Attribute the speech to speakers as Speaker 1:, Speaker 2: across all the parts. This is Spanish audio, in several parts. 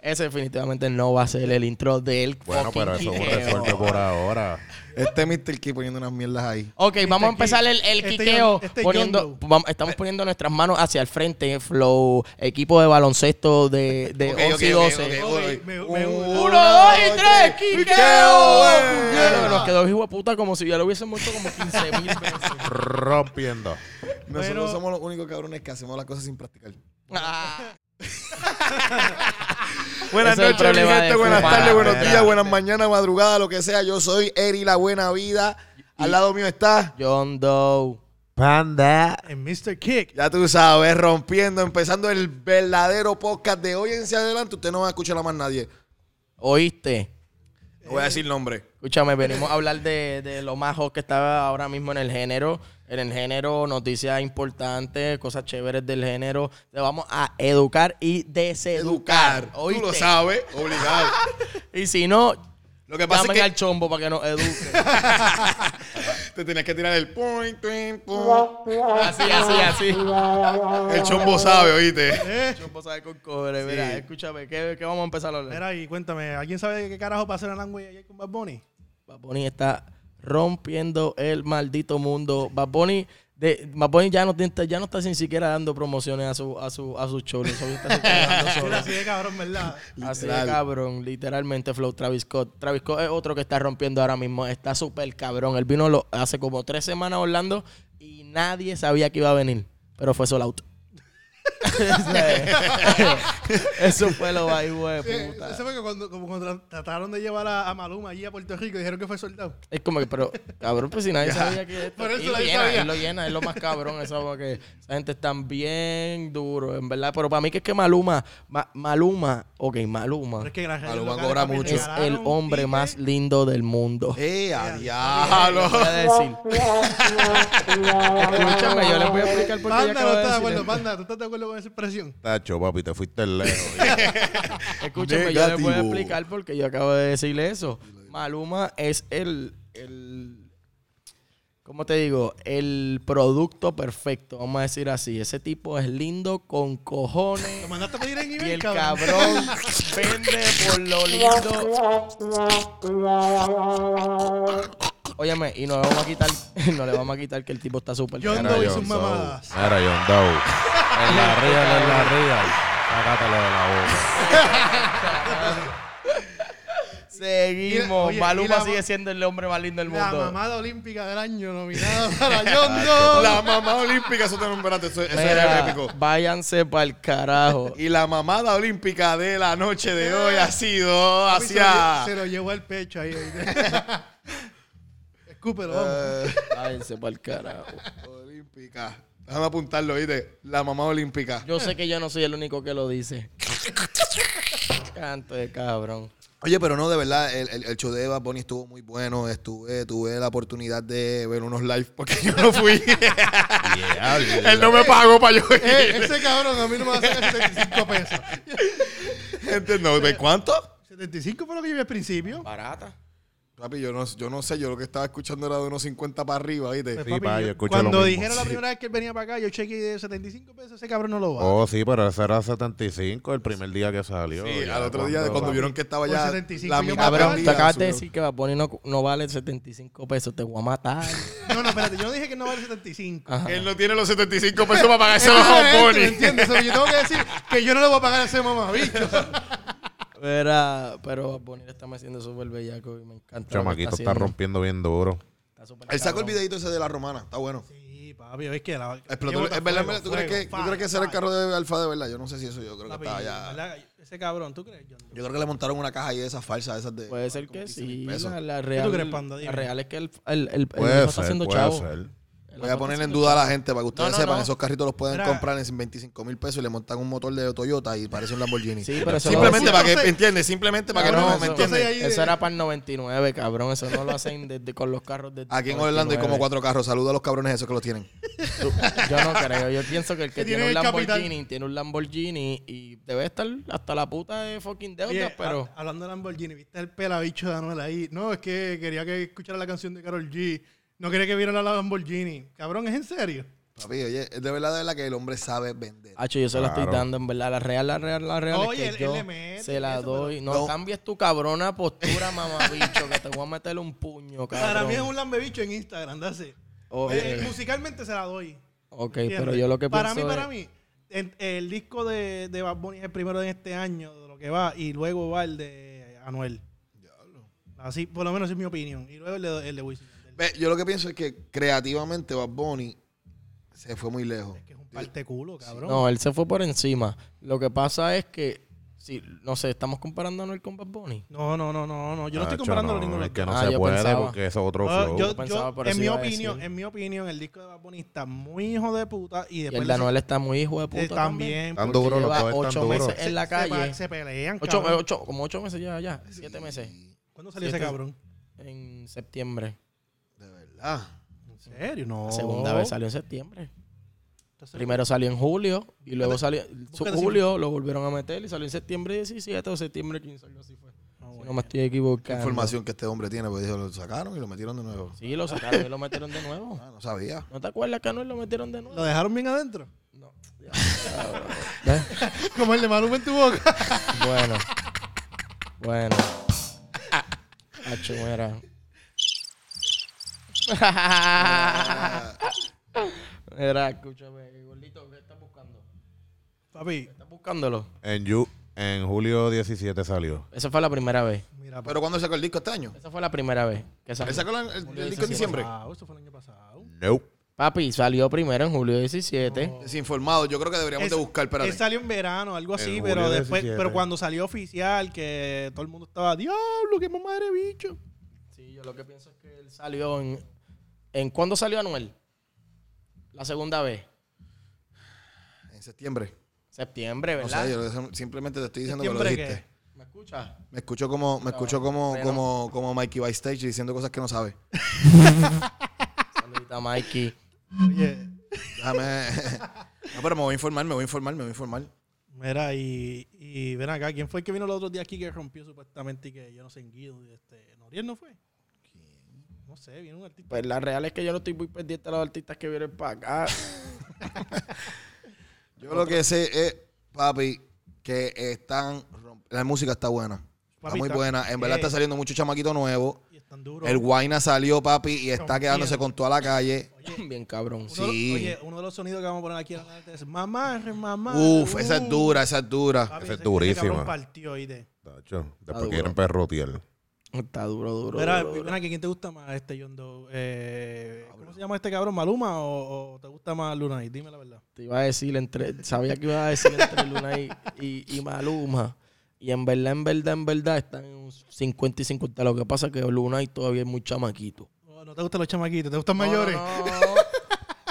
Speaker 1: ese definitivamente no va a ser el intro del
Speaker 2: Bueno,
Speaker 1: fucking
Speaker 2: pero eso es un
Speaker 1: quiqueo.
Speaker 2: resorte por ahora.
Speaker 3: Este Mr. Key poniendo unas mierdas ahí.
Speaker 1: Ok, vamos a
Speaker 4: Este
Speaker 1: empezar
Speaker 4: Ki-
Speaker 1: el, el
Speaker 4: este
Speaker 1: quiqueo
Speaker 4: John- este
Speaker 1: poniendo,
Speaker 4: John Doe. Eh.
Speaker 1: vam- estamos poniendo nuestras manos hacia el frente, flow, equipo de baloncesto de, de
Speaker 3: Ok,
Speaker 1: 11 y
Speaker 3: ok, ok,
Speaker 1: 12.
Speaker 3: ok,
Speaker 4: Ok,
Speaker 3: voy.
Speaker 4: me- me-
Speaker 3: Uno,
Speaker 1: Uno, dos y tres,
Speaker 3: dos, tres.
Speaker 1: quiqueo.
Speaker 3: Quiqueo, eh.
Speaker 1: Nos quedó hijo de puta como si ya lo hubiésemos hecho como 15 mil veces.
Speaker 2: Rompiendo.
Speaker 3: Nosotros
Speaker 4: Pero-
Speaker 3: somos los únicos cabrones que hacemos las cosas sin practicar.
Speaker 1: Ah,
Speaker 3: Buenas
Speaker 1: Ese es el
Speaker 3: noches, mi
Speaker 1: problema
Speaker 3: gente.
Speaker 1: de
Speaker 3: Buenas
Speaker 1: fumar.
Speaker 3: tardes, buenos
Speaker 2: Espérate.
Speaker 3: días, buenas mañanas, madrugada, lo que sea. Yo soy Eri La Buena Vida. Al lado mío está.
Speaker 1: John Doe.
Speaker 2: Panda.
Speaker 4: En Mr. Kick.
Speaker 3: Ya tú sabes, rompiendo, empezando el verdadero podcast de hoy en hacia adelante. Usted no va a escuchar a más nadie.
Speaker 1: ¿Oíste?
Speaker 3: No voy a decir nombre.
Speaker 1: Escúchame, venimos a hablar de, de lo más hot que está ahora mismo en el género. En el género, noticias importantes, cosas chéveres del género. Te vamos a educar y deseducar.
Speaker 3: Educar.
Speaker 1: ¿oíste?
Speaker 3: Tú lo sabes, obligado.
Speaker 1: Y si no,
Speaker 3: Lo que pasa
Speaker 1: llamen
Speaker 3: es que
Speaker 1: al chombo para que nos eduque.
Speaker 3: te tenías que tirar el point, point, point.
Speaker 1: así, así, así.
Speaker 3: El chombo sabe, oíste.
Speaker 4: Eh,
Speaker 1: chombo sabe con cobre. Mira, escúchame, ¿qué, qué vamos a empezar a hablar?
Speaker 4: Mira y cuéntame, ¿alguien sabe qué carajo pasó en el Langway ayer con Bad Bunny?
Speaker 1: Bad Bunny está rompiendo el maldito mundo. Bad Bunny, de, Bad Bunny ya, no, tiene- ya no está sin siquiera dando promociones a su, a su, a su show. Lo solo está superando solo.
Speaker 4: Era así de cabrón, ¿verdad?
Speaker 1: Así de
Speaker 3: Literal.
Speaker 1: cabrón, literalmente Flow Travis Scott. Travis Scott es otro que está rompiendo ahora mismo. Está súper cabrón. Él vino lo- hace como tres semanas a Orlando y nadie sabía que iba a venir. Pero fue solo out. Eso fue lo va hijo de
Speaker 4: Eh,
Speaker 1: puta.
Speaker 4: Eso fue que cuando, como cuando trataron de llevar a, a Maluma allí a Puerto Rico, dijeron que fue soldado.
Speaker 1: Es como que, pero, cabrón, pues si nadie sabía que esto.
Speaker 4: Por eso
Speaker 1: y lo
Speaker 4: nadie
Speaker 1: llena,
Speaker 4: sabía.
Speaker 1: él lo llena, es lo más cabrón. Esa, agua que esa gente está bien duro, en verdad. Pero para mí que es que Maluma, Ma- Maluma, ok, Maluma.
Speaker 4: Pero es que en las redes
Speaker 3: Maluma
Speaker 4: locales,
Speaker 3: cobra
Speaker 4: papi,
Speaker 3: mucho.
Speaker 1: es
Speaker 4: regalaron
Speaker 1: el
Speaker 4: un
Speaker 1: hombre
Speaker 4: ticket.
Speaker 1: más lindo del mundo.
Speaker 3: ¡Eh, a
Speaker 1: Lo voy
Speaker 3: diablo!
Speaker 1: a decir. Escúchame, yo les voy a explicar por qué yo
Speaker 4: Panda no
Speaker 1: acabo de
Speaker 4: está de
Speaker 1: decir
Speaker 4: acuerdo,
Speaker 1: esto.
Speaker 4: Panda, ¿tú estás de acuerdo con esa expresión?
Speaker 2: Tacho, papi, te fuiste lejos.
Speaker 1: Escúchame, yo les voy a
Speaker 3: Negativo.
Speaker 1: explicar por qué yo acabo de decirle eso. Maluma es el, el ¿cómo te digo? El producto perfecto, vamos a decir así. Ese tipo es lindo con cojones.
Speaker 4: Lo mandaste a pedir en
Speaker 1: Y
Speaker 4: email,
Speaker 1: el cabrón vende por lo lindo. Óyame, y no le vamos a quitar, no le vamos a quitar que el tipo está súper
Speaker 4: Yo
Speaker 1: caro.
Speaker 4: Doe y sus
Speaker 2: John Doe.
Speaker 4: mamadas.
Speaker 2: Mira, John Doe. En la real, en la real. Sácatelo de la boca.
Speaker 4: Y
Speaker 1: Seguimos.
Speaker 4: la- oye, y
Speaker 1: Maluma
Speaker 4: la ma-
Speaker 1: sigue siendo el hombre más lindo del
Speaker 4: La
Speaker 1: mundo.
Speaker 4: mamada olímpica del año nominada para John Doe.
Speaker 3: La mamá olímpica, eso te nombraste, eso, eso era
Speaker 1: Mira,
Speaker 3: épico.
Speaker 1: váyanse para el carajo.
Speaker 3: Y la mamada olímpica de la noche de hoy ha sido
Speaker 4: Papi, se lo lle- Se
Speaker 3: hacia.
Speaker 4: lo llevó al pecho ahí. ahí. Escúpelo, vamos.
Speaker 1: Váyanse para el carajo.
Speaker 3: Olímpica. Déjame apuntarlo, ¿viste? La mamá olímpica.
Speaker 1: Yo sé que yo no soy el único que lo dice. Canto de cabrón.
Speaker 3: Oye, pero no, de verdad, el, el, el show de Bad Bunny estuvo muy bueno. Estuve, tuve la oportunidad de ver unos live porque yo no fui.
Speaker 2: Diablo.
Speaker 3: Él no me pagó para yo
Speaker 4: Eh,
Speaker 3: ir.
Speaker 4: ese cabrón a mí no me va a sacar 75 pesos.
Speaker 3: Gente, no, ¿de cuánto?
Speaker 4: 75 fue lo que llevé al principio.
Speaker 1: Barata.
Speaker 3: Papi, yo no, yo no sé, yo lo que estaba escuchando era de unos 50 para arriba, ¿viste?
Speaker 4: Pues, Papi,
Speaker 2: pa, yo
Speaker 4: yo-
Speaker 2: escucho
Speaker 4: cuando
Speaker 2: lo mismo.
Speaker 4: dijeron la primera vez que él venía para acá, yo chequeé de 75 pesos, ese cabrón no lo va.
Speaker 2: Oh, sí, pero ese era 75 el primer día que salió.
Speaker 3: Sí,
Speaker 2: Ya,
Speaker 3: al otro día, de cuando vieron que estaba
Speaker 4: Por
Speaker 3: ya
Speaker 4: 75
Speaker 3: la
Speaker 4: yo
Speaker 3: mitad
Speaker 1: Cabrón,
Speaker 4: Cabrón, tú
Speaker 1: te
Speaker 3: prendida,
Speaker 1: acabas de
Speaker 3: subió.
Speaker 1: decir que Bad Bunny no, no vale 75 pesos. Te voy a matar.
Speaker 4: No, no, espérate, yo no dije que no vale 75.
Speaker 1: Ajá.
Speaker 3: Él no tiene los 75 pesos para pagarse los
Speaker 4: Ah, esto, ¿me
Speaker 3: Bunny.
Speaker 4: entiendes? O sea, yo tengo que decir que yo no le voy a pagar a ese mamabicho.
Speaker 1: Mira, pero Bad Bunny le está me haciendo súper bellaco y me encanta. lo que
Speaker 2: Chamaquito está
Speaker 1: haciendo.
Speaker 2: rompiendo bien duro.
Speaker 1: Está súper
Speaker 3: Él sacó el
Speaker 1: cabrón.
Speaker 3: videito ese de la romana, está bueno.
Speaker 4: Sí, papi, es que la.
Speaker 3: Explotó.
Speaker 4: bota
Speaker 3: Es verdad,
Speaker 4: fuego,
Speaker 3: verdad, ¿tú crees
Speaker 4: fuego,
Speaker 3: que, tú
Speaker 4: fire,
Speaker 3: crees que ese era el
Speaker 4: fire.
Speaker 3: carro de Alfa de verdad? Yo no sé si eso, yo creo que
Speaker 4: Papi,
Speaker 3: estaba ya.
Speaker 4: ¿verdad? Ese cabrón, ¿tú crees? Yo no.
Speaker 3: Yo creo que le montaron una caja ahí de esas falsas, de esas de.
Speaker 1: Puede ser
Speaker 3: como
Speaker 1: que
Speaker 3: 15 mil
Speaker 1: sí.
Speaker 3: pesos.
Speaker 1: La, la real,
Speaker 4: crees, Panda? Dime.
Speaker 1: La real es que el, el, el- el,
Speaker 2: Puede
Speaker 1: no está
Speaker 2: ser,
Speaker 1: haciendo
Speaker 2: puede
Speaker 1: chavo.
Speaker 2: ser.
Speaker 3: Voy a ponerle en duda a la gente para que ustedes
Speaker 1: no,
Speaker 3: sepan,
Speaker 1: no.
Speaker 3: esos carritos los pueden
Speaker 4: Mira.
Speaker 3: comprar en 25 mil pesos y le montan un motor de Toyota y parece un Lamborghini.
Speaker 1: Sí, pero eso
Speaker 3: Simplemente
Speaker 4: lo-
Speaker 3: para que,
Speaker 4: Entonces-
Speaker 3: ¿entiendes? Simplemente para que
Speaker 1: Cabrón,
Speaker 3: no,
Speaker 1: eso-
Speaker 3: ¿me
Speaker 4: entonces
Speaker 3: entiendes?
Speaker 4: ahí de-
Speaker 1: Eso era para el 99, cabrón. Eso no lo hacen desde, con los carros de.
Speaker 3: Aquí en Orlando hay como cuatro carros. Saluda a los cabrones esos que los tienen.
Speaker 1: Yo no creo. Yo pienso que el que
Speaker 4: Que
Speaker 1: tiene, un
Speaker 4: tiene el capital.
Speaker 1: Lamborghini tiene un Lamborghini y debe estar hasta la puta de fucking deuda,
Speaker 4: Oye,
Speaker 1: pero.
Speaker 4: ha- hablando de Lamborghini, ¿viste el pelabicho de Anuel ahí? No, es que quería que escuchara la canción de Carol G. No quería que viera la Lamborghini. Cabrón, ¿es en serio?
Speaker 3: Papi, oye, de verdad, de verdad que el hombre sabe vender.
Speaker 1: Hacho, Ah, yo se la estoy
Speaker 2: Claro.
Speaker 1: dando, en verdad. La real, la real, la real.
Speaker 4: Oye,
Speaker 1: es
Speaker 4: él-
Speaker 1: que
Speaker 4: él
Speaker 1: yo
Speaker 4: le mete
Speaker 1: se la
Speaker 4: eso, pero-
Speaker 1: doy. No,
Speaker 3: No.
Speaker 1: cambies tu cabrona postura, mamabicho, que te voy a meter un puño, cabrón.
Speaker 4: Para mí es un lambebicho en Instagram, dase.
Speaker 1: Ok,
Speaker 4: Eh, musicalmente se la doy.
Speaker 1: ok,
Speaker 4: ¿entiendes?
Speaker 1: pero yo lo que
Speaker 4: Para mí,
Speaker 1: pienso
Speaker 4: para
Speaker 1: es-
Speaker 4: mí, en- el disco de, de Bad Bunny es el primero de este año, de lo que va, y luego va el de Anuel. Así, por lo menos es mi opinión. Y luego el de, el de Wisin. Yandel,
Speaker 3: Ve, yo lo que pienso es que creativamente Bad Bunny se fue muy lejos.
Speaker 4: Que es un parte culo, cabrón.
Speaker 1: No, él se fue por encima. Lo que pasa es que, si, no sé, estamos comparando a Noel con Bad Bunny.
Speaker 4: No, no, no, no, no. Yo no estoy
Speaker 2: Nacho,
Speaker 4: comparando
Speaker 2: no,
Speaker 4: ninguno de
Speaker 2: Es
Speaker 4: los
Speaker 2: que
Speaker 4: dos.
Speaker 2: no
Speaker 1: Ah,
Speaker 2: se
Speaker 1: yo
Speaker 2: puede
Speaker 1: pensaba.
Speaker 2: porque eso es otro
Speaker 4: Ah,
Speaker 2: flow.
Speaker 4: yo- yo-
Speaker 1: pensaba, pero
Speaker 4: en
Speaker 1: sí
Speaker 4: mi
Speaker 1: iba a
Speaker 4: opinión,
Speaker 1: decir.
Speaker 4: en mi opinión, el disco de Bad Bunny está muy hijo de puta y
Speaker 1: Y
Speaker 4: después
Speaker 1: el
Speaker 4: le-
Speaker 1: de Anuel está muy hijo de puta.
Speaker 4: eh, también
Speaker 2: Tan
Speaker 1: porque
Speaker 2: duro, los
Speaker 1: lleva
Speaker 2: dos están
Speaker 1: ocho
Speaker 2: duros.
Speaker 1: meses en la
Speaker 4: se- se pa-
Speaker 1: calle.
Speaker 4: Se, pelean,
Speaker 1: Ocho,
Speaker 4: cabrón.
Speaker 1: ocho- como ocho meses ya, ya. Siete meses.
Speaker 4: ¿Cuándo salió
Speaker 1: siete.
Speaker 4: ese cabrón?
Speaker 1: En septiembre.
Speaker 3: De verdad.
Speaker 4: ¿En serio? No.
Speaker 1: La segunda vez salió en septiembre.
Speaker 4: Oh. Entonces,
Speaker 1: Primero salió en julio y luego salió. su-
Speaker 4: decir-
Speaker 1: julio lo volvieron a meter y salió en septiembre 17 o septiembre 15, algo así fue.
Speaker 4: no,
Speaker 1: Si
Speaker 4: Ah, bueno.
Speaker 1: no me estoy equivocando.
Speaker 3: Información que este hombre tiene, pues dijo, lo sacaron y lo metieron de nuevo.
Speaker 1: Sí, lo sacaron y lo metieron de nuevo.
Speaker 3: Ah, no sabía.
Speaker 1: ¿No te acuerdas que a Anuel lo metieron de nuevo?
Speaker 4: ¿Lo dejaron bien adentro?
Speaker 1: No. Ya, cabrón. ¿Ves?
Speaker 4: Como el de Maluma en tu boca.
Speaker 1: Bueno. Bueno. Hacho, mira. Mira, escúchame, gordito, ¿qué estás buscando?
Speaker 4: Papi,
Speaker 1: ¿Estás buscándolo?
Speaker 2: En, Yu- en julio 17 salió.
Speaker 1: Esa fue la primera vez.
Speaker 4: mira.
Speaker 3: Pero cuando sacó el disco este año.
Speaker 1: Esa fue la primera vez que salió.
Speaker 3: Él sacó la- el, el disco en diciembre.
Speaker 4: Esto fue el año pasado.
Speaker 2: Nope.
Speaker 1: Papi, salió primero en julio 17.
Speaker 3: Desinformado. Yo creo que deberíamos de
Speaker 4: Ese-
Speaker 3: buscar, espérate.
Speaker 4: Él salió en verano, algo así,
Speaker 2: En
Speaker 4: pero
Speaker 2: julio
Speaker 4: después,
Speaker 2: 17.
Speaker 4: pero cuando salió oficial, que todo el mundo estaba, diablo, qué mamá eres bicho.
Speaker 1: Sí, yo lo que pienso es que él salió en... ¿En cuándo salió Anuel? La segunda vez.
Speaker 3: En septiembre.
Speaker 1: Septiembre,
Speaker 3: No
Speaker 1: ¿verdad?
Speaker 3: sé, yo simplemente te estoy diciendo que lo
Speaker 4: ¿Septiembre
Speaker 3: dijiste.
Speaker 4: qué?
Speaker 1: ¿Me escuchas?
Speaker 3: Me escucho como, me escucho como,
Speaker 1: Bueno.
Speaker 3: como, como Mikey by Stage diciendo cosas que no sabe.
Speaker 1: Saludita Mikey.
Speaker 4: Oye,
Speaker 3: Déjame. no, pero me voy a informar, me voy a informar, me voy a informar.
Speaker 4: mira, y, y ven acá, ¿quién fue el que vino los otros días aquí que rompió supuestamente y que yo no sé en Guido? Este, ¿Noriel no fue? No sé, vino un artista.
Speaker 1: Pues la real es que yo no estoy muy pendiente a los artistas que vienen para acá.
Speaker 3: Yo lo que sé es, papi, que están. romp- La música está buena.
Speaker 4: Papi,
Speaker 3: está muy
Speaker 4: está-
Speaker 3: buena. En verdad
Speaker 4: eh.
Speaker 3: está saliendo mucho chamaquito nuevo.
Speaker 4: Y están duros.
Speaker 3: El Guayna salió, papi, y está
Speaker 4: Rompiendo.
Speaker 3: quedándose con toda la calle.
Speaker 1: Bien cabrón.
Speaker 4: Uno de los-
Speaker 3: Sí.
Speaker 4: Oye, uno de los sonidos que vamos a poner aquí adelante es mamá, re mamá.
Speaker 3: Uf, esa es
Speaker 4: uh".
Speaker 3: dura, esa es dura.
Speaker 4: Papi,
Speaker 2: Esa es
Speaker 4: ese- ese
Speaker 2: durísima.
Speaker 4: este cabrón partió, ¿oíste?
Speaker 2: Tacho,
Speaker 1: duro.
Speaker 2: Después quieren perrotear.
Speaker 1: Está duro, duro.
Speaker 4: Mira,
Speaker 1: duro, duro.
Speaker 4: ven aquí, ¿quién te gusta más este John Doe? Eh, ¿Cómo se llama este cabrón? ¿Maluma o, o te gusta más Luna? Night? Dime la verdad.
Speaker 1: Te iba a decir entre. Sabía que iba a decir entre Luna y, y, y Maluma. Y en verdad, en verdad, en verdad están en un 50 y 50. Lo que pasa es que Luna y todavía es muy chamaquito.
Speaker 4: No, no te gustan los chamaquitos, te gustan mayores.
Speaker 1: No, no, no.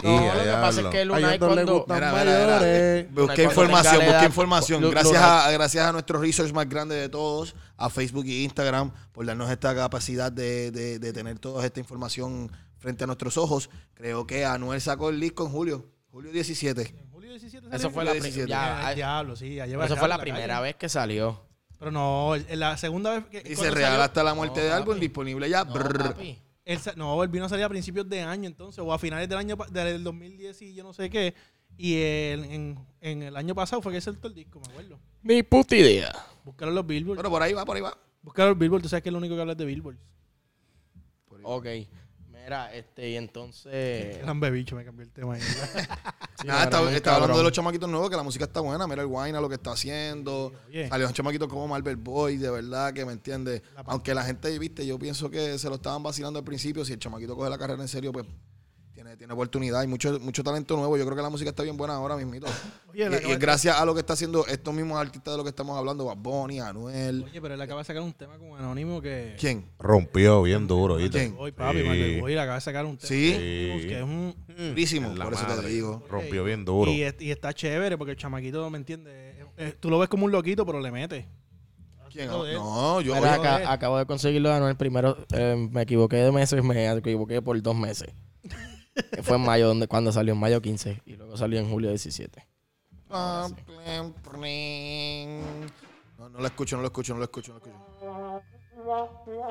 Speaker 1: No,
Speaker 2: Y
Speaker 1: lo que
Speaker 2: a
Speaker 1: pasa
Speaker 2: diablo.
Speaker 1: es que
Speaker 2: Ay,
Speaker 1: Luna
Speaker 2: a
Speaker 1: y
Speaker 2: todos les
Speaker 1: cuando.
Speaker 2: gustan
Speaker 3: Mira, mira, mira. Busqué información, busqué información. Gracias a, gracias a nuestro research más grande de todos, a Facebook y Instagram, por darnos esta capacidad de, de- de tener toda esta información frente a nuestros ojos. Creo que Anuel sacó el disco en julio, julio 17.
Speaker 4: En julio 17
Speaker 1: Eso
Speaker 4: salió.
Speaker 1: fue la
Speaker 3: 17.
Speaker 1: primera.
Speaker 4: Ah, diablo, sí, ya lleva
Speaker 1: Esa
Speaker 4: rato
Speaker 1: fue la
Speaker 4: en
Speaker 1: primera
Speaker 4: calle.
Speaker 1: vez que salió.
Speaker 4: Pero no, el- la segunda vez que.
Speaker 3: Y se
Speaker 4: cuando
Speaker 3: regala
Speaker 4: salió-
Speaker 3: hasta la muerte
Speaker 1: No,
Speaker 3: de álbum,
Speaker 1: papi.
Speaker 3: disponible ya.
Speaker 1: No,
Speaker 3: brr.
Speaker 1: papi.
Speaker 4: él sa- no, él vino a salir a principios de año entonces, o a finales del año pa- del 2010 y yo no sé qué. Y el- en, en el año pasado fue que saltó el disco, me acuerdo.
Speaker 1: Ni puta idea.
Speaker 4: Buscaron los Billboard.
Speaker 3: Pero por ahí va, por ahí va.
Speaker 4: Buscaron los Billboard, tú sabes que es lo único que hablas de Billboard.
Speaker 1: Ok. Mira, este, y entonces.
Speaker 4: Gran bebicho, me cambió el tema. ahí.
Speaker 1: Sí, no,
Speaker 3: Nada, está,
Speaker 1: era muy
Speaker 3: está hablando
Speaker 1: cabrón.
Speaker 3: de los chamaquitos nuevos, que la música está buena. Mira el Guayna, lo que está haciendo.
Speaker 4: oye.
Speaker 3: Salieron chamaquitos como Marvel Boy, de verdad, que me entiende.
Speaker 4: La pan-
Speaker 3: Aunque la gente, viste, yo pienso que se lo estaban vacilando al principio. Si el chamaquito coge la carrera en serio, pues tiene, tiene oportunidad y mucho, mucho talento nuevo. Yo creo que la música está bien buena ahora mismito.
Speaker 4: Oye,
Speaker 3: y,
Speaker 4: la
Speaker 3: y
Speaker 4: acaba-
Speaker 3: gracias a lo que está haciendo estos mismos artistas de los que estamos hablando, Bad Bunny, Anuel.
Speaker 4: Oye, pero él acaba de sacar un tema con Anónimo que.
Speaker 3: ¿Quién?
Speaker 2: Rompió bien duro. ¿oíste?
Speaker 3: ¿Quién?
Speaker 4: Hoy, papi,
Speaker 2: Sí.
Speaker 4: Marvel Boy, le acaba de sacar un tema.
Speaker 3: Sí,
Speaker 2: Sí.
Speaker 4: Que es un-
Speaker 3: durísimo,
Speaker 2: En la
Speaker 3: por eso te
Speaker 2: madre.
Speaker 3: digo.
Speaker 2: Rompió bien duro.
Speaker 4: y, es- y está chévere porque el chamaquito, ¿me entiendes? Eh, eh, Tú lo ves como un loquito, pero le metes.
Speaker 3: ¿Quién?
Speaker 4: Joder.
Speaker 3: No, yo.
Speaker 1: Mira,
Speaker 4: oye,
Speaker 1: acá-
Speaker 4: joder.
Speaker 1: acabo de conseguirlo de Anuel primero. eh, me equivoqué de meses, me equivoqué por dos meses. Que fue en mayo, donde, cuando salió en mayo 15 y luego salió en julio 17.
Speaker 3: Ah, plin, plin. No, no lo escucho, no lo escucho, no lo escucho, no lo escucho.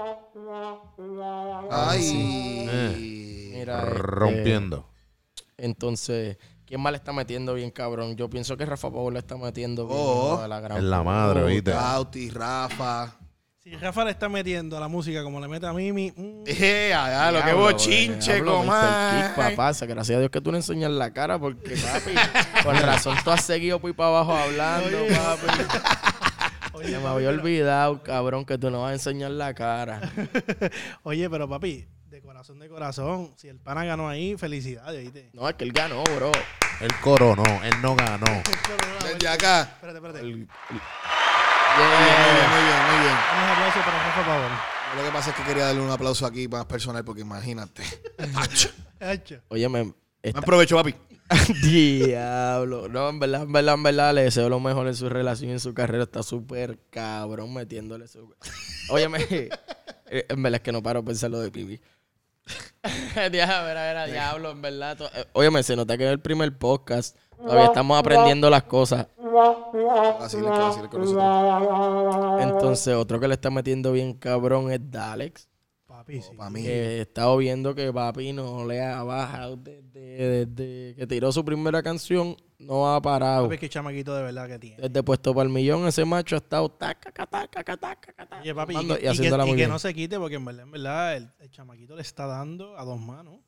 Speaker 3: Ay.
Speaker 2: Eh.
Speaker 1: Mira, este,
Speaker 2: Rompiendo.
Speaker 1: Entonces, ¿quién más le está metiendo bien, cabrón? Yo pienso que Rafa Pavón le está metiendo bien.
Speaker 3: Oh.
Speaker 1: hijo de la gran Oh,
Speaker 2: En la madre,
Speaker 1: puta.
Speaker 2: ¿viste?
Speaker 3: Tauti, Rafa.
Speaker 4: Si Rafa le está metiendo a la música como le mete a Mimi, mm,
Speaker 3: Eh, ya, lo que
Speaker 1: Diablo,
Speaker 3: bochinche,
Speaker 1: diablo, Mr.
Speaker 3: comadre.
Speaker 1: Kick, papá, se- gracias a Dios que tú le enseñas la cara porque, papi, con razón tú has seguido por ahí para abajo hablando, papi.
Speaker 4: oye,
Speaker 1: Se me
Speaker 4: papi,
Speaker 1: había
Speaker 4: pero-
Speaker 1: olvidado, cabrón, que tú no vas a enseñar la cara.
Speaker 4: Oye, pero papi, de corazón, de corazón, si el pana ganó ahí, felicidades, ¿viste?
Speaker 1: No, es que él ganó, bro.
Speaker 2: Él coronó, él no ganó.
Speaker 3: Desde acá.
Speaker 4: Espérate, espérate.
Speaker 1: El- el-
Speaker 4: Unos
Speaker 3: Muy bien,
Speaker 1: Yeah.
Speaker 3: muy bien, muy bien.
Speaker 4: aplausos para Rafa Pavón.
Speaker 3: Yo Lo que pasa es que quería darle un aplauso aquí más personal porque imagínate. Acho.
Speaker 4: Hacho.
Speaker 1: Óyeme, esta-
Speaker 3: Me aprovecho, papi.
Speaker 1: Diablo. No, en verdad, en verdad, en verdad, le deseo lo mejor en su relación y en su carrera. Está súper cabrón metiéndole su. Óyeme, eh, en verdad es que no paro de pensar lo de Pibi. diablo, era, era diablo, en verdad. to- eh, Óyeme, se nota que es el primer podcast. Todavía estamos aprendiendo las cosas.
Speaker 3: Así le quiero decir con nosotros.
Speaker 1: Entonces, otro que le está metiendo bien cabrón es Dalex.
Speaker 4: Papi, sí.
Speaker 3: Para mí.
Speaker 1: Que he estado viendo que papi no le ha bajado desde, desde que tiró su primera canción. No ha parado.
Speaker 4: Papi, qué chamaquito de verdad que tiene.
Speaker 1: Desde puesto para el millón, ese macho ha estado taca, taca, taca, taca, taca,
Speaker 4: Oye, papi, y,
Speaker 1: tomando
Speaker 4: que- y que,
Speaker 1: haciéndola
Speaker 4: y
Speaker 1: muy
Speaker 4: que
Speaker 1: bien.
Speaker 4: no se quite porque en verdad, en verdad, el, el chamaquito le está dando a dos manos.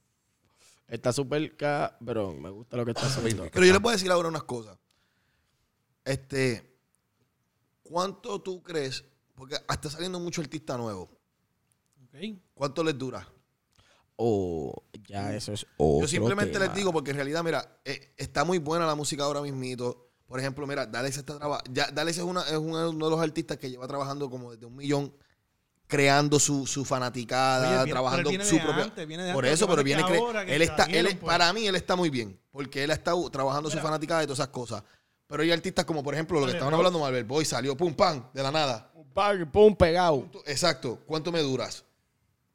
Speaker 1: Está súper ca... Pero me gusta lo que está haciendo.
Speaker 3: Pero yo le puedo decir ahora unas cosas. Este, ¿cuánto tú crees? Porque está saliendo mucho artista nuevo.
Speaker 4: ¿ok?
Speaker 3: ¿Cuánto les dura?
Speaker 1: Oh, ya eso es otro
Speaker 3: Yo simplemente
Speaker 1: tema.
Speaker 3: les digo, porque en realidad, mira, eh, está muy buena la música ahora mismito. Por ejemplo, mira, Dalex está traba- ya, Dalex es, una, es una- uno de los artistas que lleva trabajando como desde un millón, creando su, su
Speaker 4: Oye,
Speaker 3: fanaticada,
Speaker 4: viene-
Speaker 3: trabajando
Speaker 4: pero él viene
Speaker 3: su
Speaker 4: de
Speaker 3: propia.
Speaker 4: antes, viene de
Speaker 3: por
Speaker 4: antes,
Speaker 3: eso,
Speaker 4: lo que
Speaker 3: pero
Speaker 4: pasa es
Speaker 3: viene
Speaker 4: que
Speaker 3: cre-
Speaker 4: ahora que
Speaker 3: él está, él,
Speaker 4: salieron,
Speaker 3: es-
Speaker 4: pues.
Speaker 3: para mí, él está muy bien, porque él ha estado trabajando su fanaticada y todas esas cosas. Pero hay artistas como, por ejemplo, lo que estaban hablando, Malver Boy salió, pum, pam, de la nada.
Speaker 1: Pum, pum, pegado.
Speaker 3: Tú- Exacto, ¿cuánto me duras?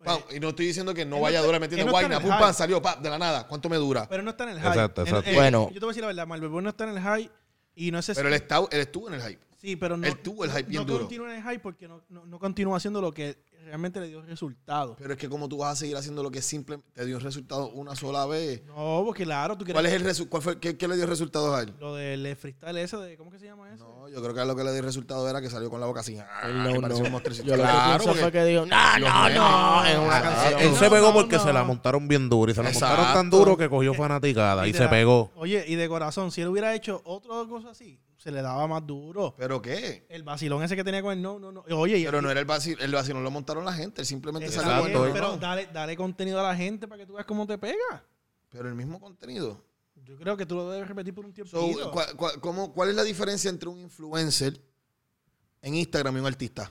Speaker 3: Pam, y no estoy diciendo que no
Speaker 4: Pues, él
Speaker 3: vaya a
Speaker 4: no
Speaker 3: durar, ¿me
Speaker 4: está-
Speaker 3: entiendes?
Speaker 4: él no está en
Speaker 3: Guayna,
Speaker 4: el
Speaker 3: pum,
Speaker 4: hype.
Speaker 3: pam, salió, pap, de la nada, ¿cuánto me dura?
Speaker 4: Pero no está en el high.
Speaker 2: Exacto,
Speaker 4: Él-
Speaker 2: exacto.
Speaker 4: él-
Speaker 1: Bueno.
Speaker 4: Yo te voy a decir la verdad, Malbelbón no está en el high y no sé si-
Speaker 3: Pero él, está, él estuvo en el hype.
Speaker 4: Sí, pero no.
Speaker 3: Él tuvo el hype
Speaker 4: no
Speaker 3: bien duro.
Speaker 4: continúa en el hype porque no, no, no continúa haciendo lo que realmente le dio resultado.
Speaker 3: Pero es que como tú vas a seguir haciendo lo que simple te dio un resultado una sola vez.
Speaker 4: No, porque claro, tú
Speaker 3: ¿Cuál
Speaker 4: quieres.
Speaker 3: es el resu- cuál fue, qué, qué le dio resultados a él?
Speaker 4: Lo del eh, freestyle ese de. ¿Cómo que se llama eso?
Speaker 3: No, yo creo que a lo que le dio resultado era que salió con la boca así. ah,
Speaker 1: Él no,
Speaker 3: que
Speaker 1: no.
Speaker 3: parecía un monstruo.
Speaker 1: Yo
Speaker 3: Claro,
Speaker 1: lo que pienso
Speaker 3: porque-
Speaker 1: fue que dijo,
Speaker 2: Ah,
Speaker 1: no,
Speaker 3: Dios
Speaker 1: no,
Speaker 3: mío.
Speaker 1: no, en una
Speaker 3: Ah,
Speaker 1: canción.
Speaker 2: Él se
Speaker 4: No,
Speaker 2: pegó
Speaker 4: no,
Speaker 2: porque
Speaker 4: no.
Speaker 2: se la montaron bien duro y se la montaron tan
Speaker 3: Exacto.
Speaker 2: duro que cogió fanaticada y se
Speaker 4: Literal.
Speaker 2: pegó.
Speaker 4: Oye, y de corazón, si él hubiera hecho otra cosa así, se le daba más duro.
Speaker 3: ¿Pero qué?
Speaker 4: El vacilón ese que tenía con el no, no, no. Oye, y-
Speaker 3: Pero no era el vacil, el vacilón lo montaron la gente, él simplemente
Speaker 4: Está
Speaker 3: salió
Speaker 4: bien,
Speaker 3: con el
Speaker 4: pero
Speaker 3: pero,
Speaker 4: dale, dale contenido a la gente para que tú veas cómo te pega.
Speaker 3: pero el mismo contenido.
Speaker 4: Yo creo que tú lo debes repetir por un tiempo.
Speaker 3: So, ¿cuál, cuál- cómo- ¿Cuál es la diferencia entre un influencer en Instagram y un artista?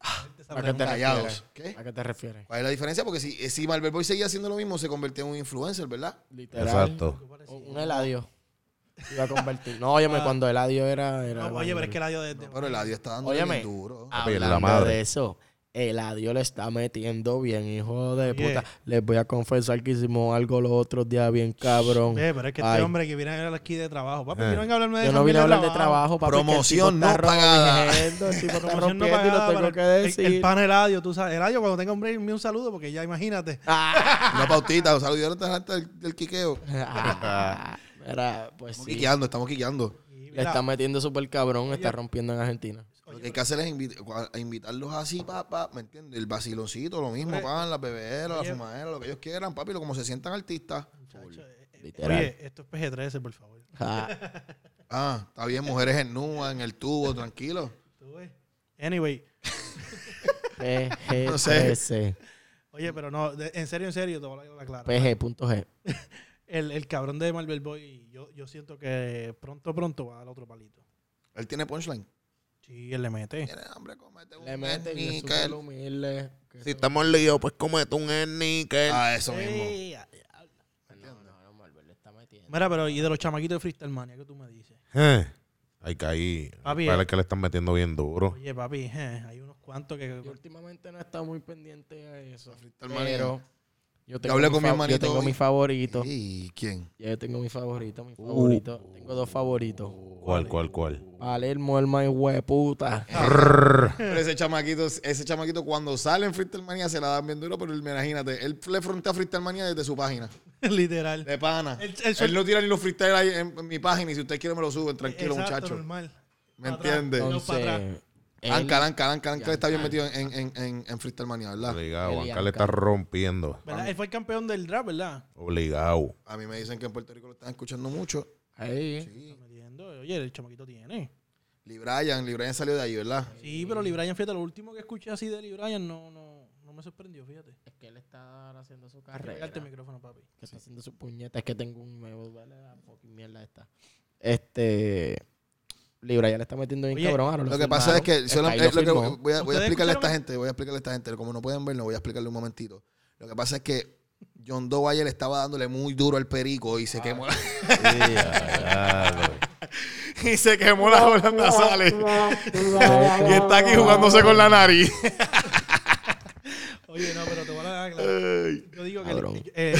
Speaker 1: ¿A qué te refieres?
Speaker 3: Callados. ¿Qué?
Speaker 1: ¿A qué te refieres?
Speaker 3: ¿Cuál es la diferencia? Porque si, eh, si Marvel Boy seguía haciendo lo mismo, se convertía en un influencer, ¿verdad?
Speaker 1: Literal.
Speaker 2: Exacto.
Speaker 1: Un un Eladio. Se Iba a convertir. No, óyeme, cuando Eladio era... era
Speaker 4: oye, pero es que el adiós de. de-
Speaker 3: Pero el adiós está dando
Speaker 1: Óyeme. Ah,
Speaker 3: bien duro.
Speaker 2: Papi, la
Speaker 1: Hablando
Speaker 2: madre.
Speaker 1: de eso, el adiós le está metiendo bien, hijo de
Speaker 4: Oye.
Speaker 1: puta. Les voy a confesar que hicimos algo los otros días bien cabrón.
Speaker 4: Ve, pero es que este
Speaker 1: Ay.
Speaker 4: hombre que viene a hablar aquí de trabajo. Papi,
Speaker 2: Eh.
Speaker 4: yo no vengo a hablarme de
Speaker 1: Yo no
Speaker 4: esa
Speaker 1: vine a
Speaker 4: mierda
Speaker 1: hablar de trabajo, papi.
Speaker 3: Promoción no pagada.
Speaker 1: pagada. El tipo está
Speaker 4: Promoción
Speaker 1: rompiendo
Speaker 4: no
Speaker 1: y lo
Speaker 4: pagada,
Speaker 1: tengo que
Speaker 4: pero el-
Speaker 1: decir.
Speaker 4: El, pan Eladio, tú sabes. Eladio, cuando tenga un break, me un saludo, porque ya imagínate.
Speaker 1: Ah.
Speaker 3: Una pautita, un saludo a la gente del, del quiqueo. Estamos
Speaker 1: Ah. Mira, pues sí.
Speaker 3: quiqueando, estamos quiqueando.
Speaker 4: Y
Speaker 1: Le
Speaker 4: mira,
Speaker 1: está metiendo súper cabrón, está rompiendo en Argentina.
Speaker 3: Lo que hay que hacer es invit- cua- a invitarlos así, papá, ¿me entiendes? El vaciloncito, lo mismo,
Speaker 4: Oye.
Speaker 3: pan, la bebera,
Speaker 4: Oye.
Speaker 3: la fumadera, lo que ellos quieran, papi, lo como se sientan artistas.
Speaker 4: muchacho, eh, eh,
Speaker 1: Literal.
Speaker 4: Oye, esto es PG-13, por favor.
Speaker 1: Ah.
Speaker 3: Ah, está bien, mujeres en nua, en el tubo, tranquilo.
Speaker 4: Tú ves. Anyway,
Speaker 1: PG13.
Speaker 3: No sé.
Speaker 4: oye, pero no, de- en serio, en serio, te voy a hablar clara.
Speaker 1: PG.G.
Speaker 4: El, el cabrón de Marvel Boy, yo, yo siento que pronto, pronto va a dar otro palito.
Speaker 3: Él tiene punchline.
Speaker 4: Sí, él le mete.
Speaker 3: Tiene hambre, comete un
Speaker 1: Le mete y es
Speaker 3: sneaker.
Speaker 1: súper humilde.
Speaker 2: Si estamos líos, pues comete un sneaker.
Speaker 3: Ah, eso mismo.
Speaker 4: Ey, ay, ay.
Speaker 1: Pues No, no, no, Marvel le está metiendo.
Speaker 4: Mira, pero y de los chamaquitos de Freestyle Mania, ¿qué tú me dices?
Speaker 2: Eh, Hay que ahí.
Speaker 4: Papi,
Speaker 2: Parece
Speaker 4: eh.
Speaker 2: que le están metiendo bien duro.
Speaker 4: Oye, papi, eh, hay unos cuantos que...
Speaker 1: Yo últimamente no he estado muy pendiente a eso.
Speaker 3: Freestyle Mania.
Speaker 1: Pero yo tengo,
Speaker 3: hablé
Speaker 1: mi
Speaker 3: con mi
Speaker 1: fa-
Speaker 3: hermanito
Speaker 1: yo tengo
Speaker 3: hoy.
Speaker 1: mi favorito.
Speaker 3: ¿Y quién?
Speaker 1: Ya yo tengo mi favorito,
Speaker 3: Uh.
Speaker 1: mi favorito. tengo dos favoritos.
Speaker 2: ¿Cuál, cuál, cuál?
Speaker 1: Palermo, el más hueputa.
Speaker 3: Ah, Pero ese chamaquito, ese chamaquito cuando sale en Freestyle Mania se la dan bien duro, pero imagínate, él le frontea a Freestyle Mania desde su página.
Speaker 4: Literal.
Speaker 3: De pana.
Speaker 4: El- el sol-
Speaker 3: Él no tira ni los freestyles ahí en, en mi página y si ustedes quieren me lo suben, tranquilo,
Speaker 4: Exacto,
Speaker 3: muchachos.
Speaker 4: normal.
Speaker 3: ¿Me
Speaker 4: Pa' atrás.
Speaker 3: entiende?
Speaker 4: No, pa' atrás.
Speaker 1: Entonces, él-
Speaker 3: Anca, Anca, Anca, Anca
Speaker 1: Ya,
Speaker 3: está bien metido en, en, en, en Freestyle Mania, ¿verdad?
Speaker 2: Obligado.
Speaker 1: Elian
Speaker 2: Anca le está
Speaker 1: Cano.
Speaker 2: rompiendo.
Speaker 4: ¿Verdad? Él fue el campeón del draft, ¿verdad?
Speaker 2: Obligado.
Speaker 3: A mí me dicen que en Puerto Rico lo están escuchando mucho.
Speaker 1: ahí.
Speaker 3: Sí.
Speaker 4: Está metiendo. Oye, el chamaquito tiene.
Speaker 3: Lee Bryan, Lee Bryan salió de ahí, ¿verdad?
Speaker 4: Sí, pero Lee Bryan, fíjate, lo último que escuché así de Lee Bryan no, no, no me sorprendió, fíjate.
Speaker 1: Es que él está ahora haciendo su
Speaker 4: Hay que
Speaker 1: carrera.
Speaker 4: pegarte el
Speaker 1: Que
Speaker 4: micrófono, papi.
Speaker 1: está haciendo su puñeta. Es que tengo un nuevo. Dale la fucking mierda esta. Este. Libra ya le está metiendo bien
Speaker 4: Oye,
Speaker 1: cabrón. ahora
Speaker 3: Lo que pasa es que, solo-
Speaker 1: Sky
Speaker 3: eh,
Speaker 1: lo
Speaker 3: lo que voy,
Speaker 1: firmó.
Speaker 3: voy a, voy a
Speaker 4: ¿Ustedes
Speaker 3: explicarle a esta
Speaker 4: escucharon?
Speaker 3: gente, voy a explicarle a esta gente, como no pueden verlo, voy a explicarle un momentito. Lo que pasa es que John Doe ayer estaba dándole muy duro al perico y se quemó la, y se quemó la bola nasales. y está aquí jugándose con la nariz.
Speaker 4: Oye, no, pero te voy a dar claro.
Speaker 3: Ay.
Speaker 4: Yo digo que.
Speaker 1: Cabrón.
Speaker 4: el- eh, el-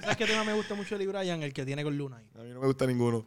Speaker 4: ¿Sabes qué tema me gusta mucho de Lee Bryan? El que tiene con Luna ahí.
Speaker 3: a mí no me gusta ninguno.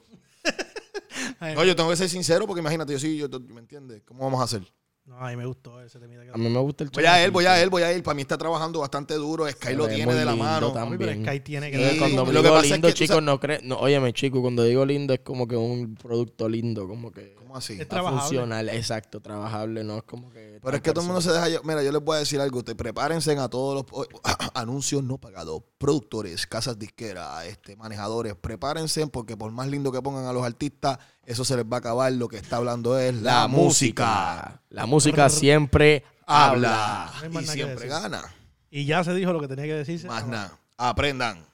Speaker 3: No, yo tengo que ser sincero porque imagínate, yo sí, yo, ¿me entiendes? ¿Cómo vamos a hacer?
Speaker 4: No, a mí me gustó ese temita. Que...
Speaker 1: A mí me gusta el
Speaker 3: Voy a él, voy a él, voy a él. Para mí está trabajando bastante duro. Sky
Speaker 1: Se
Speaker 3: lo
Speaker 1: ve
Speaker 3: tiene
Speaker 1: muy
Speaker 3: de la
Speaker 1: lindo
Speaker 3: mano.
Speaker 1: también.
Speaker 4: Papi, pero Sky tiene que.
Speaker 3: Sí.
Speaker 1: Eh, cuando
Speaker 3: Lo que
Speaker 1: digo
Speaker 3: pasa es que
Speaker 1: lindo,
Speaker 3: tú
Speaker 1: chicos,
Speaker 3: sabes-
Speaker 1: no creen. No, óyeme, chico, cuando digo lindo es como que un producto lindo, como que
Speaker 3: ¿Cómo así?
Speaker 4: Es
Speaker 1: va
Speaker 4: trabajable.
Speaker 1: funcional, exacto, trabajable, no es como que.
Speaker 3: Pero es que todo el mundo se deja. lle- Mira, yo les voy a decir algo. Te prepárense a todos los o- anuncios no pagados, productores, casas disqueras, este, manejadores. Prepárense porque por más lindo que pongan a los artistas, eso se les va a acabar. Lo que está hablando es la, música.
Speaker 1: La música siempre habla.
Speaker 3: Habla
Speaker 4: No hay más
Speaker 3: y
Speaker 4: nada que
Speaker 3: siempre
Speaker 4: decir.
Speaker 3: gana.
Speaker 4: Y ya se dijo lo que tenía que decirse.
Speaker 3: Más nada. Aprendan.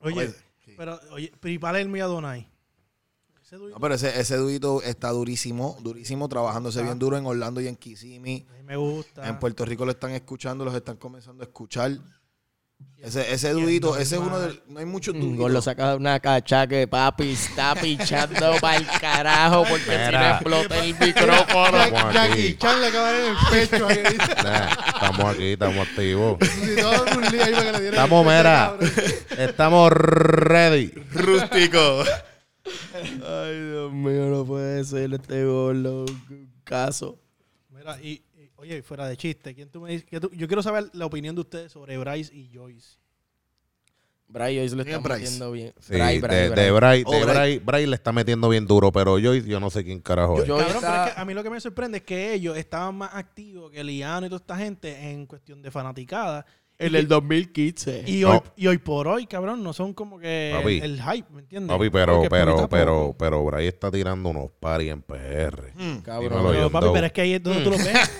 Speaker 4: Oye,
Speaker 3: Oye, sí.
Speaker 4: pero, oye, Pripal el mío Donai. Ese
Speaker 3: No,
Speaker 4: duito.
Speaker 3: pero ese, ese duito está durísimo, durísimo, trabajándose bien duro en Orlando y en Kissimmee.
Speaker 4: A mí me gusta.
Speaker 3: En Puerto Rico lo están escuchando, los están comenzando a escuchar. Ese, ese
Speaker 4: el
Speaker 3: duito,
Speaker 4: normal.
Speaker 3: ese es uno de. No hay muchos
Speaker 1: Mm, Con lo
Speaker 3: duitos.
Speaker 1: sacas de una cacha que papi está pichando para el carajo porque si no
Speaker 2: Mira.
Speaker 1: explota el micrófono.
Speaker 2: Estamos
Speaker 5: Jackie
Speaker 2: aquí.
Speaker 5: Chan le acaba de dar en el pecho ahí.
Speaker 2: Nah, Estamos aquí, estamos activos.
Speaker 5: Necesitaba un lío ahí para que le diera en el
Speaker 2: Estamos,
Speaker 5: pecho,
Speaker 2: mera.
Speaker 5: cabrón.
Speaker 2: Estamos ready.
Speaker 3: Rústico.
Speaker 1: Ay, Dios mío, no puede ser este gordo. un Caso.
Speaker 4: Mira, y, y, oye, fuera de chiste, ¿quién tú me dices? que tú- yo quiero saber la opinión de ustedes sobre Bryce y Joyce.
Speaker 1: Bray hoy se lo está
Speaker 3: Bien, Bryce.
Speaker 1: metiendo bien.
Speaker 2: Sí,
Speaker 1: Bray, Bray,
Speaker 2: de,
Speaker 1: Bray.
Speaker 2: de Bray,
Speaker 3: Oh,
Speaker 2: de
Speaker 3: Bray.
Speaker 2: Bray- Bray le está metiendo bien duro, pero yo, yo no sé quién carajo es.
Speaker 1: Yo-
Speaker 4: Cabrón, pero
Speaker 1: está-
Speaker 4: es que a mí lo que me sorprende es que ellos estaban más activos que Liano y toda esta gente en cuestión de fanaticada.
Speaker 1: En el 2015.
Speaker 4: Y,
Speaker 2: No.
Speaker 4: hoy, y hoy por hoy, cabrón, no son como que
Speaker 2: Papi.
Speaker 4: el, el hype, ¿me entiendes?
Speaker 2: Papi, pero,
Speaker 4: Porque
Speaker 2: pero,
Speaker 4: poquito
Speaker 2: pero,
Speaker 4: a
Speaker 2: pero,
Speaker 4: poco.
Speaker 2: Bray está tirando unos paris en PR.
Speaker 1: cabrón.
Speaker 2: dímelo,
Speaker 4: Pero,
Speaker 2: John
Speaker 4: papi,
Speaker 2: Doe.
Speaker 4: pero es que ahí es donde tú lo ves.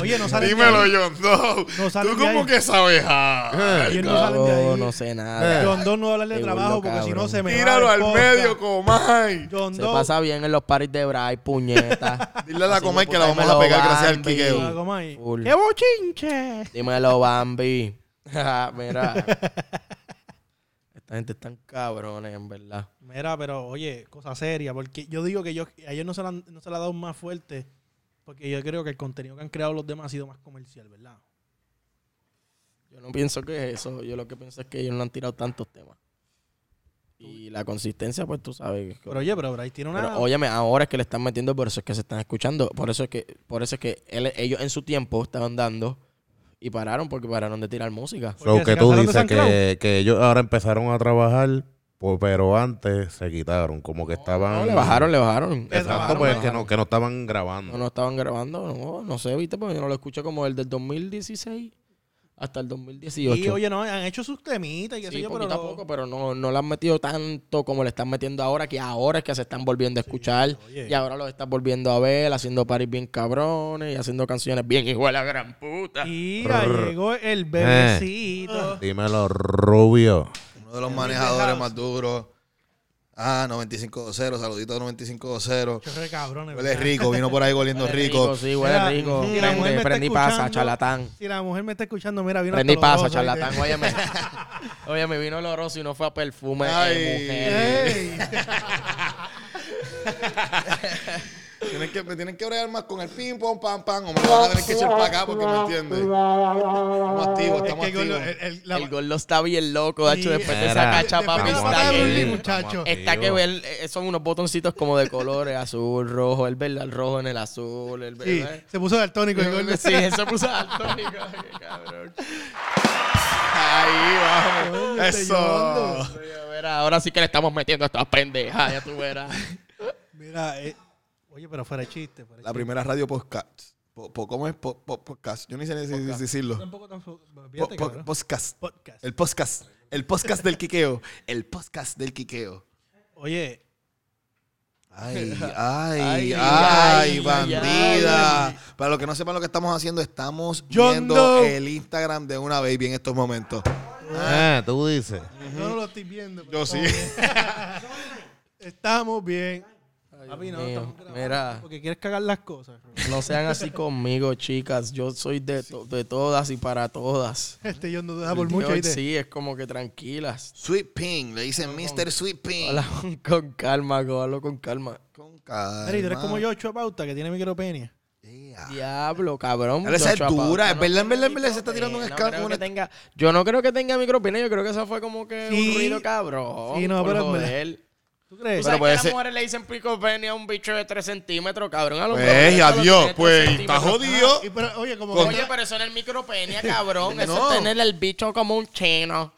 Speaker 4: Oye, no salen de
Speaker 3: Dímelo,
Speaker 4: ahí.
Speaker 3: John Doe.
Speaker 4: No salen
Speaker 3: Tú
Speaker 4: de
Speaker 3: como
Speaker 4: ahí.
Speaker 3: que sabes. ah.
Speaker 4: Ellos no salen de
Speaker 1: Cabrón,
Speaker 4: ahí. Eh.
Speaker 1: no sé nada.
Speaker 4: John Doe no va a hablar de
Speaker 1: Qué
Speaker 4: trabajo
Speaker 1: burlo,
Speaker 4: porque si no
Speaker 1: cabrón.
Speaker 4: se me va
Speaker 3: Tíralo
Speaker 4: el
Speaker 3: al
Speaker 4: podcast.
Speaker 3: medio, Comay.
Speaker 4: John
Speaker 1: Se
Speaker 4: Doe.
Speaker 1: pasa bien en los paris de Bray, puñeta.
Speaker 3: Dile a la
Speaker 1: Así
Speaker 3: Comay
Speaker 1: me
Speaker 3: que la
Speaker 1: puta,
Speaker 3: vamos a pegar
Speaker 1: dímelo,
Speaker 3: gracias al
Speaker 1: Bambi.
Speaker 4: Ah,
Speaker 3: quiqueo.
Speaker 4: ¿cómo ahí?
Speaker 1: Full.
Speaker 4: ¡Qué bochinche!
Speaker 1: Dímelo, Bambi. Ja, Mira. Esta gente están cabrones, en verdad.
Speaker 4: Mira, pero oye, cosa seria, porque yo digo que yo, a ellos no se, la, han- no se la ha dado más fuerte, porque yo creo que el contenido que han creado los demás ha sido más comercial, ¿verdad?
Speaker 1: Yo no pienso que es eso. Yo lo que pienso es que ellos no han tirado tantos temas. Y la consistencia, pues tú sabes. que-
Speaker 4: Pero oye, pero Bryce tiene una...
Speaker 1: Pero óyeme, ahora es que le están metiendo, por eso es que se están escuchando. Por eso es que, por eso es que él- ellos en su tiempo estaban dando y pararon porque pararon de tirar música.
Speaker 4: ¿Por qué?
Speaker 2: So,
Speaker 4: ¿Se
Speaker 2: que tú
Speaker 4: casaron de
Speaker 2: dices
Speaker 4: San Clau?
Speaker 2: que, que ellos ahora empezaron a trabajar, pues, pero antes se quitaron, como que estaban...
Speaker 1: No, le bajaron, le bajaron.
Speaker 4: Le
Speaker 2: Exacto,
Speaker 4: bajaron,
Speaker 2: pues,
Speaker 4: le
Speaker 2: que, no, que no estaban grabando.
Speaker 1: No, no estaban grabando, no, no sé, viste, porque yo no lo escuché como el del 2016 hasta el 2018.
Speaker 4: Y oye, no, han hecho sus temitas y qué sé
Speaker 1: sí,
Speaker 4: yo,
Speaker 1: poquito
Speaker 4: pero...
Speaker 1: a poco, pero no, no le han metido tanto como le están metiendo ahora, que ahora es que se están volviendo a escuchar
Speaker 4: oye.
Speaker 1: y ahora los están volviendo a ver, haciendo paris bien cabrones y haciendo canciones bien hijo de la gran puta.
Speaker 4: Y ya llegó
Speaker 1: Eh.
Speaker 4: el bebecito.
Speaker 2: Dímelo, Rubio.
Speaker 3: Uno de los manejadores más duros. Ah, 95-0. Saludito 95-0.
Speaker 4: Chorro de cabrones,
Speaker 3: Huele
Speaker 4: ¿verdad?
Speaker 3: rico. Vino por ahí oliendo
Speaker 1: Huele
Speaker 3: rico.
Speaker 1: sí, huele
Speaker 4: Mira,
Speaker 1: rico.
Speaker 4: si la mujer me
Speaker 1: Prende,
Speaker 4: está
Speaker 1: prende y pasa,
Speaker 4: escuchando,
Speaker 1: charlatán.
Speaker 4: Si la mujer me está escuchando, mira, vino
Speaker 1: Prende y
Speaker 4: hasta los
Speaker 1: pasa,
Speaker 4: ojos, ¿viste?
Speaker 1: charlatán, óyeme. óyeme, vino oloroso y no fue a perfume de
Speaker 3: Ay.
Speaker 1: mujer.
Speaker 3: Tienen que, me tienen que bregar más con el ping pong, pam, pam. O me lo van a tener que echar para acá porque me entiendes. Estamos activos,
Speaker 5: Es
Speaker 3: estamos
Speaker 5: que con lo-
Speaker 3: activos.
Speaker 5: el- el- la-
Speaker 1: El gordo está bien loco, de hecho,
Speaker 5: Sí.
Speaker 1: después de esa
Speaker 2: Mira.
Speaker 1: cacha, papi,
Speaker 5: de la
Speaker 2: Estamos
Speaker 5: patada
Speaker 1: está
Speaker 5: de Bruce Lee,
Speaker 1: bien.
Speaker 2: activos,
Speaker 5: muchacho.
Speaker 2: estamos
Speaker 1: Está que
Speaker 2: activos.
Speaker 1: ver, eh, son unos botoncitos como de colores, azul, rojo, el verde al rojo en el azul, el
Speaker 5: Sí,
Speaker 1: verde.
Speaker 5: se puso daltónico el gordo.
Speaker 1: Sí, eso puso daltónico, qué cabrón. Ahí vamos.
Speaker 5: Ay,
Speaker 1: Eso.
Speaker 5: Teyolando.
Speaker 1: Oye, verá, Ahora sí que le estamos metiendo a estas pendejas, ya tú verás.
Speaker 4: Mira, eh, oye, pero fuera de chiste. Fuera de
Speaker 3: La
Speaker 4: chiste.
Speaker 3: primera radio podcast. Po- po- ¿Cómo es Po- po- podcast? Yo ni sé ni- ni- ni decirlo.
Speaker 4: Tampoco tan fu-
Speaker 3: Po-
Speaker 4: fíjate,
Speaker 3: po-
Speaker 4: cabrón.
Speaker 3: podcast.
Speaker 4: Podcast.
Speaker 3: El podcast. El podcast del quiqueo. El podcast del quiqueo.
Speaker 4: Oye,
Speaker 3: Ay, ay,
Speaker 1: Ay,
Speaker 3: ay,
Speaker 1: ay,
Speaker 3: bandida. Para los que no sepan lo que estamos haciendo, estamos
Speaker 1: Yo
Speaker 3: viendo
Speaker 1: no.
Speaker 3: el Instagram de una baby en estos momentos.
Speaker 2: Ah, tú dices.
Speaker 4: yo no lo estoy viendo. pero
Speaker 3: Yo sí.
Speaker 4: estamos bien. Estamos bien. Papi, no,
Speaker 1: mío,
Speaker 4: estamos grabando
Speaker 1: mira.
Speaker 4: Porque quieres cagar las cosas.
Speaker 1: No sean así conmigo, chicas. Yo soy de, to- de todas y para todas.
Speaker 4: Este yo no deja por
Speaker 1: El
Speaker 4: mucho.
Speaker 1: Dios,
Speaker 4: ¿oíste?
Speaker 1: Sí, es como que tranquilas.
Speaker 3: Sweet Ping, le dicen Mr. Sweet Ping.
Speaker 1: Habla con- con calma, go, hablo con calma.
Speaker 3: Con calma.
Speaker 4: Mira, y tú eres como yo, Ochoa Pauta, que tiene micropenia.
Speaker 3: Yeah.
Speaker 1: Diablo, cabrón.
Speaker 3: Ahora esa es
Speaker 1: Joshua Pauta,
Speaker 3: dura, es
Speaker 1: no
Speaker 3: verdad,
Speaker 1: tiene
Speaker 3: en verdad, en verdad, se está tirando un
Speaker 1: micropene,
Speaker 3: escándalo,
Speaker 1: no creo
Speaker 3: una-
Speaker 1: que tenga- Yo no creo que tenga micropene, yo creo que esa fue como que
Speaker 4: Sí.
Speaker 1: un ruido cabrón.
Speaker 4: Sí, no,
Speaker 1: por
Speaker 4: pero en
Speaker 1: joder.
Speaker 4: ¿Tú
Speaker 1: ¿Tú
Speaker 4: crees?
Speaker 1: sabes que
Speaker 3: puede
Speaker 1: a las
Speaker 3: ser-
Speaker 1: mujeres le dicen picopene a un bicho de 3 centímetros, cabrón? A los hombres
Speaker 3: Pues,
Speaker 1: solo
Speaker 3: adiós,
Speaker 1: tiene tres
Speaker 3: pues, está
Speaker 1: centímetros.
Speaker 3: jodido.
Speaker 4: Y pero, oye, como
Speaker 3: Con-
Speaker 4: que-
Speaker 1: Oye, pero eso en el micropenia, cabrón. Eso
Speaker 3: No.
Speaker 1: es tener el bicho como un chino.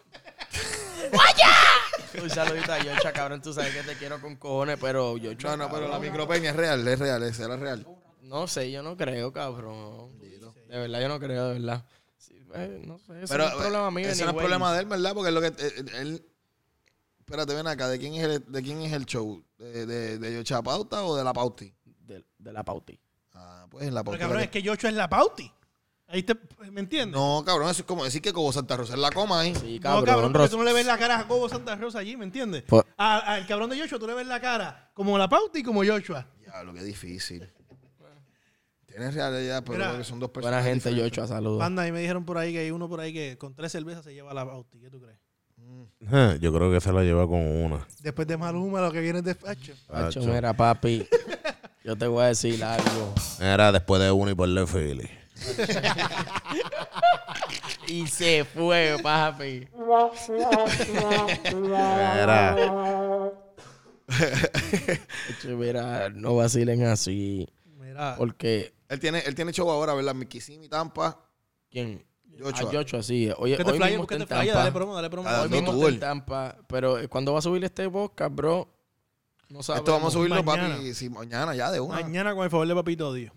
Speaker 1: ¡Vaya! Un saludito a Yocha, cabrón. Tú sabes que te quiero con cojones, pero Yocha.
Speaker 3: No, no, pero la micropeña es real, es real, esa era real.
Speaker 1: No sé, yo no creo, cabrón. De verdad, yo no creo, de verdad. Sí, eh, no sé, eso
Speaker 3: Pero,
Speaker 1: no es problema mío.
Speaker 3: Ese no es
Speaker 1: anyway.
Speaker 3: problema de él, ¿verdad? Porque es lo que eh, eh, él. Espérate, ven acá, ¿de quién es el, de quién es el show? ¿De, de, de Yocha Pauta o de la Pauti?
Speaker 1: de, de la pauti.
Speaker 3: Ah, pues la
Speaker 4: pero
Speaker 3: Pauti.
Speaker 4: cabrón,
Speaker 3: la
Speaker 4: es
Speaker 3: que-
Speaker 4: que Yocho es la Pauti. Ahí te, ¿Me entiendes?
Speaker 3: No, cabrón, eso es como decir que Cobo Santa Rosa es la coma, ¿eh?
Speaker 1: Sí,
Speaker 4: No,
Speaker 1: cabrón.
Speaker 4: cabrón, porque
Speaker 1: Ros-
Speaker 4: tú no le ves la cara a Jacobo Santa Rosa allí, ¿me entiendes?
Speaker 1: Por-
Speaker 4: A- Al cabrón de Joshua tú le ves la cara como la pauta y como Joshua.
Speaker 3: Diablo, qué difícil. Tienes realidad, pero
Speaker 4: Mira,
Speaker 3: creo que son dos personas.
Speaker 1: Buena gente,
Speaker 3: diferentes.
Speaker 1: Yocha, saludos.
Speaker 4: Panda, y me dijeron por ahí que hay uno por ahí que con tres cervezas se lleva la pauta. ¿Qué tú crees?
Speaker 2: Ah, Yo creo que se la lleva con una.
Speaker 4: Después de Maluma, lo que viene es despacho.
Speaker 1: Pacho,
Speaker 2: Pacho.
Speaker 1: mira, papi. Yo te voy a decir algo.
Speaker 2: Era después de uno y por el Philly.
Speaker 1: Y se fue, papi.
Speaker 2: Era.
Speaker 1: Pacho, Mira, no vacilen así.
Speaker 4: Mira,
Speaker 1: Porque,
Speaker 3: Él tiene, él tiene show ahora, ¿verdad? Miquisimi, Tampa,
Speaker 1: ¿quién?
Speaker 3: Yocho.
Speaker 1: A Yocho, sí. Oye,
Speaker 4: búscate
Speaker 1: hoy
Speaker 4: flyer,
Speaker 1: mismo está
Speaker 4: búscate
Speaker 1: en
Speaker 4: flyer,
Speaker 1: Tampa.
Speaker 4: dale promo, dale promo.
Speaker 3: Ah,
Speaker 1: Hoy
Speaker 3: no,
Speaker 1: mismo
Speaker 3: tú,
Speaker 1: está
Speaker 3: él.
Speaker 1: en Tampa. Pero, eh, ¿cuándo va a subir este podcast, bro? No sabemos.
Speaker 3: Esto vamos a subirlo, papi,
Speaker 4: Mañana.
Speaker 3: sí, mañana ya, de una.
Speaker 4: Mañana con el favor de Papito Dios.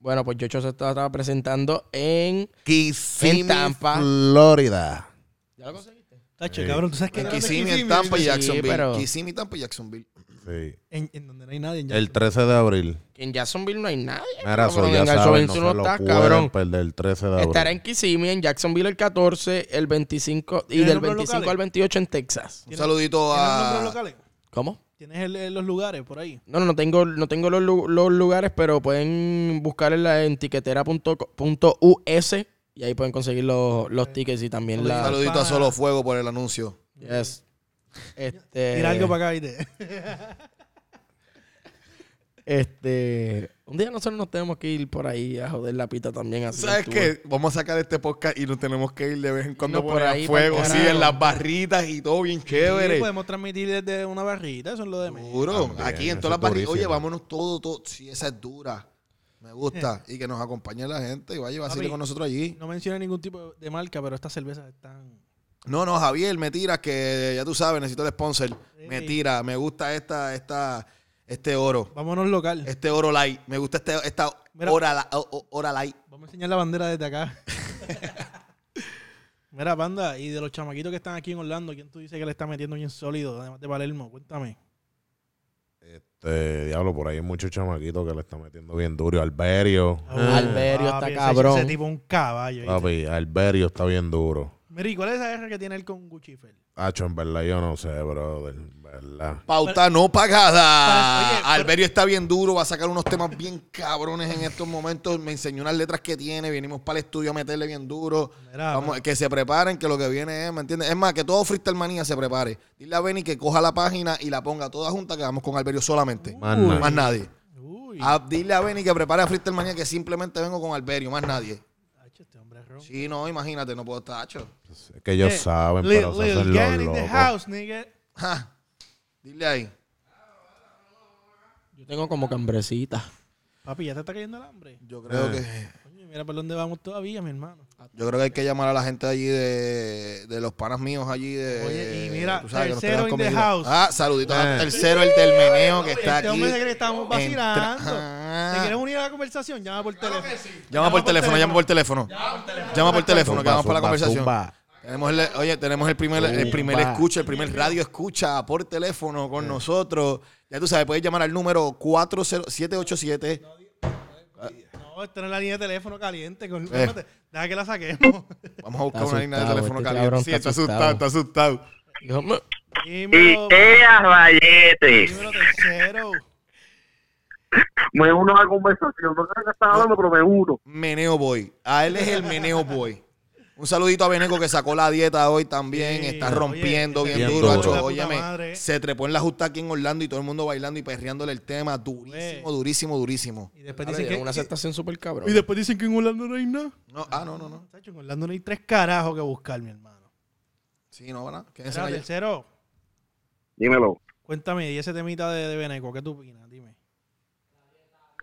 Speaker 1: Bueno, pues Yocho se estaba presentando en...
Speaker 2: Kissimmee,
Speaker 1: En Tampa.
Speaker 2: Florida.
Speaker 1: ¿Ya lo conseguiste?
Speaker 4: Tacho,
Speaker 2: Sí.
Speaker 4: cabrón, tú sabes que
Speaker 3: En
Speaker 4: grande es
Speaker 3: Kissimmee, en
Speaker 4: Kissimmee?
Speaker 3: Tampa y
Speaker 1: Sí,
Speaker 3: Jacksonville.
Speaker 1: pero-
Speaker 3: Kissimmee, Tampa y Jacksonville.
Speaker 2: Sí.
Speaker 4: En, en donde no hay nadie. En
Speaker 2: El
Speaker 4: Jackson.
Speaker 2: 13 de abril.
Speaker 1: En Jacksonville no hay nadie.
Speaker 2: Mira, eso
Speaker 1: cabrón.
Speaker 2: ya
Speaker 1: en
Speaker 2: saben,
Speaker 1: Jacksonville
Speaker 2: no
Speaker 1: tú
Speaker 2: se
Speaker 1: no
Speaker 2: lo
Speaker 1: estás,
Speaker 2: pueden
Speaker 1: cabrón.
Speaker 2: perder el 13 de abril.
Speaker 1: Estará en Kissimmee, en Jacksonville el 14, el 25 y
Speaker 4: ¿Tiene
Speaker 1: del
Speaker 4: nombres
Speaker 1: 25
Speaker 4: locales?
Speaker 1: al 28 en Texas.
Speaker 3: Un
Speaker 4: ¿Tienes-
Speaker 3: saludito
Speaker 4: ¿Tienes los nombres
Speaker 3: a.
Speaker 4: locales?
Speaker 1: ¿Cómo?
Speaker 4: ¿Tienes el- el- los lugares por ahí?
Speaker 1: No, no, no tengo, no tengo los, lu- los lugares, pero pueden buscar en la entiquetera.us y ahí pueden conseguir los, los tickets y también
Speaker 3: Un
Speaker 1: la...
Speaker 3: saludito a Solo Fuego por el anuncio.
Speaker 1: Yes. Este,
Speaker 4: Tira algo para acá, ¿viste?
Speaker 1: este, un día nosotros nos tenemos que ir por ahí a joder la pita también. Así
Speaker 3: ¿Sabes qué? Vamos a sacar este podcast y nos tenemos que ir de vez en cuando
Speaker 1: Irnos
Speaker 3: por
Speaker 1: por
Speaker 3: ahí
Speaker 1: ahí,
Speaker 3: a fuego,
Speaker 1: pa'l
Speaker 3: sí,
Speaker 1: carajo.
Speaker 3: en las barritas y todo bien
Speaker 4: Sí, pues,
Speaker 3: chévere.
Speaker 4: podemos transmitir desde una barrita, eso es lo de menos.
Speaker 3: Seguro,
Speaker 2: También,
Speaker 3: aquí en
Speaker 2: Ah, eso
Speaker 3: todas las
Speaker 2: es
Speaker 3: barritas. Oye,
Speaker 2: durísimo.
Speaker 3: vámonos todo, todo. Sí, esa es dura. Me gusta. Y que nos acompañe la gente y vaya y vacile
Speaker 4: Papi.
Speaker 3: con nosotros allí.
Speaker 4: No mencioné ningún tipo de marca, pero estas cervezas están...
Speaker 3: No, no, Javier, me tira, que ya tú sabes, necesito el sponsor. Me
Speaker 4: Sí.
Speaker 3: tira, me gusta esta, esta, este oro.
Speaker 4: Vámonos local.
Speaker 3: Este oro light. Me gusta este, esta
Speaker 4: Mira.
Speaker 3: hora, la- o- o- hora light.
Speaker 4: Vamos a enseñar la bandera desde acá. Mira, banda, y de los chamaquitos que están aquí en Orlando, ¿quién tú dices que le está metiendo bien sólido, además de Palermo? Cuéntame.
Speaker 2: Este, diablo, por ahí hay muchos chamaquitos que le están metiendo bien duro. Ah, Alberio.
Speaker 1: Alberio está
Speaker 4: Papi, ese-
Speaker 1: cabrón.
Speaker 4: Ese tipo es un caballo. ¿viste?
Speaker 2: Papi, Alberio está bien duro.
Speaker 4: Mira, ¿y cuál es esa R que tiene él con Guchifer?
Speaker 2: Hacho, en verdad yo no sé, brother. En verdad.
Speaker 3: Pauta no pagada.
Speaker 4: Oye, pero-
Speaker 3: Alberio está bien duro, va a sacar unos temas bien cabrones en estos momentos. Me enseñó unas letras que tiene. Venimos para el estudio a meterle bien duro.
Speaker 4: Mira,
Speaker 3: Vamos, que se preparen, que lo que viene es, ¿me entiendes? Es más, que todo Freestyle Manía se prepare. Dile a Benny que coja la página y la ponga toda junta, que vamos con Alberio solamente.
Speaker 2: Más nada.
Speaker 3: Más nadie.
Speaker 4: Uy,
Speaker 3: A- dile a Benny que prepare a Freestyle Manía, que simplemente vengo con Alberio, más nadie.
Speaker 4: Hacho, este hombre es ron.
Speaker 3: Sí, no, imagínate, no puedo estar hacho.
Speaker 2: Es que ellos
Speaker 4: Eh,
Speaker 2: saben,
Speaker 4: Lil-
Speaker 2: pero se
Speaker 4: Lil
Speaker 2: hacen
Speaker 4: Gan
Speaker 2: los
Speaker 4: in the
Speaker 2: locos.
Speaker 4: house, nigga.
Speaker 3: Ja, Dile ahí.
Speaker 1: Yo tengo como cambrecita.
Speaker 4: Papi, ya te está cayendo el hambre.
Speaker 3: Yo creo que
Speaker 4: Coño, mira por dónde vamos todavía, mi hermano.
Speaker 3: yo creo que hay que llamar a la gente allí de, de los panas míos allí de
Speaker 4: Oye, y mira,
Speaker 3: tú sabes, que nos
Speaker 4: tercero
Speaker 3: traigan
Speaker 4: in the
Speaker 3: comida.
Speaker 4: house.
Speaker 3: Ah, saluditos al
Speaker 2: Eh.
Speaker 3: tercero el del meneo que está aquí.
Speaker 4: este hombre se cree que estamos vacilando.
Speaker 3: Entra-
Speaker 4: ¿Te quieres unir a la conversación? Llama por teléfono.
Speaker 3: Llama por teléfono, llama por teléfono. Llama por teléfono, que vamos para la conversación.
Speaker 2: zumba.
Speaker 3: Tenemos el, oye, tenemos el primer, el primer
Speaker 2: Zumba.
Speaker 3: escucha, el primer radio escucha por teléfono con nosotros. Ya tú sabes, puedes llamar al número 40787.
Speaker 4: No, esto no es la línea de teléfono caliente. Con...
Speaker 3: Eh.
Speaker 4: espérate, Deja que la saquemos.
Speaker 3: Vamos a buscar
Speaker 1: Está
Speaker 3: una línea de
Speaker 1: asustado,
Speaker 3: teléfono
Speaker 1: este
Speaker 3: caliente.
Speaker 1: cabrón
Speaker 3: Sí,
Speaker 1: está
Speaker 3: está asustado, está asustado.
Speaker 1: Dijo, "Me-
Speaker 6: Y eh.
Speaker 4: Dímelo,
Speaker 6: ella, Vallete.
Speaker 4: dímelo tercero.
Speaker 6: Me uno a la conversación. No sé de qué estás hablando, pero me uno.
Speaker 3: Meneo Boy. A él es el Meneo Boy. Un saludito a Beneco que sacó la dieta hoy también.
Speaker 4: Sí,
Speaker 3: está
Speaker 4: oye,
Speaker 3: rompiendo
Speaker 4: está
Speaker 3: bien
Speaker 2: bien
Speaker 3: duro.
Speaker 2: duro.
Speaker 3: macho.
Speaker 4: La puta
Speaker 3: Óyeme,
Speaker 4: madre.
Speaker 3: se trepó en la justa aquí en Orlando y todo el mundo bailando y perreándole el tema. Durísimo,
Speaker 4: Ué.
Speaker 3: durísimo, durísimo.
Speaker 4: Y después
Speaker 1: Ahora
Speaker 4: dicen
Speaker 1: llega
Speaker 4: que.
Speaker 1: una aceptación súper cabrón.
Speaker 4: y después dicen que en Orlando no hay nada.
Speaker 3: No, ah, no, no, no.
Speaker 4: Sacho, En Orlando no hay tres carajos que buscar, mi hermano.
Speaker 3: Sí, no, ¿verdad? Quédense
Speaker 4: Mira,
Speaker 3: allá.
Speaker 4: tercero,
Speaker 6: Dímelo.
Speaker 4: cuéntame, y ese temita de, de Beneco, ¿qué tú opinas? Dime.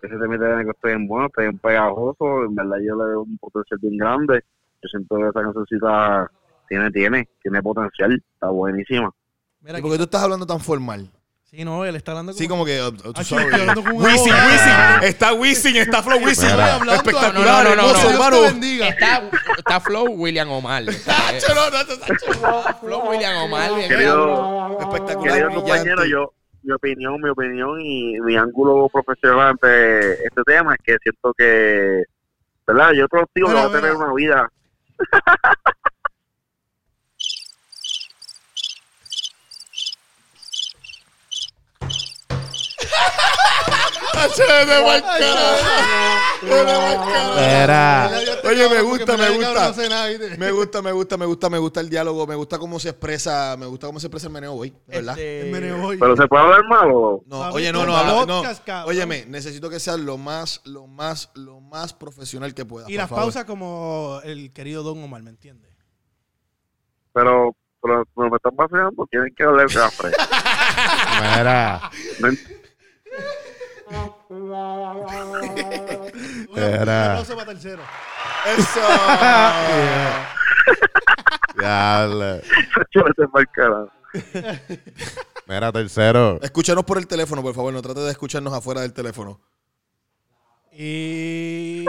Speaker 6: Ese tema de que estoy en bueno, estoy en pegajoso. En verdad, yo le veo un potencial bien grande. Yo siento que esa cancioncita tiene, tiene, tiene potencial. Está buenísima.
Speaker 4: Mira,
Speaker 3: ¿Y por qué tú estás hablando tan formal?
Speaker 4: sí, no, él está hablando
Speaker 3: Sí, como que. uh, uh,
Speaker 4: Ah,
Speaker 3: tú
Speaker 4: sí, estoy
Speaker 3: sabes.
Speaker 4: hablando con una
Speaker 3: Wisin,
Speaker 4: abogada.
Speaker 3: Wisin. Está Wisin, está Flow Wisin.
Speaker 2: Mira.
Speaker 3: Espectacular,
Speaker 1: No, no, no, no,
Speaker 3: hermoso,
Speaker 1: no.
Speaker 3: hermano.
Speaker 5: Dios te bendiga.
Speaker 1: Está, está Flow William Omar. Está,
Speaker 3: Chacho, no, no, no, chacho.
Speaker 1: Flow William Omar, bien cabrón.
Speaker 6: Querido,
Speaker 3: Espectacular,
Speaker 6: querido compañero,
Speaker 3: brillante.
Speaker 6: yo, mi opinión, mi opinión y mi ángulo profesional ante este tema es que siento que, ¿verdad? Yo creo tío, que
Speaker 5: Mira,
Speaker 6: va a tener
Speaker 5: mira.
Speaker 6: una vida.
Speaker 3: Chacho, de buen carajo.
Speaker 2: Mira.
Speaker 3: Oye, me gusta, me gusta.
Speaker 5: No sé nada, ¿viste?
Speaker 3: Me gusta, me gusta, me gusta, me gusta el diálogo, me gusta cómo se expresa, me gusta cómo se expresa el meneo hoy, de ¿verdad?
Speaker 1: Este,
Speaker 4: con- Meneo hoy.
Speaker 6: Pero se puede hablar malo.
Speaker 3: No,
Speaker 4: Papi,
Speaker 3: oye, no,
Speaker 4: tú
Speaker 3: no,
Speaker 4: eres
Speaker 3: habla,
Speaker 4: podcast,
Speaker 3: no.
Speaker 4: cabrón.
Speaker 3: Óyeme, necesito que seas lo más, lo más, lo más profesional que puedas.
Speaker 4: Y
Speaker 3: por
Speaker 4: las
Speaker 3: favor.
Speaker 4: pausas como el querido Don Omar, ¿me entiendes?
Speaker 6: Pero, pero, pero me están vacilando, tienen que hablar cafre.
Speaker 2: Mira.
Speaker 4: Un
Speaker 2: Era.
Speaker 4: aplauso para tercero.
Speaker 3: Eso.
Speaker 2: Ya, le- Mira, tercero.
Speaker 3: Escúchanos por el teléfono, por favor, no trate de escucharnos afuera del teléfono.
Speaker 4: Y.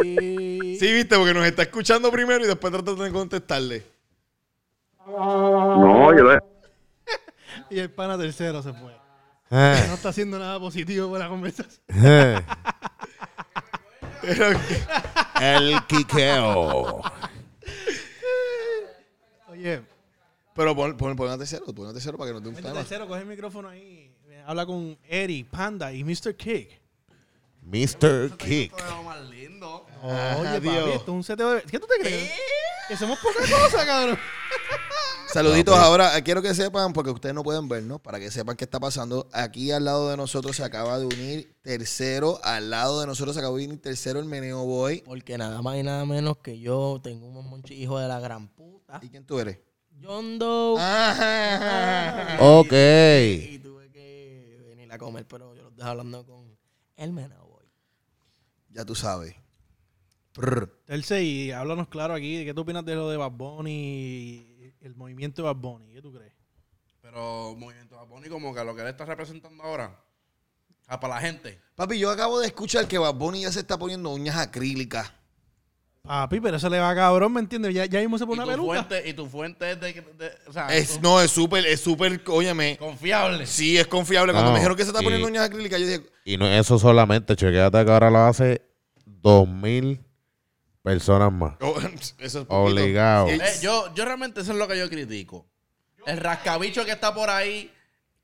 Speaker 3: Sí, viste, porque nos está escuchando primero y después trata de contestarle.
Speaker 6: No, yo le...
Speaker 4: Y el pana tercero se fue.
Speaker 2: Eh,
Speaker 4: No está haciendo nada positivo para la conversación.
Speaker 2: eh.
Speaker 3: El quiqueo.
Speaker 4: Oye,
Speaker 3: Pero pon, pon, pon a tercero, pon a tercero para que nos dé un
Speaker 4: vente
Speaker 3: tema.
Speaker 4: tercero, coge el micrófono ahí. Habla con Eri, Panda y Mr. Kick.
Speaker 2: Mr. Kick.
Speaker 4: Oye, papi,
Speaker 3: Dios.
Speaker 4: esto es un seteo de... ¿Qué tú te crees? Que somos poca cosa, cabrón.
Speaker 3: Saluditos
Speaker 2: Ah, pues.
Speaker 3: ahora, eh, quiero que sepan, porque ustedes no pueden vernos, para que sepan qué está pasando. Aquí al lado de nosotros se acaba de unir tercero, al lado de nosotros se acaba de unir tercero el Meneo Boy.
Speaker 1: Porque nada más y nada menos que yo tengo un monchi hijo de la gran puta.
Speaker 3: ¿Y quién tú eres?
Speaker 1: John
Speaker 2: Oh.
Speaker 1: Doe.
Speaker 7: Ah.
Speaker 3: Ajá.
Speaker 2: Ok.
Speaker 1: Y tuve que venir a comer, pero yo los dejo hablando con el meneo boy.
Speaker 3: Ya tú sabes. Prr.
Speaker 4: Terce, y háblanos claro aquí. ¿Qué tú opinas de lo de Bad Bunny y el movimiento de Bad Bunny? ¿Qué tú crees?
Speaker 7: Pero movimiento japónico como que lo que él está representando ahora. Ah, para la gente.
Speaker 3: Papi, yo acabo de escuchar que Bad Bunny ya se está poniendo uñas acrílicas.
Speaker 4: Papi, pero eso le va cabrón, ¿me entiendes? Ya, ya mismo se
Speaker 7: Y
Speaker 4: pone una
Speaker 7: tu,
Speaker 4: peluca.
Speaker 7: fuente, y tu fuente es de... de- o sea,
Speaker 3: Es,
Speaker 7: con-
Speaker 3: no, es súper, es súper, óyeme.
Speaker 7: confiable.
Speaker 3: Sí, es confiable. Cuando
Speaker 2: No,
Speaker 3: me dijeron que se está
Speaker 2: y-
Speaker 3: poniendo uñas acrílicas, yo dije,
Speaker 2: Y no es eso solamente, chequéate que ahora lo hace 2000 personas más.
Speaker 3: oh, eso es poquito.
Speaker 2: Obligado.
Speaker 3: Sí,
Speaker 7: Eh, yo, yo realmente eso es lo que yo critico. El rascabicho que está por ahí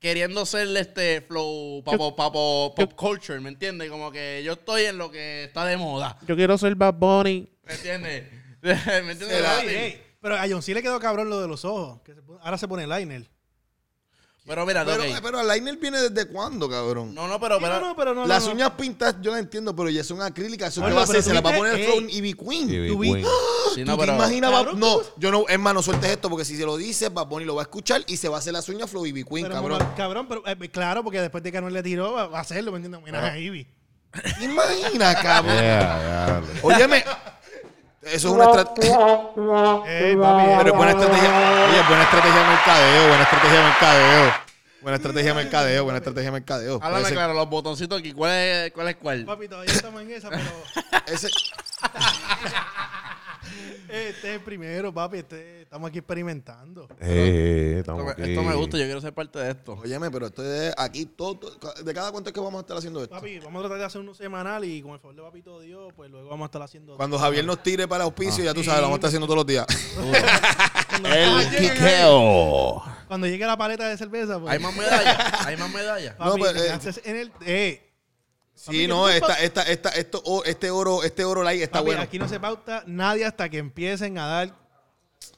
Speaker 7: queriendo ser este flow papo, papo, pop culture, ¿me entiendes? Como que yo estoy en lo que está de moda,
Speaker 2: Yo quiero ser Bad Bunny.
Speaker 7: ¿me entiendes? ¿Me entiendes? lo que
Speaker 3: Será-
Speaker 4: Ey,
Speaker 7: te digo?
Speaker 4: ey, pero a John sí le quedó cabrón lo de los ojos. que se pone- ahora se pone liner.
Speaker 7: Pero mira,
Speaker 3: Pero, eh,
Speaker 7: ok.
Speaker 3: pero Liner viene desde cuándo, cabrón?
Speaker 7: No, no, pero...
Speaker 4: Sí,
Speaker 7: pero
Speaker 4: no, no, pero no, no,
Speaker 3: Las
Speaker 4: no.
Speaker 3: uñas pintadas yo las entiendo, pero ya son acrílicas. ¿Eso
Speaker 4: No,
Speaker 3: qué
Speaker 4: no,
Speaker 3: va a hacer?
Speaker 4: pero
Speaker 3: Se
Speaker 4: tú
Speaker 3: las va a
Speaker 4: viste,
Speaker 3: poner
Speaker 4: ey.
Speaker 3: Flow Ivy Queen.
Speaker 2: Y
Speaker 3: ¿Tú
Speaker 2: Big Wing.
Speaker 7: sí,
Speaker 3: ¿Tú
Speaker 7: no,
Speaker 3: te
Speaker 7: pero-
Speaker 3: imaginas?
Speaker 4: Cabrón,
Speaker 3: va- no,
Speaker 4: ¿cómo
Speaker 3: yo no, hermano, no sueltes esto porque si se lo dice, Bad Bunny lo va a escuchar y se va a hacer las uñas Flow Ivy Queen,
Speaker 4: Pero,
Speaker 3: cabrón.
Speaker 4: mamá, cabrón, pero eh, claro, porque después de que Anuel le tiró, va, va a hacerlo, ¿me entiendes? Mira, a Ivy.
Speaker 3: Imagina, cabrón.
Speaker 2: Yeah, diablo.
Speaker 3: Óyeme. Eso es una estrategia.
Speaker 4: Ey, Eh, papi,
Speaker 3: Pero este es buena estrategia. Oye, buena estrategia de mercadeo, buena estrategia de mercadeo. Buena estrategia de mercadeo, buena estrategia de mercadeo. Puede
Speaker 7: Háblame
Speaker 3: ser-
Speaker 7: claro, los botoncitos aquí, ¿cuál es cuál? Es cuál?
Speaker 4: papi, todavía estamos en esa, pero
Speaker 3: ese-
Speaker 4: este es el primero, papi. Este, estamos aquí experimentando.
Speaker 2: Eh, eh,
Speaker 7: Esto,
Speaker 2: estamos
Speaker 7: me, esto me
Speaker 2: aquí.
Speaker 7: gusta, yo quiero ser parte de esto.
Speaker 3: Óyeme, pero esto es aquí todo, todo- ¿De cada cuánto es que vamos a estar haciendo esto?
Speaker 4: Papi, vamos a tratar de hacer uno semanal y con el favor de papito Dios, pues luego vamos a estar haciendo.
Speaker 3: Cuando Javier nos tire para auspicio, ya tú sabes, lo vamos a estar haciendo todos los días.
Speaker 4: cuando,
Speaker 2: El Kikeo.
Speaker 4: cuando llegue la paleta de cerveza,
Speaker 3: eh.
Speaker 4: pues.
Speaker 7: Hay más medallas, hay más medallas.
Speaker 4: papi,
Speaker 3: No, pero,
Speaker 4: te
Speaker 3: eh,
Speaker 4: haces en el. Eh,
Speaker 3: Sí, no, esta, esta, esta, esto, o- este oro, este oro light está
Speaker 4: papi,
Speaker 3: bueno.
Speaker 4: aquí no se pauta nadie hasta que empiecen a dar.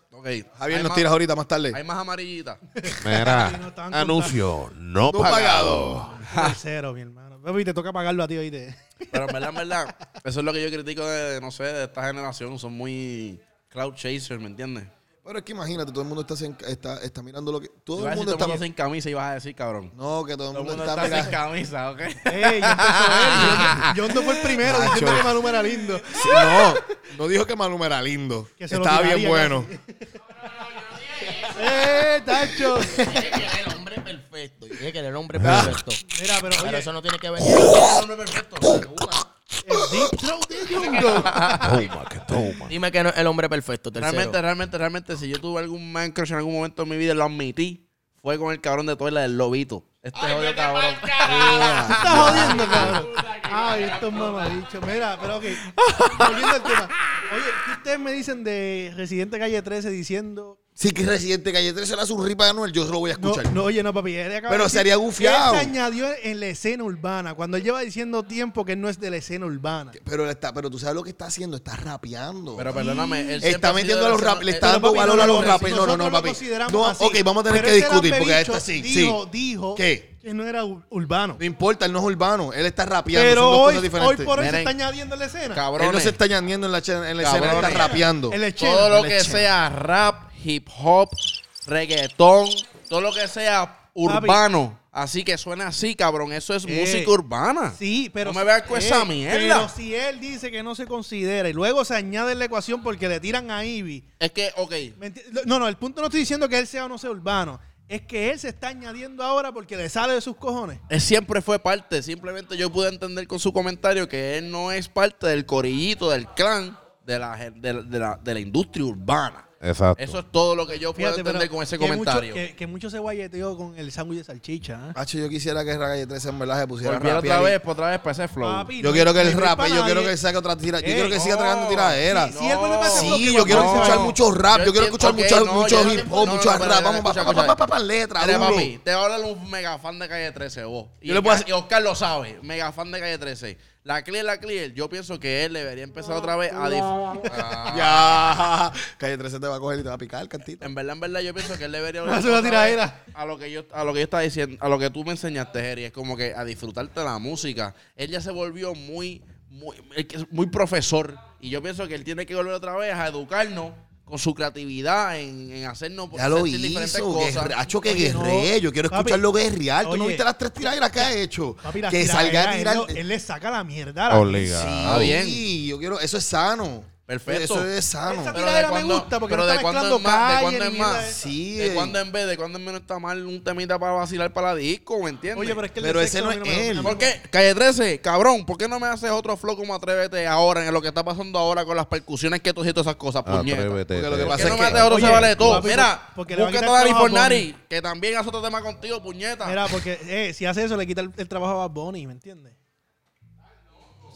Speaker 7: Ok.
Speaker 3: Javier
Speaker 7: Hay
Speaker 3: nos
Speaker 7: más-
Speaker 3: tiras ahorita más tarde.
Speaker 7: Hay más amarillitas.
Speaker 2: Mira,
Speaker 4: no estaban
Speaker 2: anuncio no
Speaker 3: No pagado.
Speaker 2: pagado.
Speaker 4: Tercero, mi hermano. Papi, te toca pagarlo a ti hoy. te-
Speaker 7: Pero en verdad, en verdad, eso es lo que yo critico de, no sé, de esta generación. Son muy cloud chasers, ¿me entiendes?
Speaker 3: Pero es que imagínate, todo el mundo está, sen- está, está mirando lo que. Todo
Speaker 7: Todo
Speaker 3: el
Speaker 7: el
Speaker 3: mundo
Speaker 7: todo el mundo
Speaker 3: está.
Speaker 7: sin camisa y vas a decir, cabrón.
Speaker 3: No, que todo el
Speaker 7: Todo el
Speaker 3: mundo
Speaker 7: mundo
Speaker 3: está
Speaker 7: está sin
Speaker 3: mirando.
Speaker 7: camisa, ¿ok?
Speaker 4: Ey, ya empezó él. Yo no fue el primero
Speaker 3: Nacho.
Speaker 4: diciendo que Maluma era lindo.
Speaker 3: Sí, no, no dijo que Maluma era lindo.
Speaker 4: Que se lo
Speaker 3: Estaba bien
Speaker 4: tiraría
Speaker 3: bueno.
Speaker 4: ¡Eh, Tacho!
Speaker 1: Dije que era el hombre perfecto. Yo dije que era el hombre
Speaker 3: Ah.
Speaker 1: perfecto.
Speaker 4: Mira, pero
Speaker 1: Pero
Speaker 4: oye,
Speaker 1: eso no tiene que ver. Dime
Speaker 7: Hombre perfecto.
Speaker 4: el deep throat este de Jungle.
Speaker 2: Toma, que toma.
Speaker 1: que no es el hombre perfecto, tercero.
Speaker 7: Realmente, realmente, realmente, si yo tuve algún man crush en algún momento de mi vida, lo admití, fue con el cabrón de Toila del Lobito. Este jodido cabrón.
Speaker 4: estás jodiendo, cabrón. Ay, estos mamabichos. Mira, pero ok. Volviendo al tema. Oye, ¿qué ustedes me dicen de Residente Calle 13 diciendo.
Speaker 3: Sí, que Residente Calle 13 era su ripa de Anuel, yo lo voy a
Speaker 4: No,
Speaker 3: escuchar.
Speaker 4: no, oye, no, papi. él acaba de
Speaker 3: Pero
Speaker 4: decir
Speaker 3: sería
Speaker 4: que
Speaker 3: gufiado.
Speaker 4: Él se añadió en la escena urbana. Cuando él lleva diciendo tiempo que él no es de la escena urbana.
Speaker 3: Pero, él está, pero tú sabes lo que está haciendo, está rapeando.
Speaker 7: Pero perdóname, él siempre
Speaker 3: está
Speaker 7: ha
Speaker 3: metiendo
Speaker 7: sido
Speaker 3: a
Speaker 7: de
Speaker 3: los
Speaker 7: la
Speaker 3: rap,
Speaker 7: escena-
Speaker 3: le está
Speaker 7: eh,
Speaker 3: dando
Speaker 4: papi,
Speaker 3: valor
Speaker 4: no,
Speaker 3: a
Speaker 4: no,
Speaker 3: los
Speaker 4: no,
Speaker 3: rappers. No, no,
Speaker 4: nosotros
Speaker 3: no,
Speaker 4: lo
Speaker 3: papi.
Speaker 4: consideramos
Speaker 3: No,
Speaker 4: así.
Speaker 3: ok, vamos a tener
Speaker 4: Pero
Speaker 3: que
Speaker 4: este
Speaker 3: discutir porque
Speaker 4: lambebicho
Speaker 3: esta sí. sí.
Speaker 4: Dijo, dijo
Speaker 3: ¿Qué?
Speaker 4: que no era ur- urbano.
Speaker 3: No importa, él no es urbano, él está rapeando.
Speaker 4: Pero
Speaker 3: son dos
Speaker 4: hoy,
Speaker 3: cosas
Speaker 4: hoy
Speaker 3: diferentes.
Speaker 4: por hoy se
Speaker 7: Miren.
Speaker 4: está añadiendo en la escena.
Speaker 3: él no
Speaker 7: Cabrones,
Speaker 3: se está ñandiendo en la, escena- en la escena, él está
Speaker 7: Cabrones.
Speaker 3: rapeando.
Speaker 4: El lechero.
Speaker 7: todo lo
Speaker 3: la
Speaker 7: que
Speaker 3: escena.
Speaker 7: sea rap, hip hop, reggaetón, todo lo que sea urbano, así que suena así, cabrón, eso es
Speaker 4: Eh,
Speaker 7: música urbana.
Speaker 4: Sí, pero. eh,
Speaker 7: No me veas con esa mierda.
Speaker 4: Pero si él dice que no se considera y luego se añade en la ecuación porque le tiran a Ivy.
Speaker 7: Es que, ok,
Speaker 4: ¿me enti- No, no, el punto no estoy diciendo que él sea o no sea urbano. Es que él se está añadiendo ahora porque le sale de sus cojones.
Speaker 7: él siempre fue parte, simplemente yo pude entender con su comentario que él no es parte del corillito, del clan, de la, gen- de la- de la- de la industria urbana.
Speaker 2: Exacto.
Speaker 7: Eso es todo lo que yo puedo
Speaker 4: Fíjate,
Speaker 7: entender
Speaker 4: pero
Speaker 7: con ese
Speaker 4: que mucho-
Speaker 7: comentario.
Speaker 4: que, que mucho se guayeteó con el sándwich de salchicha. ¿eh?
Speaker 3: Hacho, yo quisiera que Calle 13 en verdad se pusiera a
Speaker 7: Volviera otra
Speaker 3: rapear y-
Speaker 7: vez, pa' otra vez para ese flow.
Speaker 4: Papi,
Speaker 3: Yo
Speaker 4: no-
Speaker 3: quiero que
Speaker 4: no
Speaker 3: él
Speaker 4: es
Speaker 3: rape,
Speaker 4: para
Speaker 3: yo quiero
Speaker 4: nadie.
Speaker 3: que saque otra tira, yo
Speaker 4: Ey,
Speaker 3: quiero que siga tragando tiradera.
Speaker 4: sí, él vuelve para ese
Speaker 3: Sí,
Speaker 4: bloque,
Speaker 3: yo quiero
Speaker 4: vamos a
Speaker 3: escuchar
Speaker 4: ver.
Speaker 3: mucho rap, yo quiero
Speaker 7: entiendo,
Speaker 3: escuchar
Speaker 7: ok,
Speaker 3: mucho,
Speaker 7: no,
Speaker 3: mucho
Speaker 7: yo no
Speaker 3: hip
Speaker 7: entiendo-
Speaker 3: hop,
Speaker 7: no,
Speaker 3: mucho
Speaker 7: no, espérate,
Speaker 3: rap, vamos,
Speaker 7: escucha,
Speaker 3: pa- pa- pa-
Speaker 7: escucha.
Speaker 3: pa- pa- letra,
Speaker 7: Mira,
Speaker 3: duro.
Speaker 7: papi, te voy a hablar un mega fan de Calle 13, vos. Y,
Speaker 3: Yo le puedo
Speaker 7: y-
Speaker 3: hacer-
Speaker 7: y Oscar lo sabe, mega fan de Calle 13. La Clear, la Clear, yo pienso que él debería empezar otra vez a... dif- a-
Speaker 3: Ya, Calle 13 te va a coger y te va a picar, cantito.
Speaker 7: En verdad, en verdad, yo pienso que él debería...
Speaker 4: Hace una
Speaker 7: otra
Speaker 4: tiradera.
Speaker 7: vez A lo que yo, a lo que yo estaba diciendo, a lo que tú me enseñaste, Jerry, es como que a disfrutarte la música. Él ya se volvió muy, muy, muy profesor. Y yo pienso que él tiene que volver otra vez a educarnos con su creatividad en, en hacernos
Speaker 3: Ya lo
Speaker 7: sentir diferentes
Speaker 3: hizo,
Speaker 7: cosas.
Speaker 3: guerre- Hacho que
Speaker 4: Oye, no,
Speaker 3: guerree, yo quiero
Speaker 4: papi.
Speaker 3: escucharlo guerrear. ¿Tú no
Speaker 4: Oye.
Speaker 3: viste las tres tiraderas que ha hecho?
Speaker 4: Papi, la
Speaker 3: Que salga a
Speaker 4: tiradera,
Speaker 3: tirar.
Speaker 4: él, lo- él le saca la mierda. a la-
Speaker 2: Obligado.
Speaker 7: Ah, bien.
Speaker 3: Sí, yo quiero, eso es sano.
Speaker 7: Perfecto.
Speaker 3: Eso es sano.
Speaker 4: Esa
Speaker 7: Pero
Speaker 4: tiradera
Speaker 7: de
Speaker 4: me
Speaker 7: cuando-
Speaker 4: gusta porque
Speaker 7: pero
Speaker 4: no está
Speaker 7: de cuando
Speaker 4: mezclando
Speaker 7: es más, de
Speaker 4: calle
Speaker 7: cuando
Speaker 4: ni
Speaker 7: es
Speaker 4: mierda
Speaker 7: más.
Speaker 4: de-
Speaker 3: Sí,
Speaker 7: De
Speaker 3: eh,
Speaker 7: cuando en vez, de cuando en menos está mal un temita para vacilar para la disco, ¿me entiendes?
Speaker 4: Oye, pero es que el
Speaker 3: Pero
Speaker 4: de
Speaker 3: ese
Speaker 4: sexo
Speaker 3: no
Speaker 4: a mí
Speaker 3: es
Speaker 4: me-
Speaker 3: él.
Speaker 7: ¿Por qué? Calle 13, cabrón, ¿por qué no me haces otro flow como Atrévete ahora en lo que está pasando ahora con las percusiones que tú hiciste esas cosas, puñeta? ¿Por
Speaker 2: Atrévete.
Speaker 3: Porque lo que
Speaker 2: te-
Speaker 3: pasa
Speaker 7: qué no
Speaker 3: es
Speaker 7: me
Speaker 3: que-
Speaker 7: haces otro
Speaker 4: Oye,
Speaker 7: se vale de todo?
Speaker 4: papi,
Speaker 7: Mira,
Speaker 4: porque le va a
Speaker 7: búscate a
Speaker 4: quitar
Speaker 7: Dani
Speaker 4: trabajo a Bonnie.
Speaker 7: Fornari, que también hace otro tema contigo, puñeta.
Speaker 4: Mira, porque eh, si hace eso le quita el, el trabajo a Bad Bunny, ¿me entiendes?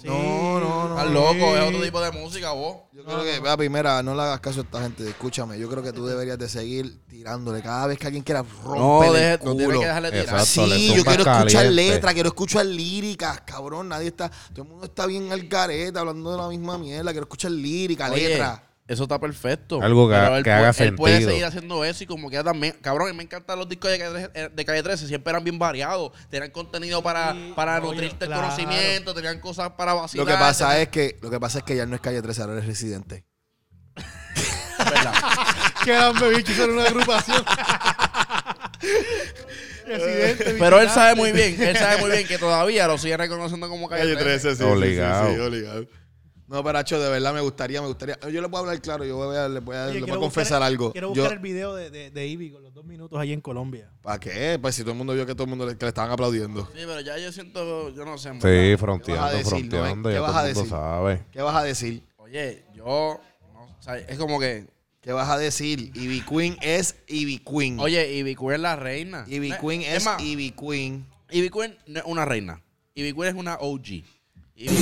Speaker 4: Sí.
Speaker 3: No, no, no.
Speaker 7: Estás loco, es otro Este tipo de música, vos.
Speaker 3: Yo creo que, papi, mira, no le hagas caso a esta gente, escúchame. Yo creo que tú deberías de seguir tirándole. Cada vez que alguien quiera romper
Speaker 7: No, deje,
Speaker 3: el
Speaker 7: no
Speaker 3: culo.
Speaker 7: tienes que dejarle tirar.
Speaker 2: Exacto. le
Speaker 3: Sí, yo
Speaker 2: zumba
Speaker 3: quiero escuchar
Speaker 2: caliente.
Speaker 3: letras, quiero escuchar líricas, cabrón. Nadie está, todo el mundo está bien al careta hablando de la misma mierda. Quiero escuchar lírica,
Speaker 7: Oye,
Speaker 3: letra.
Speaker 7: Eso está perfecto.
Speaker 2: Algo que-
Speaker 7: Pero él
Speaker 2: que
Speaker 7: pu-
Speaker 2: haga
Speaker 7: Él puede
Speaker 2: sentido.
Speaker 7: seguir haciendo eso y como que también. Cabrón, a mí me encantan los discos de Calle 13. De Calle 13, siempre eran bien variados. Tenían contenido para,
Speaker 4: Sí,
Speaker 7: para
Speaker 4: oye,
Speaker 7: nutrirte
Speaker 4: claro.
Speaker 7: el conocimiento, tenían cosas para
Speaker 3: Lo
Speaker 7: vacilar.
Speaker 3: que pasa es que, lo que pasa es que ya no es calle 13, ahora es residente.
Speaker 7: ¿verdad?
Speaker 4: Que eran bebichos en una agrupación.
Speaker 5: Residente,
Speaker 7: Pero él sabe muy bien, él sabe muy bien que todavía lo sigue reconociendo como
Speaker 3: Calle
Speaker 7: Calle 13.
Speaker 3: 13, sí.
Speaker 2: Obligado.
Speaker 3: Sí, sí, sí, obligado. No, pero Hacho, de verdad me gustaría, me gustaría. Yo le puedo hablar claro, yo voy a, le voy a,
Speaker 4: Oye,
Speaker 3: le voy a
Speaker 4: quiero
Speaker 3: confesar
Speaker 4: buscar-
Speaker 3: algo.
Speaker 4: Quiero
Speaker 3: Yo-
Speaker 4: buscar el video de, de, de Ivy con los dos minutos allí en Colombia.
Speaker 3: ¿Para qué? Pues si todo el mundo vio que todo el mundo le, que le estaban aplaudiendo.
Speaker 7: Sí, pero ya yo siento, yo no sé. en verdad.
Speaker 2: Sí,
Speaker 3: vas a
Speaker 2: fronteando,
Speaker 3: decir,
Speaker 2: fronteando.
Speaker 3: Noel?
Speaker 2: Ya
Speaker 3: ¿Qué vas
Speaker 2: todo
Speaker 3: a
Speaker 2: el mundo
Speaker 3: decir?
Speaker 2: sabe.
Speaker 3: ¿Qué vas a decir?
Speaker 7: Oye, yo. no, o sea, es como que.
Speaker 3: ¿Qué vas a decir? Ivy Queen es Ivy Queen.
Speaker 7: Oye, Ivy Queen es la reina.
Speaker 3: Ivy
Speaker 7: No,
Speaker 3: Queen es
Speaker 7: más,
Speaker 3: Ivy Queen.
Speaker 7: Ivy Queen no es una reina. Ivy Queen es una OG. Ivy,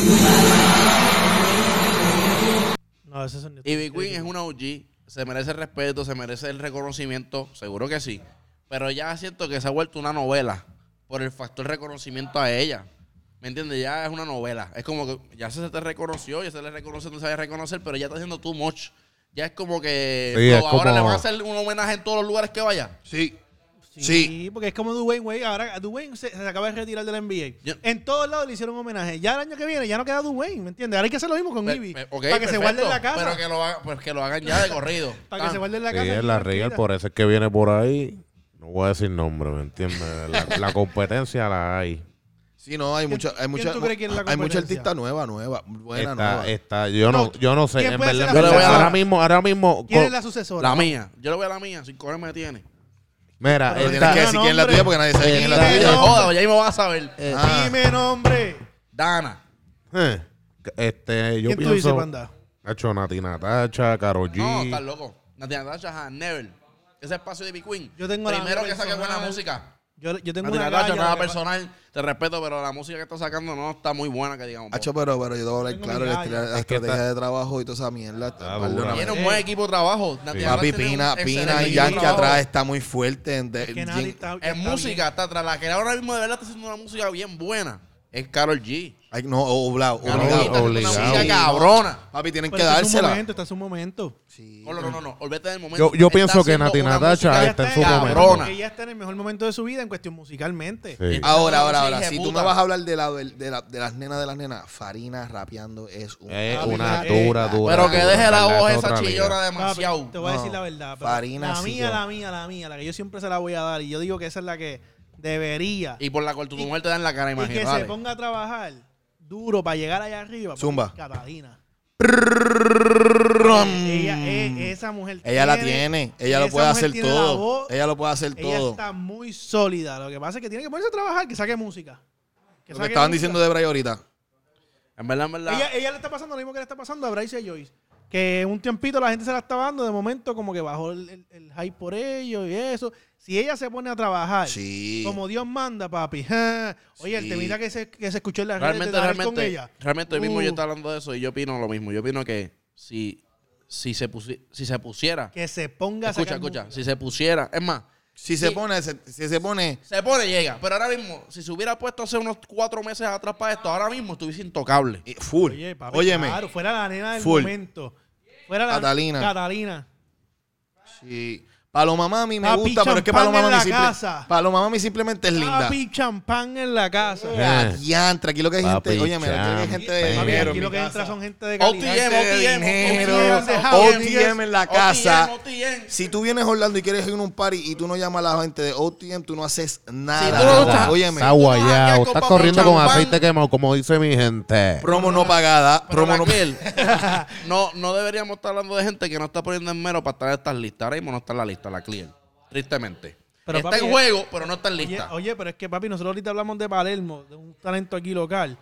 Speaker 4: No, ese sonido.
Speaker 7: Ivy Queen es una OG. Se merece el respeto, se merece el reconocimiento. Seguro que sí. Pero ya siento que se ha vuelto una novela por el factor reconocimiento a ella. ¿Me entiendes? Ya es una novela. Es como que ya se te reconoció, ya se le reconoce, no sabes reconocer, pero ya está haciendo too much. Ya es como que
Speaker 2: Sí, es
Speaker 7: no, ahora
Speaker 2: como-
Speaker 7: le van a hacer un homenaje en todos los lugares que vaya.
Speaker 3: Sí. Sí.
Speaker 4: porque es como Dwayne Wade. Ahora Dwayne se, se acaba de retirar de la NBA.
Speaker 7: Yo-
Speaker 4: en todos lados le hicieron homenaje. Ya el año que viene ya no queda Dwayne, ¿me entiendes? Ahora hay que hacer lo mismo con
Speaker 7: Pe-
Speaker 4: Ivy.
Speaker 7: pe- eh, ok,
Speaker 4: para que se
Speaker 7: perfecto,
Speaker 4: guarde en la casa.
Speaker 7: Pero que lo, hagan, pues que lo hagan ya de corrido.
Speaker 4: Para que se guarde en la
Speaker 2: Sí,
Speaker 4: casa.
Speaker 2: es
Speaker 4: así,
Speaker 2: la
Speaker 4: tranquila.
Speaker 2: real, por eso es que viene por ahí. No voy a decir nombre, ¿me entiendes? La, la competencia la hay.
Speaker 3: Sí, no, hay mucha, hay
Speaker 4: quién
Speaker 3: mucha,
Speaker 4: tú crees que es la
Speaker 3: hay mucha
Speaker 4: competencia?
Speaker 3: artista nueva, nueva, buena,
Speaker 2: Está,
Speaker 3: nueva.
Speaker 2: está, yo no, yo no sé,
Speaker 4: ¿quién
Speaker 2: en
Speaker 4: puede
Speaker 2: verdad.
Speaker 4: ser la
Speaker 2: Yo le voy a-
Speaker 7: sucesora?
Speaker 2: ahora mismo, ahora mismo.
Speaker 4: ¿Quién
Speaker 2: co-
Speaker 4: es la sucesora?
Speaker 7: Oh, La mía. Yo le voy a la mía. Sin correr me tiene.
Speaker 2: mira,
Speaker 3: Pero tienes
Speaker 2: esta-
Speaker 3: que decir quién es la tuya porque nadie sabe quién es la
Speaker 4: Dime
Speaker 3: tuya.
Speaker 4: nombre.
Speaker 7: Joda, ya me vas a saber.
Speaker 3: Ah.
Speaker 4: Dime nombre.
Speaker 7: Dana.
Speaker 2: eh, este, yo
Speaker 4: ¿Quién tú dices,
Speaker 2: pienso.
Speaker 4: panda?
Speaker 2: Nacho Nati Natacha, Karol G.
Speaker 7: No, estás loco. Natina Natasha, ajá, Never. Ese espacio de Big Queen.
Speaker 4: Yo tengo la
Speaker 7: Primero
Speaker 4: mía
Speaker 7: que saque buena
Speaker 4: personal.
Speaker 7: música.
Speaker 4: Yo, yo tengo
Speaker 7: Natina
Speaker 4: una
Speaker 7: Natasha,
Speaker 4: galla,
Speaker 7: nada
Speaker 4: lo que pa-
Speaker 7: personal. Te respeto, pero la música que está sacando no está muy buena, que digamos.
Speaker 3: Hacho, pero, pero yo te voy a hablar
Speaker 4: Tengo
Speaker 3: claro,
Speaker 4: mi
Speaker 3: la,
Speaker 4: gallo.
Speaker 3: estra- la
Speaker 2: Es que
Speaker 3: estrategia
Speaker 2: está- Ah,
Speaker 3: de trabajo y toda esa mierda.
Speaker 2: Está
Speaker 3: perdóname.
Speaker 2: dura.
Speaker 7: Tiene
Speaker 4: eh.
Speaker 7: un buen equipo de trabajo. Natina Natasha
Speaker 3: Papi,
Speaker 7: tiene un
Speaker 3: Pina, Pina
Speaker 7: excelente
Speaker 3: y
Speaker 7: equipo de
Speaker 3: Yankee
Speaker 7: trabajo.
Speaker 3: atrás está muy fuerte. en- de-
Speaker 4: Es que
Speaker 3: Jin-
Speaker 4: nadie está- está
Speaker 7: En
Speaker 4: bien.
Speaker 7: música, está atrás. La que ahora mismo de verdad está haciendo una música bien buena. Es Carol G.
Speaker 3: Ay, no, oblado,
Speaker 7: Karol G
Speaker 2: Obligado,
Speaker 7: está haciendo una
Speaker 2: obligado.
Speaker 7: música cabrona.
Speaker 3: Papi, tienen
Speaker 4: Pero
Speaker 3: que
Speaker 4: está en su
Speaker 3: dársela.
Speaker 4: momento, está en su momento.
Speaker 3: Sí.
Speaker 7: No, no, no, no, olvídate del momento.
Speaker 2: Yo, yo
Speaker 7: Está
Speaker 2: pienso que
Speaker 7: haciendo
Speaker 2: Nati
Speaker 7: una
Speaker 2: Natacha
Speaker 7: música
Speaker 2: Ah, está en su
Speaker 7: cabrona.
Speaker 2: momento.
Speaker 4: Porque ella está en el mejor momento de su vida en cuestión musicalmente.
Speaker 2: Sí.
Speaker 3: Ahora, ahora,
Speaker 7: Sí,
Speaker 3: ahora.
Speaker 7: hija
Speaker 3: Si tú
Speaker 7: puta.
Speaker 3: me vas a hablar de, la, de, la- de las nenas de las nenas, Farina rapeando es un.
Speaker 2: Es
Speaker 4: Papi,
Speaker 2: una
Speaker 4: eh,
Speaker 2: dura, dura.
Speaker 7: Pero que
Speaker 2: dura,
Speaker 7: deje la
Speaker 2: ¿verdad?
Speaker 7: voz
Speaker 2: Es
Speaker 7: esa
Speaker 2: otra liga.
Speaker 7: chillona
Speaker 4: Papi,
Speaker 7: demasiado.
Speaker 4: Te voy a decir
Speaker 3: No,
Speaker 4: la verdad. pero
Speaker 3: Farina
Speaker 4: la
Speaker 3: sí
Speaker 4: mía,
Speaker 3: que-
Speaker 4: la mía, la mía, la que yo siempre se la voy a dar. Y yo digo que esa es la que debería.
Speaker 7: Y por la cual tu mujer te da en la cara,
Speaker 4: y que
Speaker 7: imagínate.
Speaker 4: se ponga a trabajar duro para llegar allá arriba.
Speaker 3: Zumba.
Speaker 4: papi, Catalina. Ella,
Speaker 2: Mm.
Speaker 4: eh, esa mujer
Speaker 3: Ella la tiene, ella lo
Speaker 4: esa
Speaker 3: puede
Speaker 4: mujer
Speaker 3: hacer
Speaker 4: tiene la voz,
Speaker 3: todo. Ella lo puede hacer
Speaker 4: ella
Speaker 3: todo.
Speaker 4: está muy sólida. Lo que pasa es que tiene que ponerse a trabajar, que saque música.
Speaker 3: Lo que estaban
Speaker 4: música.
Speaker 3: diciendo de Bray ahorita.
Speaker 7: En verdad, en verdad.
Speaker 4: Ella, ella le está pasando lo mismo que le está pasando a Bryce y a Joyce. Que un tiempito la gente se la estaba dando, de momento como que bajó el, el- el hype por ellos y eso. Si ella se pone a trabajar,
Speaker 3: Sí.
Speaker 4: como Dios manda, papi. ja. Oye,
Speaker 3: Sí.
Speaker 4: el temita que se, que se escuchó en la
Speaker 7: realmente,
Speaker 4: con
Speaker 7: realmente,
Speaker 4: ella.
Speaker 7: realmente hoy mismo
Speaker 4: Uh,
Speaker 7: yo estaba hablando de eso y yo opino lo mismo. Yo opino que si, si, se, pusi- si se pusiera.
Speaker 4: Que se ponga a
Speaker 7: Escucha,
Speaker 4: sacar
Speaker 7: escucha.
Speaker 4: música.
Speaker 7: Si se pusiera. Es más,
Speaker 3: Si se pone, se- si se pone.
Speaker 7: se pone, llega. Pero ahora mismo, si se hubiera puesto hace unos cuatro meses atrás para esto, ahora mismo estuviese intocable.
Speaker 3: eh, Full.
Speaker 4: Oye, papi,
Speaker 3: Óyeme.
Speaker 4: claro, fuera la nena del
Speaker 3: Full.
Speaker 4: momento. Fuera la
Speaker 3: Catalina.
Speaker 4: Catalina.
Speaker 3: Sí. Paloma Mami me
Speaker 4: Papi,
Speaker 3: gusta, pero es que
Speaker 4: champán
Speaker 3: Paloma
Speaker 4: en
Speaker 3: Mami,
Speaker 4: la
Speaker 3: simple-
Speaker 4: casa.
Speaker 3: Paloma Mami simplemente es linda. Ah,
Speaker 4: Papi, champán en la casa.
Speaker 2: Eh.
Speaker 3: Diantre, aquí lo que hay
Speaker 2: Papi,
Speaker 3: gente. Oye, mira, aquí hay gente de
Speaker 2: champán.
Speaker 4: Papi,
Speaker 3: dinero.
Speaker 4: aquí
Speaker 2: en
Speaker 4: lo
Speaker 3: mi
Speaker 4: que entra
Speaker 3: casa.
Speaker 4: son gente de
Speaker 7: OTM,
Speaker 4: calidad.
Speaker 7: OTM,
Speaker 3: dinero,
Speaker 7: OTM,
Speaker 3: OTM en la casa.
Speaker 7: OTM.
Speaker 3: Si tú vienes a Orlando y quieres ir a un party y tú no llamas a la gente de OTM, tú no haces nada.
Speaker 7: Si tú no estás-
Speaker 3: Óyeme,
Speaker 2: Está
Speaker 7: Aquí
Speaker 2: guayado,
Speaker 7: con
Speaker 2: está
Speaker 7: papi
Speaker 2: corriendo con
Speaker 7: champán.
Speaker 2: aceite quemado, como dice mi gente.
Speaker 3: promo no pagada.
Speaker 7: Pero
Speaker 3: Promo no
Speaker 7: Raquel, no, no deberíamos estar hablando de gente que no está poniendo en mero para estar en estas listas. Ahora mismo no está en la lista, la clear. Tristemente.
Speaker 4: Pero,
Speaker 7: está
Speaker 4: papi,
Speaker 7: en juego, pero no está en
Speaker 4: Oye,
Speaker 7: lista.
Speaker 4: oye, pero es que papi, nosotros ahorita hablamos de Palermo, de un talento aquí local.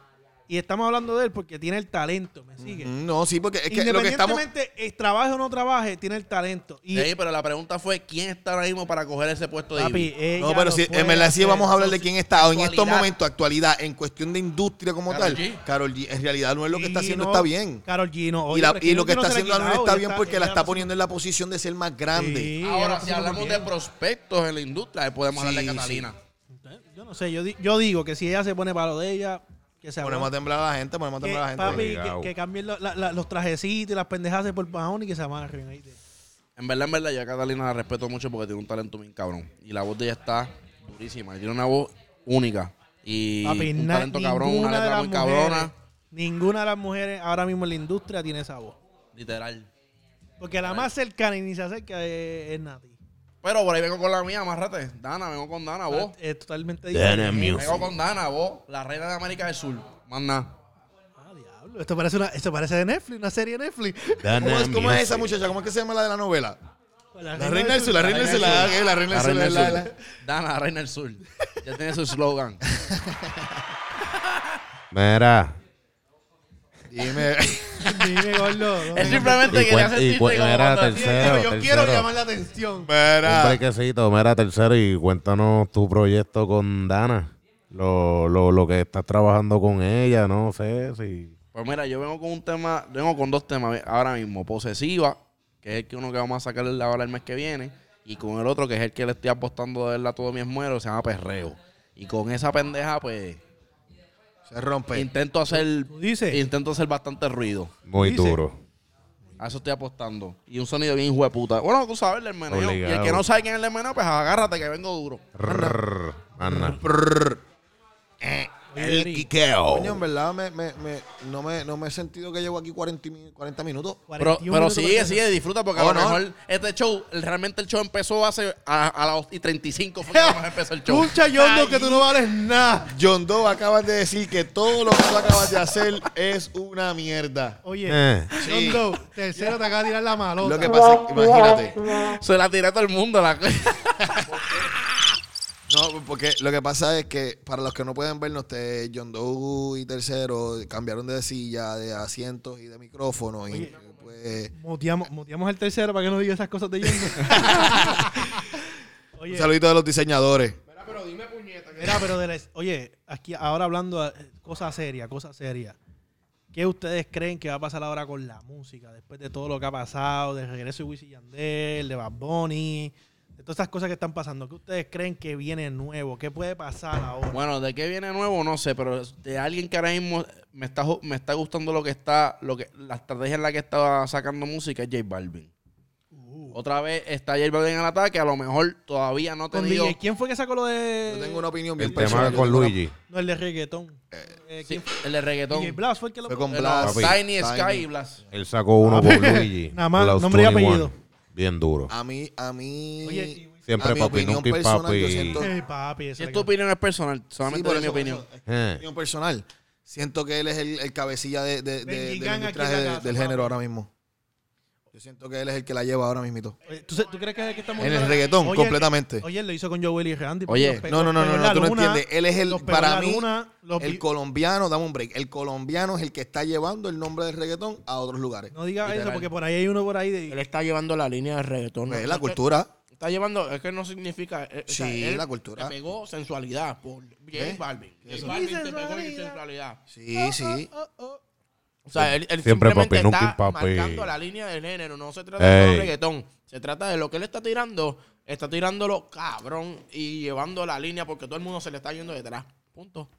Speaker 4: Y estamos hablando de él porque tiene el talento, ¿me sigue?
Speaker 3: Mm, No, sí, porque es que lo que estamos.
Speaker 4: Independientemente eh, trabaje o no trabaje, tiene el talento. Y
Speaker 7: Sí, pero la pregunta fue: ¿quién está ahora mismo para coger ese puesto de
Speaker 4: papi,
Speaker 7: Ivy?
Speaker 4: ella
Speaker 3: pues, No, pero
Speaker 4: lo
Speaker 3: si
Speaker 4: puede
Speaker 3: en verdad sí
Speaker 4: hacer.
Speaker 3: vamos a hablar de
Speaker 4: Entonces,
Speaker 3: quién está en estos
Speaker 7: actualidad.
Speaker 3: momentos, actualidad, en cuestión de industria como
Speaker 7: Karol
Speaker 3: tal.
Speaker 7: G.
Speaker 3: Carol G, en realidad no es lo que está
Speaker 4: sí,
Speaker 3: haciendo,
Speaker 4: no,
Speaker 3: está bien.
Speaker 4: Karol G, no,
Speaker 3: Y,
Speaker 4: oye,
Speaker 3: la-
Speaker 4: pero es
Speaker 3: y
Speaker 4: que
Speaker 3: lo que
Speaker 4: no
Speaker 3: está
Speaker 4: se le
Speaker 3: haciendo
Speaker 4: ha
Speaker 3: Anuel
Speaker 4: quitado,
Speaker 3: está
Speaker 4: ella
Speaker 3: bien porque la
Speaker 4: ella
Speaker 3: está
Speaker 4: haciendo-
Speaker 3: poniendo en la posición de ser más
Speaker 4: Sí,
Speaker 3: grande.
Speaker 4: ella la
Speaker 7: Ahora,
Speaker 4: está
Speaker 7: si
Speaker 4: haciendo
Speaker 7: hablamos de
Speaker 4: bien.
Speaker 7: prospectos en la industria, podemos
Speaker 3: Sí,
Speaker 7: hablar de
Speaker 3: sí.
Speaker 7: Catalina.
Speaker 4: Yo no sé, yo, di- yo digo que si ella se pone para lo de ella, que se
Speaker 3: Ponemos a
Speaker 4: aguante.
Speaker 3: temblar a la gente, ponemos a
Speaker 4: que,
Speaker 3: temblar a la gente.
Speaker 4: papi, que,
Speaker 2: Obligado.
Speaker 4: que cambien lo- la- la- los trajecitos y las pendejadas de por pajón y que se amarren. ahí te-
Speaker 7: En verdad, en verdad, yo a Catalina la respeto mucho porque tiene un talento bien cabrón. Y la voz de ella está durísima. Y tiene una voz única. Y
Speaker 4: Papi,
Speaker 7: un
Speaker 4: na-
Speaker 7: talento cabrón, una
Speaker 4: ninguna de
Speaker 7: letra
Speaker 4: las
Speaker 7: muy
Speaker 4: mujeres-
Speaker 7: cabrona.
Speaker 4: Ninguna de las mujeres ahora mismo en la industria tiene esa voz.
Speaker 7: Literal.
Speaker 4: Porque la más cercana y ni se acerca es, es Nati.
Speaker 7: Pero por ahí vengo con la mía, amárrate. Dana, vengo con Dana, vos.
Speaker 4: Es totalmente
Speaker 2: Dana
Speaker 4: diferente.
Speaker 2: Music.
Speaker 7: Vengo con Dana, vos. La reina de América del Sur. Más nada.
Speaker 4: Ah, diablo. Esto parece, una, esto parece de Netflix, una serie de Netflix.
Speaker 2: Dana
Speaker 3: ¿Cómo es, cómo es esa
Speaker 2: Music.
Speaker 3: muchacha? ¿Cómo es que se llama la de la novela?
Speaker 4: La
Speaker 3: La Reina del Sur, la Reina del Sur, la que- la Reina del Sur. es la- la-
Speaker 7: Dana, la reina del Sur. Ya tiene su slogan.
Speaker 2: Mira.
Speaker 3: Dime.
Speaker 4: Dime, gordo. no
Speaker 7: Él
Speaker 4: me-
Speaker 7: simplemente
Speaker 2: Y cuen-
Speaker 7: quería
Speaker 2: y
Speaker 7: sentirse
Speaker 2: cuen-
Speaker 7: como
Speaker 2: mira,
Speaker 7: cuando-
Speaker 2: tercero,
Speaker 5: Yo quiero
Speaker 2: tercero.
Speaker 5: llamar la atención.
Speaker 2: Un
Speaker 3: Mira.
Speaker 2: brequecito, mira, tercero, y cuéntanos tu proyecto con Dana. Lo, lo, lo que estás trabajando con ella, no sé si.
Speaker 7: Pues mira, yo vengo con un tema, vengo con dos temas ahora mismo. Posesiva, que es el que uno que vamos a sacar ahora el mes que viene. Y con el otro, que es el que le estoy apostando de verla todo mi esmuero, se llama Perreo. Y con esa pendeja, pues,
Speaker 3: Se rompe.
Speaker 7: intento hacer
Speaker 4: Tú dices.
Speaker 7: intento hacer bastante ruido.
Speaker 2: Muy
Speaker 4: Dice.
Speaker 2: duro.
Speaker 7: A eso estoy apostando. Y un sonido bien hijo de puta. Bueno, tú sabes el hermano. Y el
Speaker 2: Obligado.
Speaker 7: que no sabe quién es el hermano, pues agárrate que vengo duro.
Speaker 2: Rrrr, anda.
Speaker 3: Prrr. Eh,
Speaker 4: Oye,
Speaker 3: El
Speaker 4: Eri.
Speaker 3: quiqueo. Coño, en verdad me, me, me, no, me, no me he sentido que llevo aquí 40, mi- 40 minutos.
Speaker 7: Pero,
Speaker 4: 41
Speaker 7: pero
Speaker 4: minutos
Speaker 7: sigue,
Speaker 4: con-
Speaker 7: sigue, disfruta porque a
Speaker 3: Oh,
Speaker 7: lo
Speaker 3: no.
Speaker 7: mejor este show, el- realmente el show empezó hace a, a las y 35 fue cuando empezó el show.
Speaker 5: Escucha, Yondo, que tú no vales nada.
Speaker 3: John Doe acabas de decir que todo lo que tú acabas de hacer es una mierda.
Speaker 4: Oye,
Speaker 2: Eh,
Speaker 3: Sí.
Speaker 4: Yondo, tercero te acaba de tirar la malota.
Speaker 3: Lo que pasa, es que- imagínate.
Speaker 7: Se la tiré a todo el mundo. La...
Speaker 3: No, porque lo que pasa es que para los que no pueden vernos, este, John Doe y Tercero cambiaron de silla, de asientos y de micrófono. Y pues,
Speaker 4: Muteamos, muteamos al tercero para que no diga esas cosas de Yondo.
Speaker 3: un
Speaker 4: Oye,
Speaker 3: saludito de los diseñadores.
Speaker 4: mira, pero de la- oye, aquí ahora hablando eh, cosas serias, cosas serias. ¿Qué ustedes creen que va a pasar ahora con la música? Después de todo lo que ha pasado, del regreso de Wisin y Yandel, de Bad Bunny, de todas estas cosas que están pasando. ¿Qué ustedes creen que viene nuevo? ¿Qué puede pasar ahora?
Speaker 7: Bueno, de qué viene nuevo no sé, pero de alguien que ahora mismo me está, ju- me está gustando lo que está, lo que la estrategia en la que está sacando música es J Balvin.
Speaker 1: Uh.
Speaker 7: Otra vez está J Balvin al ataque, a lo mejor todavía no ha
Speaker 4: Con
Speaker 7: tenido...
Speaker 4: DJ, ¿Quién fue que sacó lo de.
Speaker 3: Yo tengo una opinión bien
Speaker 2: el
Speaker 4: pues,
Speaker 2: tema
Speaker 3: personal.
Speaker 2: con
Speaker 3: Yo tengo
Speaker 2: Luigi.
Speaker 4: No, el de reggaetón. Eh,
Speaker 7: Sí,
Speaker 4: ¿quién
Speaker 7: el de
Speaker 4: fue?
Speaker 7: reggaetón.
Speaker 4: DJ Blas fue el que
Speaker 3: una-
Speaker 4: lo
Speaker 3: Fue con
Speaker 7: Eh, no,
Speaker 3: Blas.
Speaker 7: Tiny,
Speaker 3: Tiny.
Speaker 7: Sky y Blas.
Speaker 2: Él sacó uno con Luigi.
Speaker 4: Nada más,
Speaker 2: Los
Speaker 4: nombre y
Speaker 2: 21.
Speaker 4: apellido. Ah.
Speaker 2: Bien duro.
Speaker 3: A mí, a mí.
Speaker 4: Oye, y-
Speaker 2: Siempre
Speaker 3: a mi
Speaker 2: papi,
Speaker 3: opinión
Speaker 2: nunca y
Speaker 3: personal,
Speaker 2: papi.
Speaker 3: yo siento-
Speaker 4: Eh, papi, ese
Speaker 7: Si
Speaker 4: le
Speaker 7: es tu
Speaker 4: quedó.
Speaker 7: opinión es personal,
Speaker 3: Sí,
Speaker 7: solamente
Speaker 3: por
Speaker 7: de mi
Speaker 3: eso, por
Speaker 7: opinión.
Speaker 3: eso, es
Speaker 2: Eh.
Speaker 3: opinión personal. Siento que él es el, el cabecilla de, de- de- de
Speaker 4: Benji
Speaker 3: la
Speaker 4: Gang
Speaker 3: industria
Speaker 4: aquí en la
Speaker 3: de-
Speaker 4: casa,
Speaker 3: del
Speaker 4: papi.
Speaker 3: género ahora mismo. Yo siento que él es el que la lleva ahora mismito.
Speaker 4: Oye, ¿Tú, se- tú crees que, que estamos
Speaker 3: En el
Speaker 4: hablando-
Speaker 3: reggaetón,
Speaker 4: Oye,
Speaker 3: completamente.
Speaker 4: Oye, lo hizo con Joel y Randy.
Speaker 7: Oye,
Speaker 4: los pe-
Speaker 3: no, no,
Speaker 4: los
Speaker 3: no,
Speaker 4: pegó
Speaker 3: no,
Speaker 4: en
Speaker 3: no,
Speaker 4: la
Speaker 3: tú no
Speaker 4: luna,
Speaker 3: entiendes. Él es el-
Speaker 4: los pegó
Speaker 3: para
Speaker 4: en la
Speaker 3: mí,
Speaker 4: luna, los vi-
Speaker 3: El colombiano, dame un break. El colombiano es el que está llevando el nombre del reggaetón a otros lugares.
Speaker 4: no digas eso
Speaker 7: Literal.
Speaker 4: porque por ahí hay uno por ahí.
Speaker 1: Él
Speaker 4: De,
Speaker 1: está llevando la línea de reggaetón.
Speaker 3: Pues es
Speaker 1: ¿no?
Speaker 3: la
Speaker 1: Es que-
Speaker 3: cultura.
Speaker 1: Está llevando, es que no significa. eh, o sea,
Speaker 3: Sí,
Speaker 1: él
Speaker 3: la cultura.
Speaker 1: Te pegó sensualidad por J
Speaker 3: ¿Eh?
Speaker 1: Balvin. J
Speaker 3: Eso.
Speaker 1: Balvin
Speaker 4: Sí,
Speaker 1: te pegó en
Speaker 4: sensualidad.
Speaker 1: sensualidad.
Speaker 3: Sí, sí.
Speaker 4: Oh,
Speaker 1: O sea, él, él
Speaker 2: Siempre
Speaker 1: simplemente
Speaker 2: papi, nunca
Speaker 1: está
Speaker 2: papi.
Speaker 1: marcando la línea del género. No se trata de
Speaker 2: Ey.
Speaker 1: solo reggaetón. Se trata de lo que él está tirando. Está tirándolo cabrón y llevando la línea porque todo el mundo se le está yendo detrás. Punto.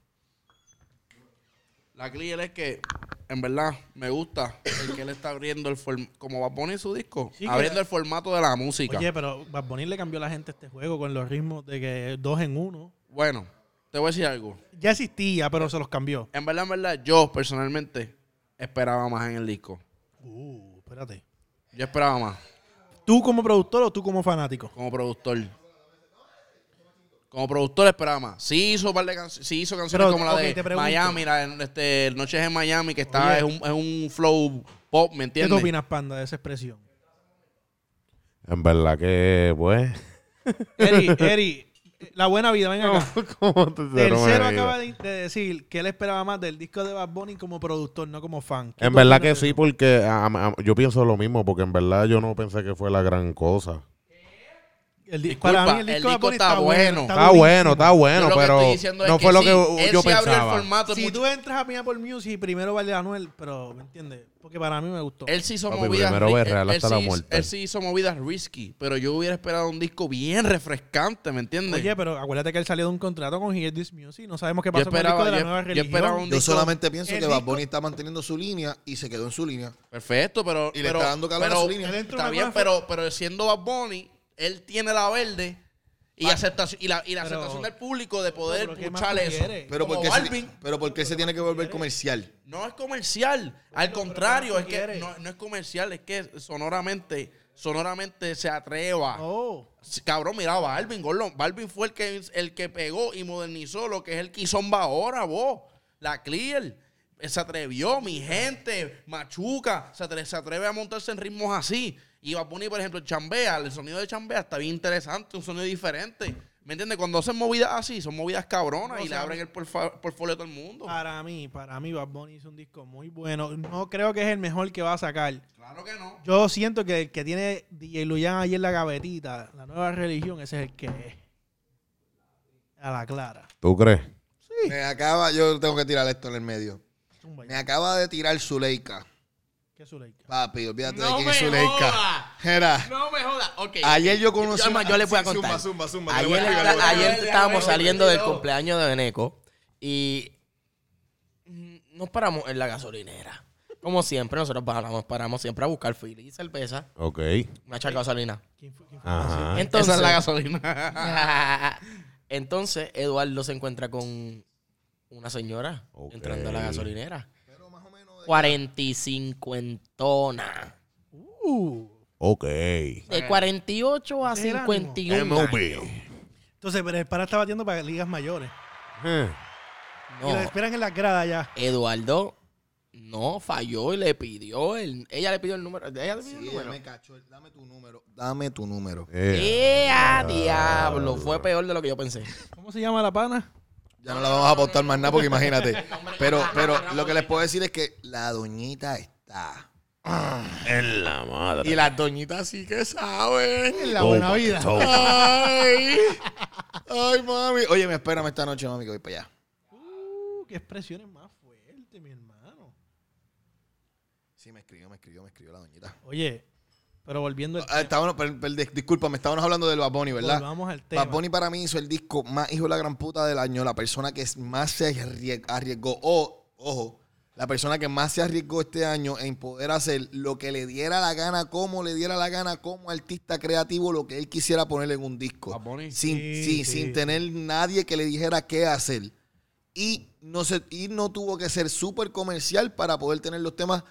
Speaker 7: La cliel es que, en verdad, me gusta el que él está abriendo el formato, como va a poner su disco,
Speaker 4: Sí, que-
Speaker 7: abriendo el formato de la música.
Speaker 4: oye, pero Bad Bunny le cambió a la gente este juego con los ritmos de que dos en uno.
Speaker 7: Bueno, te voy a decir algo.
Speaker 4: Ya existía, pero se los cambió.
Speaker 7: En verdad, en verdad, yo personalmente esperaba más en el disco.
Speaker 4: Uh, espérate.
Speaker 7: Yo esperaba más
Speaker 4: ¿Tú como productor o tú como fanático?
Speaker 7: como productor. Como productor esperaba más. Sí hizo, un par de can- sí hizo canciones
Speaker 4: Pero,
Speaker 7: como la
Speaker 4: ok, te
Speaker 7: de
Speaker 4: pregunto.
Speaker 7: Miami, la de, este, Noches en Miami, que está
Speaker 4: Oye.
Speaker 7: es un, es un flow pop, ¿me
Speaker 4: ¿Qué
Speaker 7: entiendes?
Speaker 4: te opinas, Panda, de esa expresión?
Speaker 2: En verdad que, pues.
Speaker 4: Eri, Eri, la buena vida, ven acá.
Speaker 2: ¿Cómo te
Speaker 4: Tercero acaba de, de decir que él esperaba más del disco de Bad Bunny como productor, no como fan. ¿Qué
Speaker 2: En
Speaker 4: tú
Speaker 2: verdad que
Speaker 4: opinas de
Speaker 2: sí,
Speaker 4: eso?
Speaker 2: porque a- a- a- yo pienso lo mismo, porque en verdad yo no pensé que fue la gran cosa.
Speaker 4: El di-
Speaker 7: Disculpa,
Speaker 4: para mí el
Speaker 7: el
Speaker 4: disco, de Bad
Speaker 7: disco
Speaker 4: Bunny
Speaker 7: está bueno.
Speaker 2: Está bueno,
Speaker 4: durísimo.
Speaker 2: está bueno,
Speaker 7: Yo lo que
Speaker 2: pero
Speaker 7: estoy diciendo es
Speaker 2: no fue lo
Speaker 7: sí,
Speaker 2: que
Speaker 7: él
Speaker 2: yo
Speaker 7: sí abrió el
Speaker 2: pensaba.
Speaker 7: formato.
Speaker 4: Si
Speaker 7: mucho-
Speaker 4: tú entras a mi Apple Music, primero vale Anuel, pero ¿me entiendes? Porque para mí me gustó.
Speaker 7: Él sí hizo
Speaker 2: Papi,
Speaker 7: movidas.
Speaker 2: primero
Speaker 7: ri-
Speaker 2: Berreal
Speaker 7: él,
Speaker 2: hasta
Speaker 7: sí
Speaker 2: la
Speaker 7: hizo-
Speaker 2: muerte.
Speaker 7: él sí hizo movidas risky, pero yo hubiera esperado un disco bien refrescante, ¿me entiendes?
Speaker 4: Oye, pero acuérdate que él salió de un contrato con Hear This Music. No sabemos qué
Speaker 7: yo
Speaker 4: pasó con el disco
Speaker 7: esperaba,
Speaker 4: de la
Speaker 7: yo-
Speaker 4: nueva
Speaker 7: yo
Speaker 4: religión.
Speaker 7: esperaba un
Speaker 3: Yo
Speaker 7: disco
Speaker 3: solamente pienso
Speaker 4: el
Speaker 3: que Bad
Speaker 4: disco-
Speaker 3: Bunny está manteniendo su línea y se quedó en su línea.
Speaker 7: perfecto, pero
Speaker 3: Y le
Speaker 7: pero-
Speaker 3: está dando calor
Speaker 7: pero-
Speaker 3: a su línea.
Speaker 4: Él entró en
Speaker 7: Está
Speaker 4: una
Speaker 7: bien,
Speaker 4: buena
Speaker 7: pero pero siendo Bad Bunny, él tiene la verde y
Speaker 3: Ah.
Speaker 7: aceptación y la, y la
Speaker 4: Pero-
Speaker 7: aceptación del público de poder
Speaker 4: pero ¿qué más
Speaker 7: escuchar
Speaker 4: tú
Speaker 7: eso.
Speaker 4: quieres?
Speaker 3: Pero
Speaker 7: Como
Speaker 3: porque, se,
Speaker 7: Balvin,
Speaker 3: pero porque se tiene que volver comercial.
Speaker 7: no es comercial, al contrario,
Speaker 4: tú
Speaker 7: es que
Speaker 4: quieres?
Speaker 7: no, no es comercial, es que sonoramente sonoramente se atreva.
Speaker 4: Oh.
Speaker 7: Sí, Cabrón, mira, Balvin, Gordon. Balvin fue el que, el que pegó y modernizó lo que es el Kizomba ahora, vos. La Clear. Eh, Se atrevió, mi gente, Machuca, se atre- se atreve, a montarse en ritmos así. Y Bad Bunny, por ejemplo, Chambea, el sonido de Chambea está bien interesante, un sonido diferente. ¿Me entiendes? Cuando hacen movidas así, son movidas cabronas
Speaker 4: No,
Speaker 7: y
Speaker 4: o
Speaker 7: le
Speaker 4: sea,
Speaker 7: abren el porfa- portfolio a todo el mundo.
Speaker 4: Para mí, para mí, Bad Bunny hizo un disco muy bueno. No creo que es el mejor que va a sacar.
Speaker 7: Claro que no.
Speaker 4: Yo siento que el que tiene DJ Luyan ahí en la gavetita, la nueva religión, ese es el que es. A la clara.
Speaker 2: ¿Tú crees?
Speaker 3: Me acaba, yo tengo que tirar esto en el medio.
Speaker 4: Zumba.
Speaker 3: Me acaba de tirar Zuleika.
Speaker 4: ¿Qué es Zuleika?
Speaker 3: Papi, olvídate de
Speaker 1: No
Speaker 3: quién
Speaker 1: me
Speaker 3: es Zuleika.
Speaker 1: jodas.
Speaker 3: Era,
Speaker 1: No me jodas. Ok.
Speaker 3: ayer yo conocí.
Speaker 1: Yo, hermano, yo les voy a
Speaker 3: Zumba,
Speaker 1: contar.
Speaker 3: Zumba, zumba, te voy a
Speaker 1: Ayer,
Speaker 3: explicar,
Speaker 1: está-
Speaker 3: voy a-
Speaker 1: ayer
Speaker 7: Ya,
Speaker 1: estábamos
Speaker 7: ya, ya,
Speaker 1: saliendo del
Speaker 7: ya.
Speaker 1: cumpleaños de Beneco y mm, nos paramos en la gasolinera. Como siempre, nosotros paramos, paramos siempre a buscar fili y cerveza,
Speaker 2: Ok.
Speaker 1: una charca de gasolina.
Speaker 4: ¿Quién fue? quién fue?
Speaker 2: Ajá.
Speaker 1: Entonces,
Speaker 7: Ah, Esa es la gasolina.
Speaker 1: entonces, Eduardo se encuentra con una señora
Speaker 2: Ok.
Speaker 1: entrando a la gasolinera. 40 y cincuentona.
Speaker 4: Uh.
Speaker 2: Ok.
Speaker 1: De 48 a
Speaker 4: Ese era
Speaker 1: 51. años.
Speaker 2: MOB.
Speaker 4: Entonces, pero el pana está batiendo para ligas mayores.
Speaker 2: Eh.
Speaker 4: Y
Speaker 1: No,
Speaker 4: lo esperan en las gradas ya.
Speaker 1: Eduardo no falló y le pidió el. Ella le pidió el número. Ella le pidió el
Speaker 3: Sí,
Speaker 1: número.
Speaker 3: me cachó el- Dame tu número. Dame tu número.
Speaker 2: Eh.
Speaker 3: Ah,
Speaker 1: ¡Ea, Ah, diablo! Fue peor de lo que yo pensé.
Speaker 4: ¿Cómo se llama la pana?
Speaker 3: Ya no la vamos a apostar más nada porque imagínate. Pero, pero lo que les puedo decir es que la doñita está.
Speaker 2: En la madre.
Speaker 3: Y las doñitas sí que saben.
Speaker 4: La
Speaker 2: Toma,
Speaker 4: buena vida.
Speaker 2: toma.
Speaker 3: Ay, ay, mami. Oye, me espérame esta noche, mami, que voy para allá.
Speaker 4: Uh, qué expresiones más fuertes, mi hermano.
Speaker 3: Sí, me escribió, me escribió, me escribió la doñita.
Speaker 4: Oye, pero volviendo al
Speaker 3: Ah, estábamos, per- per- dis- discúlpame, estábamos hablando del Bad Bunny, ¿verdad?
Speaker 4: Volvamos al tema.
Speaker 3: Bad Bunny para mí hizo el disco más hijo de la gran puta del año, la persona que es- más se arrie- arriesgó, o, ojo, la persona que más se arriesgó este año en poder hacer lo que le diera la gana, como le diera la gana, como artista creativo, lo que él quisiera ponerle en un disco.
Speaker 7: Bad Bunny.
Speaker 3: Sin,
Speaker 4: Sí,
Speaker 3: sí,
Speaker 4: sí.
Speaker 3: sin tener nadie que le dijera qué hacer. Y no, se, y no tuvo que ser súper comercial para poder tener los temas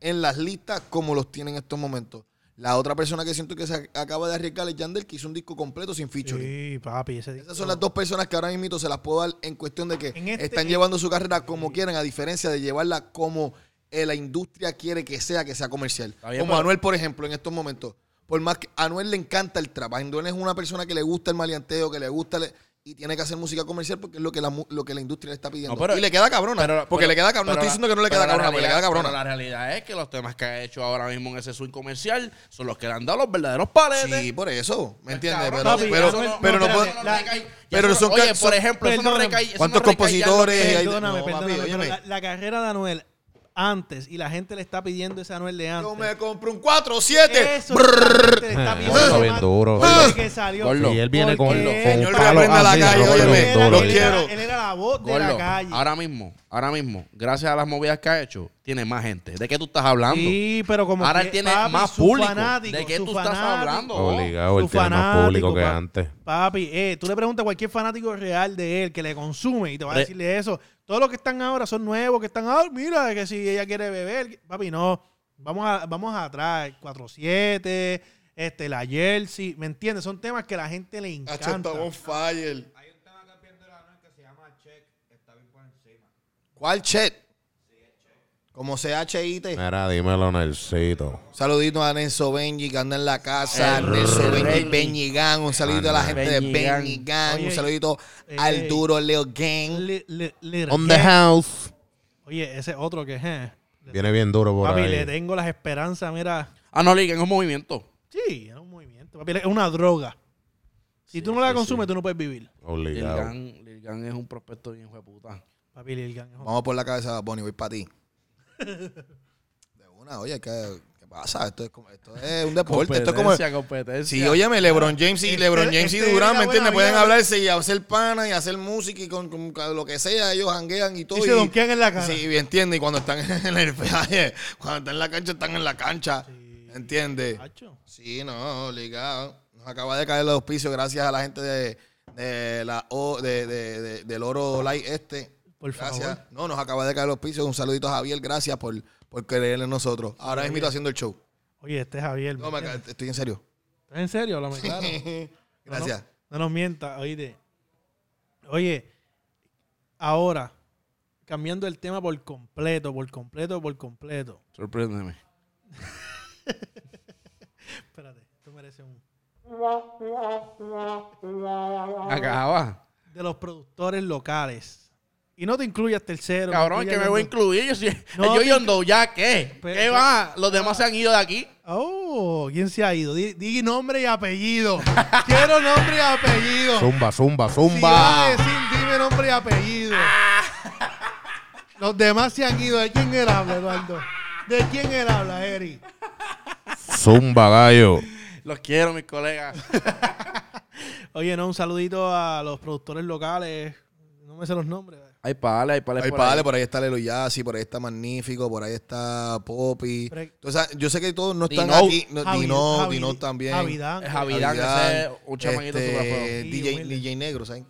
Speaker 3: en las listas como los tiene en estos momentos. La otra persona que siento que se ac- acaba de arriesgar es Yandel, que hizo un disco completo sin featuring.
Speaker 4: Sí, papi, ese disco.
Speaker 3: Esas son las dos personas que ahora mismo se las puedo dar en cuestión de que
Speaker 4: En este-
Speaker 3: están llevando su carrera como quieren, a diferencia de llevarla como eh, la industria quiere que sea, que sea comercial.
Speaker 7: bien,
Speaker 3: como
Speaker 7: pero-
Speaker 3: Anuel, por ejemplo, en estos momentos. Por más que a Anuel le encanta el trap. A Anuel es una persona que le gusta el maleanteo, que le gusta... le- y tiene que hacer música comercial porque es lo que la, mu- lo que la industria le está pidiendo.
Speaker 7: No, pero-
Speaker 3: y le queda cabrona.
Speaker 7: Pero-
Speaker 3: porque
Speaker 7: pero-
Speaker 3: le queda cabrona. No estoy
Speaker 7: pero la-
Speaker 3: diciendo que no le
Speaker 7: pero
Speaker 3: queda
Speaker 7: la
Speaker 3: cabrona, porque le
Speaker 7: realidad-
Speaker 3: queda cabrona.
Speaker 7: Pero la realidad es que los temas que ha hecho ahora mismo en ese swing comercial son los que le han dado los verdaderos paletes.
Speaker 3: Sí, por eso. ¿Me
Speaker 7: Pues,
Speaker 3: entiendes?
Speaker 7: cabrón,
Speaker 3: Pero,
Speaker 4: papi,
Speaker 3: pero,
Speaker 4: eso no-
Speaker 3: pero
Speaker 4: no,
Speaker 3: no, puedo-
Speaker 4: espérate,
Speaker 7: eso no
Speaker 4: la-
Speaker 7: recae-
Speaker 3: pero
Speaker 7: eso no-
Speaker 3: son-
Speaker 7: Oye, por
Speaker 3: son-
Speaker 7: ejemplo, eso no
Speaker 4: perdóname,
Speaker 7: recae- eso no
Speaker 3: ¿Cuántos
Speaker 7: recae ya en lo
Speaker 3: compositores
Speaker 7: que-
Speaker 3: hay?
Speaker 4: Perdóname,
Speaker 3: No, papi,
Speaker 4: perdóname. pero
Speaker 3: óyeme.
Speaker 4: la, la carrera de Anuel antes y la gente le está pidiendo ese Anuel de antes.
Speaker 3: Yo me compro un 4, 7.
Speaker 4: Eso es lo que la gente le está pidiendo
Speaker 2: Gordo,
Speaker 4: ese
Speaker 2: Eh, bien
Speaker 4: man
Speaker 2: duro.
Speaker 7: Ah.
Speaker 4: desde que salió.
Speaker 7: Gordo.
Speaker 2: Y él viene con,
Speaker 4: Porque
Speaker 2: con
Speaker 4: él-
Speaker 2: un
Speaker 3: Señor,
Speaker 2: palo
Speaker 3: reprenda la
Speaker 2: así,
Speaker 3: calle,
Speaker 2: rojo,
Speaker 3: óyeme.
Speaker 2: duro.
Speaker 3: Los
Speaker 4: él
Speaker 3: quiero.
Speaker 4: Él era la voz de la
Speaker 7: Gordo,
Speaker 4: calle.
Speaker 7: ahora mismo, ahora mismo, gracias a las movidas que ha hecho, tiene más gente. ¿De qué tú estás hablando?
Speaker 4: Sí, pero como
Speaker 7: ahora
Speaker 4: que-
Speaker 7: él tiene
Speaker 4: papi,
Speaker 7: más
Speaker 4: su
Speaker 7: público.
Speaker 4: fanático,
Speaker 7: ¿De qué
Speaker 4: su
Speaker 7: tú estás
Speaker 4: fanático.
Speaker 7: hablando?
Speaker 2: Obligado, él
Speaker 4: Su
Speaker 2: tiene más público
Speaker 4: fanático,
Speaker 2: que
Speaker 4: pa-
Speaker 2: antes.
Speaker 4: Papi, eh, tú le preguntas a cualquier fanático real de él que le consume y te va a
Speaker 2: Eh.
Speaker 7: Re-
Speaker 4: decirle eso. Todos los que están ahora son nuevos, que están ahora, mira, que si ella quiere beber, papi, no. Vamos a, vamos atrás, 4-7, este, la Jersey, ¿me entiendes? Son temas que la gente le
Speaker 3: Hacho,
Speaker 4: encanta.
Speaker 3: estaba on fire. Hay un tema que pierde la noche que se llama Check. Está bien por encima. ¿Cuál Check? Como C-H-I-T.
Speaker 2: Mira, dímelo, Nelsito.
Speaker 3: Saludito a Nelson Benji que anda en la casa.
Speaker 2: Eh,
Speaker 1: El
Speaker 3: Nelson Benji,
Speaker 1: Benji.
Speaker 3: Benji Gang. Un saludito a la gente
Speaker 1: Benji
Speaker 3: de
Speaker 1: Gang.
Speaker 3: Benji Gang.
Speaker 4: Oye,
Speaker 3: un saludito
Speaker 4: eh,
Speaker 3: al duro Leo Gang.
Speaker 4: Le- le- le-
Speaker 2: On the house.
Speaker 4: Oye, ese otro que eh, le-
Speaker 2: Viene bien duro por
Speaker 4: Papi,
Speaker 2: ahí.
Speaker 4: le tengo las esperanzas, mira.
Speaker 7: Ah, no, Liga, es un movimiento.
Speaker 4: Sí, es un movimiento. Papi, es una droga. Si tú no la consumes, tú no puedes vivir.
Speaker 7: Lil
Speaker 2: Obligado.
Speaker 7: Gan, Lil Gan es un prospecto bien hijo de puta.
Speaker 4: Papi, Lil Gang es otro.
Speaker 3: Vamos por la cabeza, Bonnie. Voy para ti. De una, oye, ¿qué, qué pasa? Esto es, como- esto es un deporte. Esto es como.
Speaker 7: Competencia, competencia.
Speaker 3: Sí, óyeme, LeBron James y
Speaker 4: Este-
Speaker 3: LeBron James
Speaker 4: este
Speaker 3: y Durán,
Speaker 4: era
Speaker 3: ¿me entiendes?
Speaker 4: buena
Speaker 3: Pueden
Speaker 4: vida.
Speaker 3: hablarse y hacer pana y hacer música y con, con- con lo que sea, ellos janguean y todo.
Speaker 4: Y se donkean en la cara.
Speaker 3: Sí, ¿entiendes? Y cuando están en el peaje, cuando están en la cancha, están en la cancha. ¿Entiendes?
Speaker 4: Hacho.
Speaker 3: Sí, no, obligado. Nos acaba de caer el auspicio gracias a la gente de, de la O- de, de- de- del Oro Light este.
Speaker 4: Por
Speaker 3: gracias.
Speaker 4: favor.
Speaker 3: No, nos acaba de caer el auspicio. Un saludito a Javier, gracias por, por creer en nosotros. Ahora mismo haciendo el show.
Speaker 4: Oye, este es Javier. ¿me
Speaker 3: No, me ca-
Speaker 4: entiendes?
Speaker 3: estoy en serio.
Speaker 4: ¿Estás en serio? Háblame claro. No,
Speaker 3: Gracias.
Speaker 4: No, no nos mientas, oíste. Oye, ahora, cambiando el tema por completo, por completo, por completo.
Speaker 7: Sorpréndeme.
Speaker 4: Espérate, tú mereces un...
Speaker 7: Acaba.
Speaker 4: De los productores locales. Y no te incluyas tercero. no
Speaker 7: Cabrón,
Speaker 4: incluyas
Speaker 7: que me voy a
Speaker 4: los-
Speaker 7: incluir. Yo, soy,
Speaker 4: No,
Speaker 7: yo
Speaker 4: te-
Speaker 7: y Hondo, ¿ya qué?
Speaker 4: Pero-
Speaker 7: ¿Qué va? Los demás se han ido de aquí.
Speaker 4: Oh, ¿quién se ha ido? Di, di nombre y apellido. Quiero nombre y apellido.
Speaker 2: Zumba, zumba,
Speaker 4: Si vas a
Speaker 2: zumba.
Speaker 4: decir, dime nombre y apellido.
Speaker 3: Ah.
Speaker 4: Los demás se han ido. ¿De quién él habla, Eduardo? ¿De quién él habla, Eri?
Speaker 2: Zumba, gallo.
Speaker 7: Los quiero, mis colegas.
Speaker 4: Oye, no, un saludito a los productores locales. No me sé los nombres.
Speaker 7: Hay pales, hay pales.
Speaker 3: Ahí,
Speaker 7: por
Speaker 3: padre,
Speaker 7: ahí.
Speaker 3: por ahí está Lelo Yassi, por ahí está Magnífico, por ahí está Poppy.
Speaker 4: Pero-
Speaker 3: Entonces, yo sé que todos no están
Speaker 7: Dino.
Speaker 3: aquí. No,
Speaker 4: Javi-
Speaker 3: Dino,
Speaker 4: Javi-
Speaker 3: Dino también.
Speaker 4: Javidán.
Speaker 7: Es Javidán, ese es un chamaquito
Speaker 3: este,
Speaker 7: super fuego.
Speaker 4: Sí,
Speaker 3: DJ,
Speaker 4: humilde.
Speaker 3: DJ Negro, ¿saben?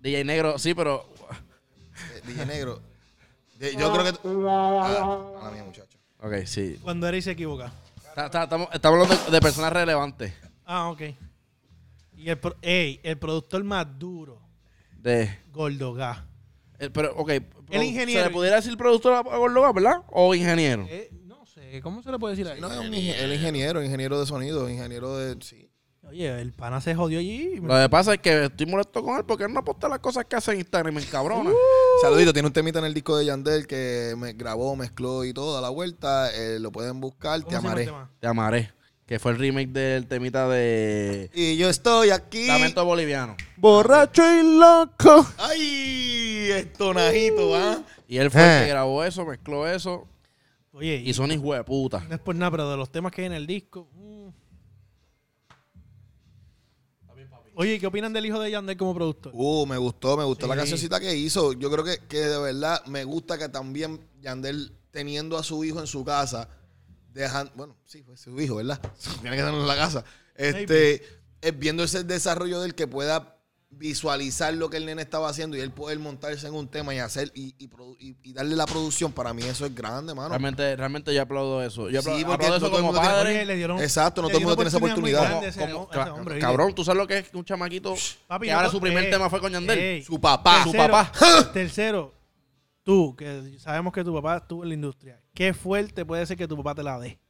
Speaker 7: DJ Negro, sí, pero.
Speaker 3: Eh, DJ Negro. Eh, Yo creo que. Ah, mala mía, muchacho.
Speaker 7: Ok, sí.
Speaker 4: Cuando Eri se equivoca.
Speaker 7: Está- está- estamos, estamos hablando de personas relevantes.
Speaker 4: Ah, ok. Y el, pro- ey, el productor más duro,
Speaker 7: De,
Speaker 4: Gordo Gá.
Speaker 7: eh, pero, ok. produ-
Speaker 4: ingeniero.
Speaker 7: ¿Se le pudiera decir productor a a Gordoa, verdad? O ingeniero.
Speaker 4: Eh, no sé, ¿cómo se le puede decir a él?
Speaker 3: No, es un ingen- el ingeniero, ingeniero de sonido, ingeniero de. Sí.
Speaker 4: Oye, el pana se jodió allí.
Speaker 7: Lo que pasa es que estoy molesto con él porque él no aposta las cosas que hace en Instagram y me encabrona.
Speaker 3: Uh. Saludito, tiene un temita en el disco de Yandel que me grabó, mezcló y todo a la vuelta. eh, lo pueden buscar,
Speaker 4: ¿Cómo
Speaker 3: te
Speaker 4: se llama el
Speaker 3: amaré.
Speaker 4: tema?
Speaker 7: Te amaré. Que fue el remake del temita de
Speaker 3: Y yo estoy aquí.
Speaker 7: Lamento Boliviano.
Speaker 2: Borracho y loco.
Speaker 3: ¡Ay! Estonajito, ¿ah?
Speaker 7: Y él fue el
Speaker 2: Eh.
Speaker 7: que grabó eso, mezcló eso.
Speaker 4: Oye,
Speaker 7: Y son hijos de puta.
Speaker 4: no es por nada, pero de los temas que hay en el disco. mm. Oye, ¿qué opinan del hijo de Yandel como productor?
Speaker 3: Uh, me gustó, me gustó la
Speaker 4: Sí.
Speaker 3: cancioncita que hizo. Yo creo que, que de verdad me gusta que también Yandel, teniendo a su hijo en su casa, dejan, bueno, sí, fue su hijo, ¿verdad? Tiene que tenerlo en la casa. Este, eh, viendo ese desarrollo del que pueda visualizar lo que el nene estaba haciendo y él poder montarse en un tema y hacer y, y produ- y- y darle la producción, para mí eso es grande, mano.
Speaker 7: Realmente, realmente yo aplaudo eso. Yo apla-
Speaker 3: Sí, porque
Speaker 7: aplaudo
Speaker 3: no
Speaker 7: eso
Speaker 3: todo el
Speaker 7: como
Speaker 3: mundo tiene-
Speaker 7: padre.
Speaker 4: Oye, le dieron-
Speaker 3: Exacto, no
Speaker 4: le
Speaker 3: todo el mundo tiene
Speaker 4: dieron
Speaker 3: esa
Speaker 4: oportunidad
Speaker 3: oportunidad.
Speaker 4: muy grande a ese-
Speaker 7: Como-
Speaker 4: a ese
Speaker 7: ca-
Speaker 4: hombre, ¿viste?
Speaker 7: cabrón, tú sabes lo que es que un chamaquito
Speaker 4: Papi,
Speaker 7: que
Speaker 4: no
Speaker 7: ahora
Speaker 4: po-
Speaker 7: su primer
Speaker 4: ey,
Speaker 7: tema fue con Yandel.
Speaker 4: ey.
Speaker 3: Su papá.
Speaker 7: Su
Speaker 4: Tercero,
Speaker 7: papá.
Speaker 4: Tercero, tú, que sabemos que tu papá estuvo en la industria. Qué fuerte puede ser que tu papá te la dé.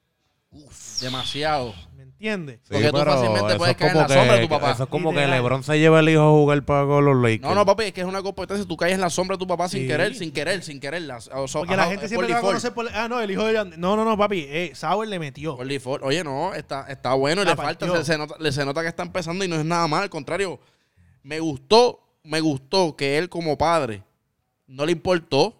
Speaker 7: Demasiado.
Speaker 4: ¿Me entiendes?
Speaker 7: Porque tú fácilmente puedes caer en la sombra de tu papá.
Speaker 2: Eso es como que
Speaker 4: Literal.
Speaker 2: LeBron se lleva el hijo a jugar para con los Lakers.
Speaker 7: No, no, papi, es que es una competencia. Tú caes en la sombra de tu papá sin
Speaker 4: Sí.
Speaker 7: querer, sin querer, sin querer. La, o sea,
Speaker 4: Porque la
Speaker 7: ajá, eh,
Speaker 4: gente
Speaker 7: es
Speaker 4: siempre
Speaker 7: por
Speaker 4: te va a conocer
Speaker 7: default.
Speaker 4: por... Ah, no, el hijo de Yandel. No, no, no, papi. Eh, Sauer le metió.
Speaker 7: Por default. Oye, no, está, está bueno y
Speaker 4: La
Speaker 7: le falta.
Speaker 4: partió.
Speaker 7: Se, se nota, le- se nota que está empezando y no es nada mal. Al contrario, me gustó, me gustó que él como padre no le importó.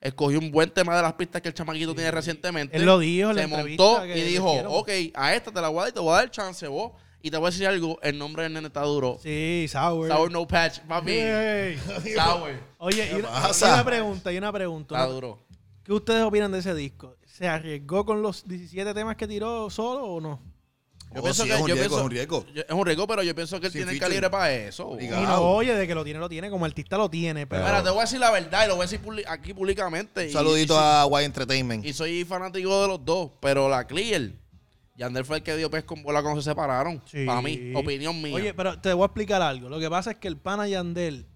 Speaker 7: Escogió un buen tema de las pistas que el chamaquito tiene recientemente.
Speaker 4: Él lo dijo en la
Speaker 7: Se
Speaker 4: entrevista
Speaker 7: montó
Speaker 4: que
Speaker 7: y dijo,
Speaker 4: hicieron.
Speaker 7: ok, a esta te la voy a dar y te voy a dar chance vos. Y te voy a decir algo, el nombre del nene está duro.
Speaker 4: Sí, Sauer.
Speaker 7: Sour no patch, papi.
Speaker 4: Ey.
Speaker 7: Sour.
Speaker 4: Oye, y una,
Speaker 3: pasa?
Speaker 4: y una pregunta, y una pregunta.
Speaker 7: Está duro.
Speaker 4: ¿Qué ustedes opinan de ese disco? ¿Se arriesgó con los 17 temas que tiró solo o no?
Speaker 7: Yo
Speaker 3: Oh,
Speaker 7: pienso
Speaker 3: sí,
Speaker 7: que-
Speaker 3: es un
Speaker 7: yo
Speaker 3: riesgo, es
Speaker 7: pienso-
Speaker 3: un riesgo.
Speaker 7: yo- es un riesgo, pero yo pienso que él
Speaker 3: Sin
Speaker 7: tiene el
Speaker 3: featuring.
Speaker 7: calibre para eso.
Speaker 3: Obligado.
Speaker 4: Y
Speaker 3: Claro.
Speaker 4: no, oye, de que lo tiene, lo tiene. Como artista lo tiene, pero...
Speaker 7: Mira, te voy a decir la verdad y lo voy a decir publi- aquí públicamente.
Speaker 3: Un
Speaker 7: y-
Speaker 3: saludito
Speaker 7: y,
Speaker 3: a Y Entertainment.
Speaker 7: Y soy fanático de los dos, pero la Clear, Yandel fue el que dio pez con bola cuando se separaron.
Speaker 4: Sí.
Speaker 7: Para mí, opinión mía.
Speaker 4: Oye, pero te voy a explicar algo. Lo que pasa es que el pana Yandel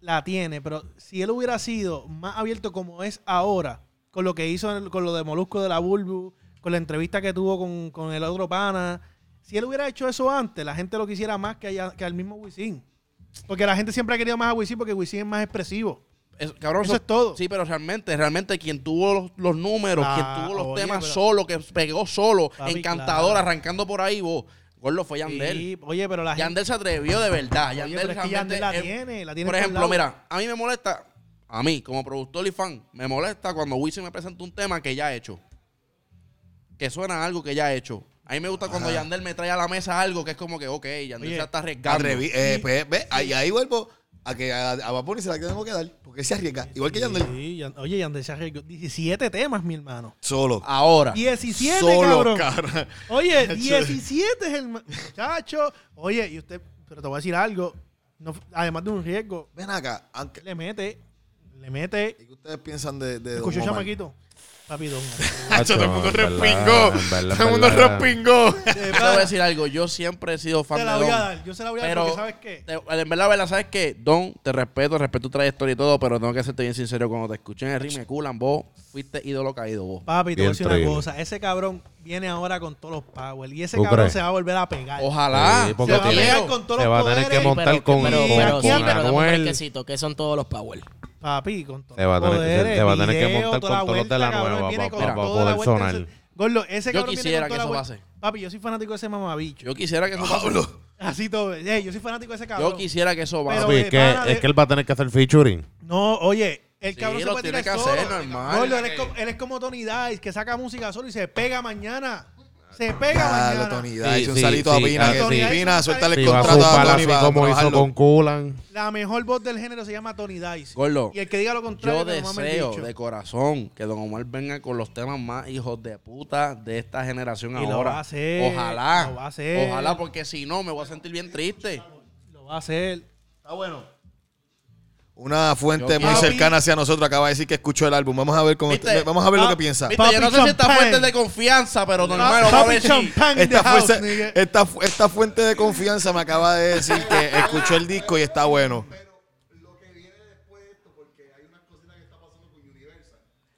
Speaker 4: la tiene, pero si él hubiera sido más abierto como es ahora, con lo que hizo en el- con lo de Molusco de la Bulbu, con la entrevista que tuvo con, con el otro pana, si él hubiera hecho eso antes, la gente lo quisiera más que, a- que al mismo Wisin. Porque la gente siempre ha querido más a Wisin porque Wisin es más expresivo.
Speaker 7: Eso- cabrón,
Speaker 4: eso es todo.
Speaker 7: Sí, pero realmente, realmente quien tuvo los, los números,
Speaker 4: Ah,
Speaker 7: quien tuvo los
Speaker 4: oye,
Speaker 7: temas
Speaker 4: pero-
Speaker 7: solo, que pegó solo,
Speaker 4: Papi,
Speaker 7: encantador,
Speaker 4: claro.
Speaker 7: arrancando por ahí, vos. Gordo fue Yandel.
Speaker 4: Sí, oye, pero la gente...
Speaker 7: Yandel se atrevió de verdad.
Speaker 4: Oye,
Speaker 7: Yandel
Speaker 4: pero es que
Speaker 7: realmente
Speaker 4: Yandel la
Speaker 7: es-
Speaker 4: tiene, la tiene
Speaker 7: Por
Speaker 4: en
Speaker 7: ejemplo,
Speaker 4: todos lados.
Speaker 7: mira, a mí me molesta, a mí como productor y fan, me molesta cuando Wisin me presenta un tema que ya he hecho. Que suena a algo que ya he hecho. A mí me gusta cuando Yandel me trae a la mesa algo que es como que, ok, Yandel
Speaker 4: Oye,
Speaker 7: se está arriesgando.
Speaker 3: Atreví, eh, pues, ve, ahí, ahí vuelvo a que a, a Bad Bunny se la tengo que dar, porque él se arriesga, igual que Yandel,
Speaker 4: Sí, Yan- oye, Yandel se arriesgó 17 temas, mi hermano.
Speaker 3: solo. Ah,
Speaker 7: Ahora,
Speaker 4: 17,
Speaker 3: solo,
Speaker 4: cabrón.
Speaker 3: cara.
Speaker 4: Oye, 17 es el ma- muchacho. Oye, y usted, pero te voy a decir algo. No, además de un riesgo,
Speaker 3: Ven acá, aunque,
Speaker 4: le mete, le mete.
Speaker 3: ¿qué ustedes piensan de, de Don
Speaker 4: Escuchó
Speaker 3: Omar?
Speaker 4: chamaquito. Papi, don.
Speaker 8: Hacho, todo el mundo
Speaker 2: en verdad,
Speaker 8: respingó.
Speaker 2: en verdad,
Speaker 8: Todo el
Speaker 2: en
Speaker 8: mundo
Speaker 2: verdad.
Speaker 8: respingó.
Speaker 4: De
Speaker 7: Te voy a
Speaker 4: verdad,
Speaker 7: decir algo. Yo siempre he sido fan
Speaker 4: Te
Speaker 7: de
Speaker 4: la voy a
Speaker 7: Don.
Speaker 4: dar. Yo se la voy a dar
Speaker 7: Pero-
Speaker 4: porque ¿sabes qué?
Speaker 7: Te- En verdad, verdad, ¿sabes qué? Don, te respeto, respeto tu trayectoria y todo, pero tengo que serte bien sincero. Cuando te escuché en el ring, me culan, vos fuiste ídolo caído, vos.
Speaker 4: Papi, te voy a
Speaker 2: Bien
Speaker 4: decir una
Speaker 2: traído.
Speaker 4: cosa. Ese cabrón viene ahora con todos los power. Y ese
Speaker 2: ¿Tú
Speaker 4: cabrón
Speaker 2: crees?
Speaker 4: se va a volver a pegar.
Speaker 7: Ojalá.
Speaker 2: Sí,
Speaker 4: se
Speaker 2: porque
Speaker 4: va a
Speaker 2: tiene-
Speaker 4: pegar con todos
Speaker 2: se
Speaker 4: los
Speaker 2: va a tener
Speaker 4: poderes.
Speaker 2: que montar con,
Speaker 4: pero-
Speaker 2: con,
Speaker 4: pero
Speaker 2: con
Speaker 4: sí,
Speaker 1: dame un
Speaker 2: Anuel.
Speaker 1: brequecito, que son todos los Power.
Speaker 4: Papi, con todos
Speaker 2: Se va a
Speaker 4: los
Speaker 2: tener-
Speaker 4: poderes.
Speaker 2: se va a tener que
Speaker 4: video,
Speaker 2: montar con
Speaker 4: toda
Speaker 2: todos los de la
Speaker 4: vuelta, cabrón,
Speaker 2: nueva,
Speaker 4: viene con
Speaker 2: papá, para
Speaker 4: toda la
Speaker 2: poder
Speaker 4: vuelta.
Speaker 2: sonar.
Speaker 4: Gordo, ese
Speaker 7: Yo
Speaker 4: cabrón viene
Speaker 7: quisiera
Speaker 4: con toda
Speaker 7: que
Speaker 4: la
Speaker 7: eso
Speaker 4: vuelta. Papi, yo soy fanático de ese mamabicho.
Speaker 7: Yo quisiera que eso pase.
Speaker 4: Así todo. Ey, yo soy fanático de ese cabrón.
Speaker 7: Yo quisiera que eso
Speaker 4: Pero
Speaker 7: pase.
Speaker 2: Papi, es
Speaker 4: de
Speaker 2: que,
Speaker 4: pana de-
Speaker 2: es que él va a tener que hacer featuring.
Speaker 4: No, oye, el cabrón
Speaker 7: Sí,
Speaker 4: se
Speaker 7: lo
Speaker 4: puede
Speaker 7: tiene
Speaker 4: tirar
Speaker 7: que
Speaker 4: solo.
Speaker 7: hacer, normal.
Speaker 4: Gordo, él, es como, él es como Tony Dice, que saca música solo y se pega mañana. Se pega
Speaker 3: Dale,
Speaker 4: mañana.
Speaker 3: Tony,
Speaker 2: Sí,
Speaker 3: dale. Un
Speaker 2: sí,
Speaker 3: salito a
Speaker 2: sí,
Speaker 3: Pina.
Speaker 2: ah,
Speaker 3: que-
Speaker 4: sí.
Speaker 3: Pina, suéltale
Speaker 2: Si
Speaker 3: el
Speaker 2: va a
Speaker 3: contrato a
Speaker 2: zumbar
Speaker 3: Tony
Speaker 2: así
Speaker 3: para
Speaker 2: como hizo
Speaker 3: trabajarlo.
Speaker 2: con Kulan.
Speaker 4: La mejor voz del género se llama Tony Dice.
Speaker 7: Gordo,
Speaker 4: Y el que diga lo contrario,
Speaker 7: Yo
Speaker 4: que no mames
Speaker 7: deseo
Speaker 4: bicho.
Speaker 7: de corazón que Don Omar venga con los temas más hijos de puta de esta generación
Speaker 4: Y lo
Speaker 7: ahora.
Speaker 4: va a hacer,
Speaker 7: Ojalá.
Speaker 4: lo va a hacer.
Speaker 7: Ojalá, porque si no, me voy a sentir bien triste.
Speaker 4: Lo va a hacer.
Speaker 3: Una fuente
Speaker 7: Yo-
Speaker 3: muy
Speaker 7: Papi.
Speaker 3: cercana hacia nosotros acaba de decir que escuchó el álbum. Vamos a ver cómo
Speaker 7: ¿Viste?
Speaker 3: vamos a ver lo que
Speaker 4: Ah,
Speaker 3: piensa.
Speaker 7: Viste,
Speaker 4: Papi
Speaker 7: yo no sé si esta
Speaker 4: Champagne.
Speaker 7: fuente es de confianza, pero normal, vamos a
Speaker 4: Papi
Speaker 7: ver si. eh.
Speaker 4: Champagne in the
Speaker 3: Esta,
Speaker 4: house,
Speaker 3: fuerza-
Speaker 4: nigga.
Speaker 3: esta, fu- esta fuente de confianza me acaba de decir que escuchó el disco y está bueno.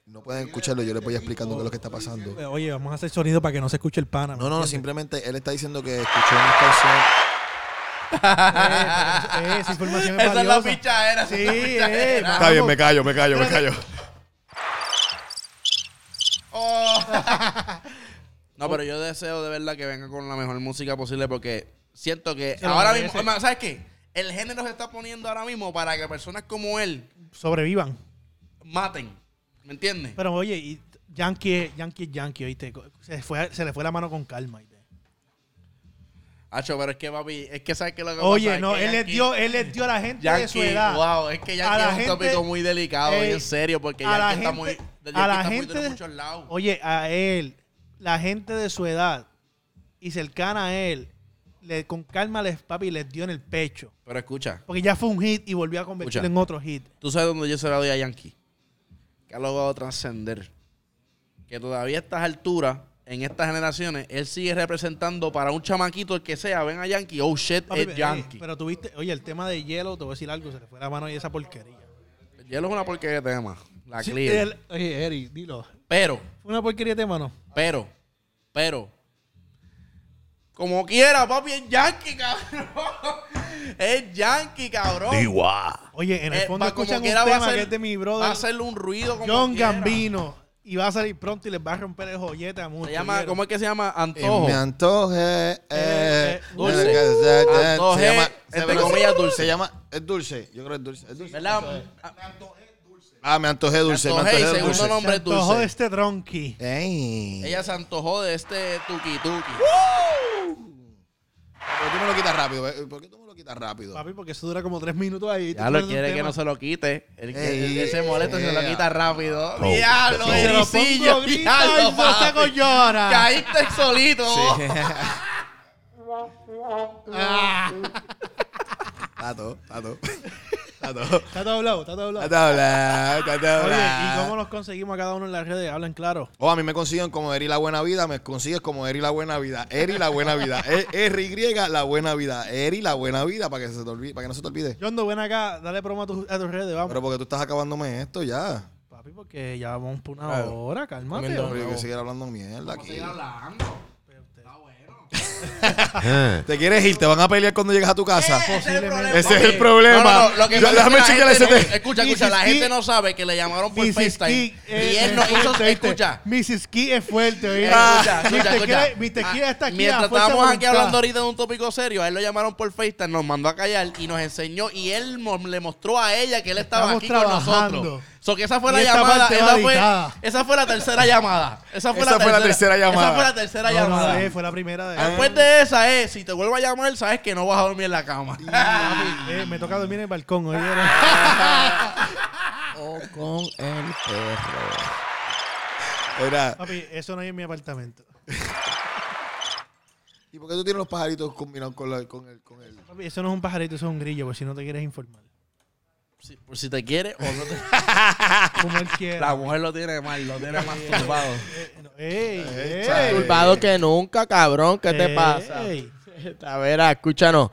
Speaker 3: No pueden escucharlo, yo les voy explicando qué es lo que está pasando.
Speaker 4: Eh, Oye, vamos a hacer sonido para que no se escuche el pana.
Speaker 3: No, no, no, simplemente él está diciendo que escuchó una canción.
Speaker 4: Eh, esa información es
Speaker 7: Esa es la
Speaker 4: valiosa.
Speaker 7: pichadera.
Speaker 4: Sí,
Speaker 7: esa es la
Speaker 4: eh,
Speaker 7: pichadera.
Speaker 3: Está bien, me callo, me callo, me callo.
Speaker 7: Oh. No, pero yo deseo de verdad que venga con la mejor música posible porque siento que
Speaker 4: Se lo
Speaker 7: ahora
Speaker 4: merece.
Speaker 7: mismo, es más, ¿sabes qué? El género se está poniendo ahora mismo para que personas como él
Speaker 4: sobrevivan.
Speaker 7: maten. ¿Me entiendes?
Speaker 4: Pero oye, y Yankee, Yankee, Yankee, oíste. Co- Se, fue, se le fue la mano con calma. oíste.
Speaker 7: Hacho, pero es que papi, es que sabes que lo que pasa
Speaker 4: Oye,
Speaker 7: es
Speaker 4: no,
Speaker 7: que
Speaker 4: él les,
Speaker 7: Yankee-
Speaker 4: dio, él les dio a la gente de su
Speaker 7: Yankee,
Speaker 4: edad.
Speaker 7: wow, es que
Speaker 4: A
Speaker 7: Yankee
Speaker 4: la
Speaker 7: es un
Speaker 4: gente-
Speaker 7: tópico muy delicado,
Speaker 4: Ey,
Speaker 7: en serio, porque
Speaker 4: a la
Speaker 7: Yankee está muy,
Speaker 4: gente-
Speaker 7: Yankee
Speaker 4: a la
Speaker 7: está muy
Speaker 4: gente-
Speaker 7: de muchos lados.
Speaker 4: Oye, a él, la gente de su edad y cercana a él, le, con calma les, papi, les dio en el pecho.
Speaker 7: Pero escucha,
Speaker 4: Porque ya fue un hit y volvió a convertirlo
Speaker 7: Escucha.
Speaker 4: en otro hit.
Speaker 7: tú sabes dónde yo se la doy a Yankee. Que ha logrado trascender. Que todavía a estas alturas, en estas generaciones, él sigue representando para un chamaquito el que sea. Ven a Yankee, oh shit,
Speaker 4: Papi,
Speaker 7: es
Speaker 4: pero-
Speaker 7: Yankee.
Speaker 4: Pero tuviste, oye, el tema de hielo, te voy a decir algo, se le fue la mano y esa porquería.
Speaker 7: Hielo es una porquería de tema. La
Speaker 4: Sí,
Speaker 7: clear.
Speaker 4: el- oye, Eri, dilo.
Speaker 7: Pero,
Speaker 4: ¿Fue una porquería de tema o no?
Speaker 7: pero, pero. Como quiera, papi, es Yankee, cabrón. Es Yankee, cabrón.
Speaker 4: Oye, en el
Speaker 7: Eh,
Speaker 4: fondo
Speaker 7: va-
Speaker 4: escuchan
Speaker 7: como
Speaker 4: un
Speaker 7: quiera va a
Speaker 4: tema
Speaker 7: ser-
Speaker 4: que es de mi
Speaker 7: Va a
Speaker 4: brother
Speaker 7: hacerle un ruido como
Speaker 4: John
Speaker 7: quiera.
Speaker 4: Gambino y va a salir pronto y les va a romper el joyete a muchos.
Speaker 7: Se llama,
Speaker 4: ¿vieron?
Speaker 7: ¿Cómo es que se llama?
Speaker 3: Y
Speaker 7: Antojo.
Speaker 3: eh, me antoje. eh,
Speaker 4: eh,
Speaker 7: dulce.
Speaker 3: eh, eh, eh, eh,
Speaker 7: Antoje,
Speaker 3: se llama-
Speaker 7: entre
Speaker 3: se llama-
Speaker 7: comillas, dulce.
Speaker 3: Se llama. Es dulce. Yo creo que es dulce. es dulce.
Speaker 7: ¿Verdad?
Speaker 3: Ah, me antojé dulce. Me
Speaker 7: Antojé,
Speaker 3: antojé
Speaker 7: y
Speaker 3: dulce.
Speaker 7: segundo nombre
Speaker 4: Se
Speaker 7: es dulce.
Speaker 4: antojó de este tronqui.
Speaker 3: Ey.
Speaker 7: Ella se antojó de este tuki tuki.
Speaker 3: Uh, Pero tú me lo quitas rápido. eh, ¿Por qué tú me lo quitas rápido?
Speaker 4: Papi, porque eso dura como tres minutos ahí.
Speaker 7: Ya lo quiere que no se lo quite. El que,
Speaker 3: Ey,
Speaker 7: el que se molesta se lo
Speaker 3: ey,
Speaker 7: quita rápido.
Speaker 2: Oh,
Speaker 7: Diablo,
Speaker 2: oh.
Speaker 7: Ericillo. Diablo,
Speaker 4: no saco
Speaker 7: papi.
Speaker 4: llora.
Speaker 7: Caíste solito. vos.
Speaker 3: Tato, tato. Tato.
Speaker 4: Está todo hablado, está todo hablado.
Speaker 3: Tato habla, tato
Speaker 4: Oye,
Speaker 3: habla.
Speaker 4: ¿y cómo los conseguimos a cada uno en las redes? Hablan claro.
Speaker 3: O Oh, a mí me consiguen como Eri la Buena Vida, me consigues como Eri la Buena Vida, Eri la Buena Vida, E- R-Y la Buena Vida, Eri la Buena Vida, para que, se te olvide, para que no se te olvide.
Speaker 4: Yondo, ven acá, dale promo a, tus- a tus redes, vamos.
Speaker 3: Pero porque tú estás acabándome esto ya.
Speaker 4: Papi, porque ya vamos por una
Speaker 1: Claro.
Speaker 4: hora, cálmate.
Speaker 1: Comiendo
Speaker 3: Pero
Speaker 4: hombre.
Speaker 3: yo que seguir hablando mierda aquí.
Speaker 2: Eh.
Speaker 3: Te quieres ir, te van a pelear cuando llegas a tu casa.
Speaker 7: Eh. Posiblemente.
Speaker 3: Ese es el problema.
Speaker 7: No, no, no, lo que
Speaker 3: Yo-
Speaker 7: pasa es que
Speaker 3: déjame
Speaker 7: la
Speaker 3: chequear ese
Speaker 7: gente no-
Speaker 3: te-
Speaker 7: Escucha,
Speaker 4: This
Speaker 7: escucha,
Speaker 4: is
Speaker 7: la
Speaker 4: Key.
Speaker 7: gente no sabe que le llamaron por
Speaker 4: Mrs.
Speaker 7: FaceTime.
Speaker 4: Key, eh,
Speaker 7: y él no
Speaker 4: eh,
Speaker 7: hizo.
Speaker 4: oíste, oíste.
Speaker 7: Escucha.
Speaker 4: Mrs. Key es fuerte, oíste.
Speaker 7: Escucha, escucha,
Speaker 4: Mr.
Speaker 7: escucha.
Speaker 4: Key- Mr. Key
Speaker 7: Ah,
Speaker 4: está aquí.
Speaker 7: Mientras
Speaker 4: a fuerza de
Speaker 7: estábamos aquí
Speaker 4: voluntad.
Speaker 7: hablando ahorita de un tópico serio, a él lo llamaron por FaceTime, nos mandó a callar y nos enseñó y él mo- le mostró a ella que él estaba
Speaker 4: Estamos
Speaker 7: aquí
Speaker 4: trabajando.
Speaker 7: con nosotros. So que esa fue
Speaker 4: Y
Speaker 7: la
Speaker 4: esta
Speaker 7: llamada,
Speaker 4: parte va
Speaker 7: esa
Speaker 4: editada.
Speaker 7: fue, esa fue la tercera llamada. Esa fue,
Speaker 3: Esa
Speaker 7: la,
Speaker 3: fue la
Speaker 7: tercera,
Speaker 3: tercera llamada.
Speaker 7: Esa fue la tercera
Speaker 4: No, no,
Speaker 7: llamada. Ah.
Speaker 4: eh, fue la primera de.
Speaker 7: Después de esa es, si te vuelvo a llamar, sabes que no vas a dormir en la cama.
Speaker 4: Eh, me toca dormir en el balcón hoy.
Speaker 1: O con el perro.
Speaker 3: Era,
Speaker 4: Papi, eso no hay en mi apartamento.
Speaker 3: ¿Y por qué tú tienes los pajaritos combinados con, la- con el, con el-
Speaker 4: Papi, eso no es un pajarito, eso es un grillo, por si no te quieres informar.
Speaker 7: si, por si te quiere o no te
Speaker 4: Como él quiera.
Speaker 7: La mujer lo tiene mal, lo tiene más turbado.
Speaker 4: Eh, no, ey, ey,
Speaker 1: Más turbado que nunca, cabrón. ¿Qué te
Speaker 4: ey.
Speaker 1: pasa? A ver, ah, escúchanos.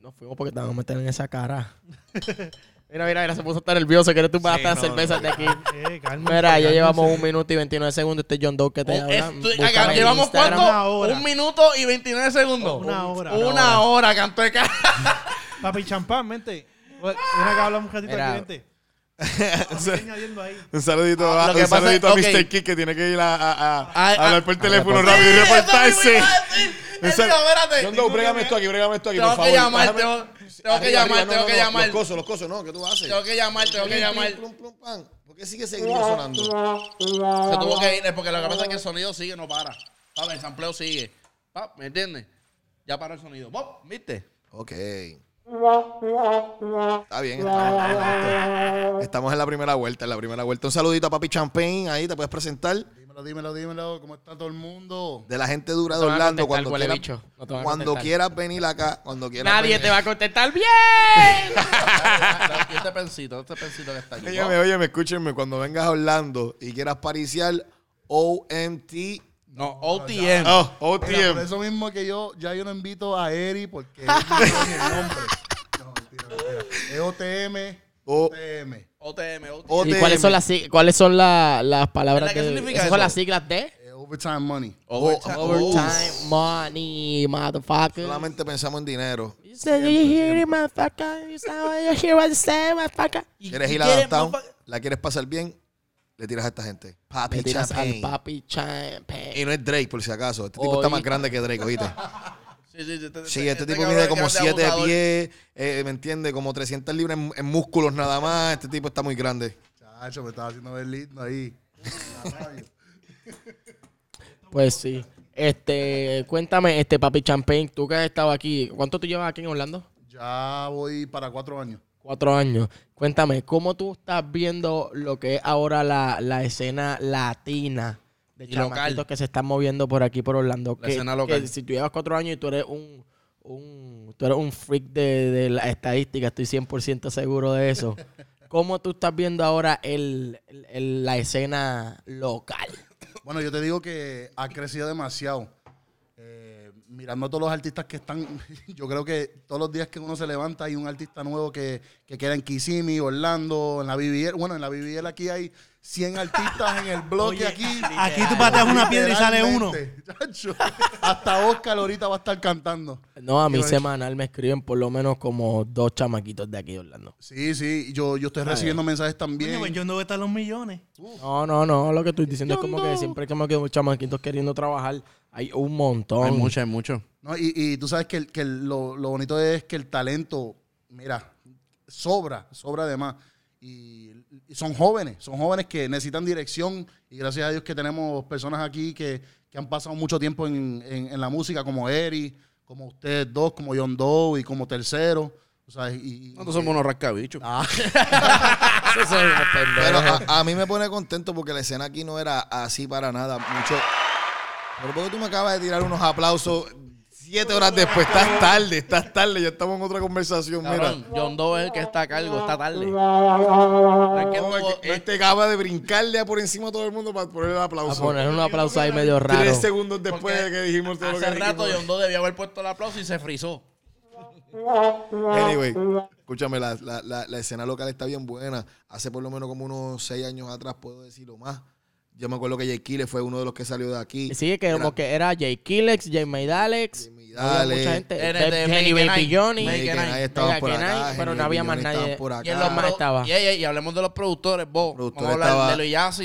Speaker 1: Nos fuimos porque te vamos a meter en esa cara. Mira, mira, mira, se puso tan nervioso. Quiere tumbar
Speaker 3: Sí,
Speaker 1: hasta
Speaker 3: no,
Speaker 1: las cervezas de aquí.
Speaker 4: Eh, cálmate,
Speaker 1: Mira, ya
Speaker 4: cálmate.
Speaker 1: llevamos un minuto y 29 segundos. Este es John Doe que te
Speaker 7: Un-
Speaker 1: habla.
Speaker 7: Oh, esto-
Speaker 1: Búscalo
Speaker 7: acá-
Speaker 1: en
Speaker 7: ¿Llevamos
Speaker 1: Instagram.
Speaker 4: Una
Speaker 7: cuánto?
Speaker 4: hora.
Speaker 7: Un minuto y 29 segundos.
Speaker 4: Una hora.
Speaker 7: Una,
Speaker 4: Una
Speaker 7: hora, canto de cara.
Speaker 4: Papi champán, mente. Ven acá, hablamos un ratito
Speaker 1: Mira.
Speaker 4: aquí, vente. Estoy añadiendo ahí.
Speaker 3: Un saludito, a,
Speaker 7: Ah, lo que
Speaker 3: un
Speaker 7: pasa
Speaker 3: saludito
Speaker 7: es-
Speaker 3: a Mr.
Speaker 7: ok.
Speaker 3: Kick que tiene que ir a, a- a-
Speaker 7: Ay,
Speaker 3: a hablar
Speaker 7: ah,
Speaker 3: por teléfono
Speaker 2: ah,
Speaker 3: rápido y
Speaker 7: Sí, eso
Speaker 3: reportarse.
Speaker 7: mismo iba a decir. Él
Speaker 3: Un
Speaker 7: dijo,
Speaker 3: sal-
Speaker 7: espérate.
Speaker 3: John Doe, brégame esto aquí, brégame esto aquí,
Speaker 7: Tengo
Speaker 3: por
Speaker 7: que
Speaker 3: favor.
Speaker 7: llamar,
Speaker 3: Déjame-
Speaker 7: tengo- tengo que
Speaker 3: Arriba,
Speaker 7: llamar,
Speaker 3: arriba,
Speaker 7: tengo que llamar.
Speaker 3: Los cosos, los cosos, no, ¿qué tú haces?
Speaker 7: Tengo que llamar, tengo que llamar.
Speaker 3: Plum, plum, plum, pam. ¿Por qué sigue ese grito sonando?
Speaker 7: Se tuvo que ir, es porque lo que pasa es que el sonido sigue, no para. ¿Sabes? El sampleo sigue. Pap, ¿Me entiendes? Ya paró el sonido. Pop, ¿Viste?
Speaker 3: Ok. Está bien, estamos, estamos en la primera vuelta, en la primera vuelta. Un saludito a Papi Champagne, ahí te puedes presentar.
Speaker 5: Dímelo, dímelo, dímelo. ¿Cómo está todo el mundo?
Speaker 3: De la gente dura
Speaker 1: No te
Speaker 3: de
Speaker 1: van a
Speaker 3: Orlando,
Speaker 1: contestar,
Speaker 3: cuando
Speaker 1: huele
Speaker 3: quieras,
Speaker 1: bicho. No te van a
Speaker 3: cuando
Speaker 1: contestar.
Speaker 3: quieras venir acá, cuando quieras
Speaker 1: Nadie
Speaker 3: venir.
Speaker 1: te va a contestar bien.
Speaker 7: Y este pensito, este pensito que está aquí.
Speaker 3: Óyeme, óyeme, escúchenme, cuando vengas a Orlando y quieras pariciar, OMT.
Speaker 7: No, OTM.
Speaker 3: Oh,
Speaker 5: Mira, por
Speaker 3: OTM.
Speaker 5: eso mismo que yo, ya yo no invito a Eri porque él tiene el nombre. No, mentira, mentira. Es OTM,
Speaker 3: O-
Speaker 5: OTM.
Speaker 7: OTM, OTM.
Speaker 1: ¿Y
Speaker 3: OTM.
Speaker 1: cuáles son las, sig- cuáles son la- las palabras
Speaker 7: ¿Verdad? ¿Qué
Speaker 1: de-
Speaker 7: significa
Speaker 1: esas son
Speaker 7: eso? Oh.
Speaker 1: las siglas de?
Speaker 5: Es Overtime Money.
Speaker 3: Oh,
Speaker 7: Overtime.
Speaker 1: Overtime money, motherfucker.
Speaker 3: Solamente pensamos en dinero.
Speaker 1: You said you hear it, motherfucker. You said what you hear what I say, motherfucker.
Speaker 3: ¿Quieres ir a downtown? ¿La quieres pasar bien? Le tiras a esta gente. Papi
Speaker 1: Le tiras al
Speaker 3: Champagne.
Speaker 1: papi champagne.
Speaker 3: Y no es Drake, por si acaso. Este tipo
Speaker 1: Oí.
Speaker 3: está más grande que Drake, ¿oíste?
Speaker 7: Sí, sí, sí.
Speaker 3: Sí, este tipo
Speaker 7: cabrón
Speaker 3: mide
Speaker 7: es
Speaker 3: como
Speaker 7: grande
Speaker 3: 7
Speaker 7: abusador.
Speaker 3: pies, eh, ¿me entiendes? Como 300 libras en, en músculos nada más. Este tipo está muy grande.
Speaker 5: Chacho, me estaba haciendo ver lindo ahí.
Speaker 1: Pues sí. Este, cuéntame, este papi champagne, tú que has estado aquí, ¿cuánto tú llevas aquí en Orlando?
Speaker 5: Ya voy para cuatro años.
Speaker 1: Cuatro años. Cuéntame, ¿cómo tú estás viendo lo que es ahora la, la escena latina de
Speaker 7: Y local.
Speaker 1: chamaquitos que se están moviendo por aquí por Orlando?
Speaker 7: La
Speaker 1: Que-
Speaker 7: escena local.
Speaker 1: que si tú llevas cuatro años y tú eres un, un- tú eres un freak de, de la estadística, estoy 100% seguro de eso. ¿Cómo tú estás viendo ahora el, el- el- la escena local?
Speaker 5: Bueno, yo te digo que ha crecido demasiado. Eh, mirando a todos los artistas que están, yo creo que todos los días que uno se levanta hay un artista nuevo que, que queda en Kissimmee, Orlando, en la BBL. Bueno, en la BBL aquí hay 100 artistas en el bloque
Speaker 4: Oye,
Speaker 5: aquí.
Speaker 4: Aquí tú pateas una piedra y sale uno.
Speaker 5: Literalmente, chacho. hasta Oscar ahorita va a estar cantando.
Speaker 1: No, a mí
Speaker 5: Yo he-
Speaker 1: semanal me escriben por lo menos como dos chamaquitos de aquí de Orlando.
Speaker 5: Sí, sí, yo, yo estoy recibiendo mensajes
Speaker 4: Coño,
Speaker 5: también.
Speaker 4: pues yo no voy a estar los millones.
Speaker 1: No, no, no. Lo que estoy diciendo es como que siempre que me quedo chamaquitos queriendo trabajar, hay un montón.
Speaker 7: Hay mucho, hay mucho.
Speaker 5: No, y, y tú sabes que, el- que el- lo, lo bonito es que el talento, mira, sobra, sobra además. Y, y son jóvenes, son jóvenes que necesitan dirección y gracias a Dios que tenemos personas aquí que, que han pasado mucho tiempo en, en- en la música, como Eri, como ustedes dos, como John Doe y como Tercero. O sea, y, y-
Speaker 7: Nosotros somos unos rascabichos.
Speaker 5: Ah,
Speaker 3: Pero
Speaker 7: ah,
Speaker 3: a, a mí me pone contento porque la escena aquí no era así para nada. Mucho. Pero porque tú me acabas de tirar unos aplausos siete horas después. Estás tarde, estás tarde. Ya estamos en otra conversación.
Speaker 7: Cabrón,
Speaker 3: Mira.
Speaker 7: John Doe es el que está a cargo esta tarde.
Speaker 3: No, es que Este acaba de brincarle por encima a todo el mundo para poner el
Speaker 1: A
Speaker 3: aplauso.
Speaker 1: poner un aplauso ahí medio raro.
Speaker 3: Tres segundos después
Speaker 7: Porque
Speaker 3: de que dijimos todo lo que
Speaker 7: Hace rato
Speaker 3: dijimos.
Speaker 7: John Doe debía haber puesto el aplauso y se frizó.
Speaker 3: Anyway, escúchame, la, la- la- la escena local está bien buena. Hace por lo menos como unos seis años atrás, puedo decirlo más. Yo me acuerdo que Jay Kille fue uno de los que salió de aquí.
Speaker 1: Sí, que como que era Jay Killex, Jay Maydalex.
Speaker 3: Jamie
Speaker 1: no había
Speaker 3: Daley,
Speaker 1: Mucha gente.
Speaker 7: Era de
Speaker 1: Kenny
Speaker 7: Megan
Speaker 1: Baby
Speaker 7: Knight.
Speaker 1: Johnny.
Speaker 7: Megan
Speaker 3: Mike
Speaker 7: Knight.
Speaker 3: Knight estaba
Speaker 1: Megan
Speaker 3: por
Speaker 1: Knight,
Speaker 3: acá.
Speaker 1: pero no
Speaker 3: Henry
Speaker 1: había más
Speaker 3: Quiñones
Speaker 1: nadie.
Speaker 3: Ah, estaba por
Speaker 1: ¿Quién
Speaker 3: acá.
Speaker 1: los más estaba?
Speaker 7: Y, y- y hablemos de los productores, vos.
Speaker 3: Productores
Speaker 7: Vamos a hablar
Speaker 3: estaba-
Speaker 7: de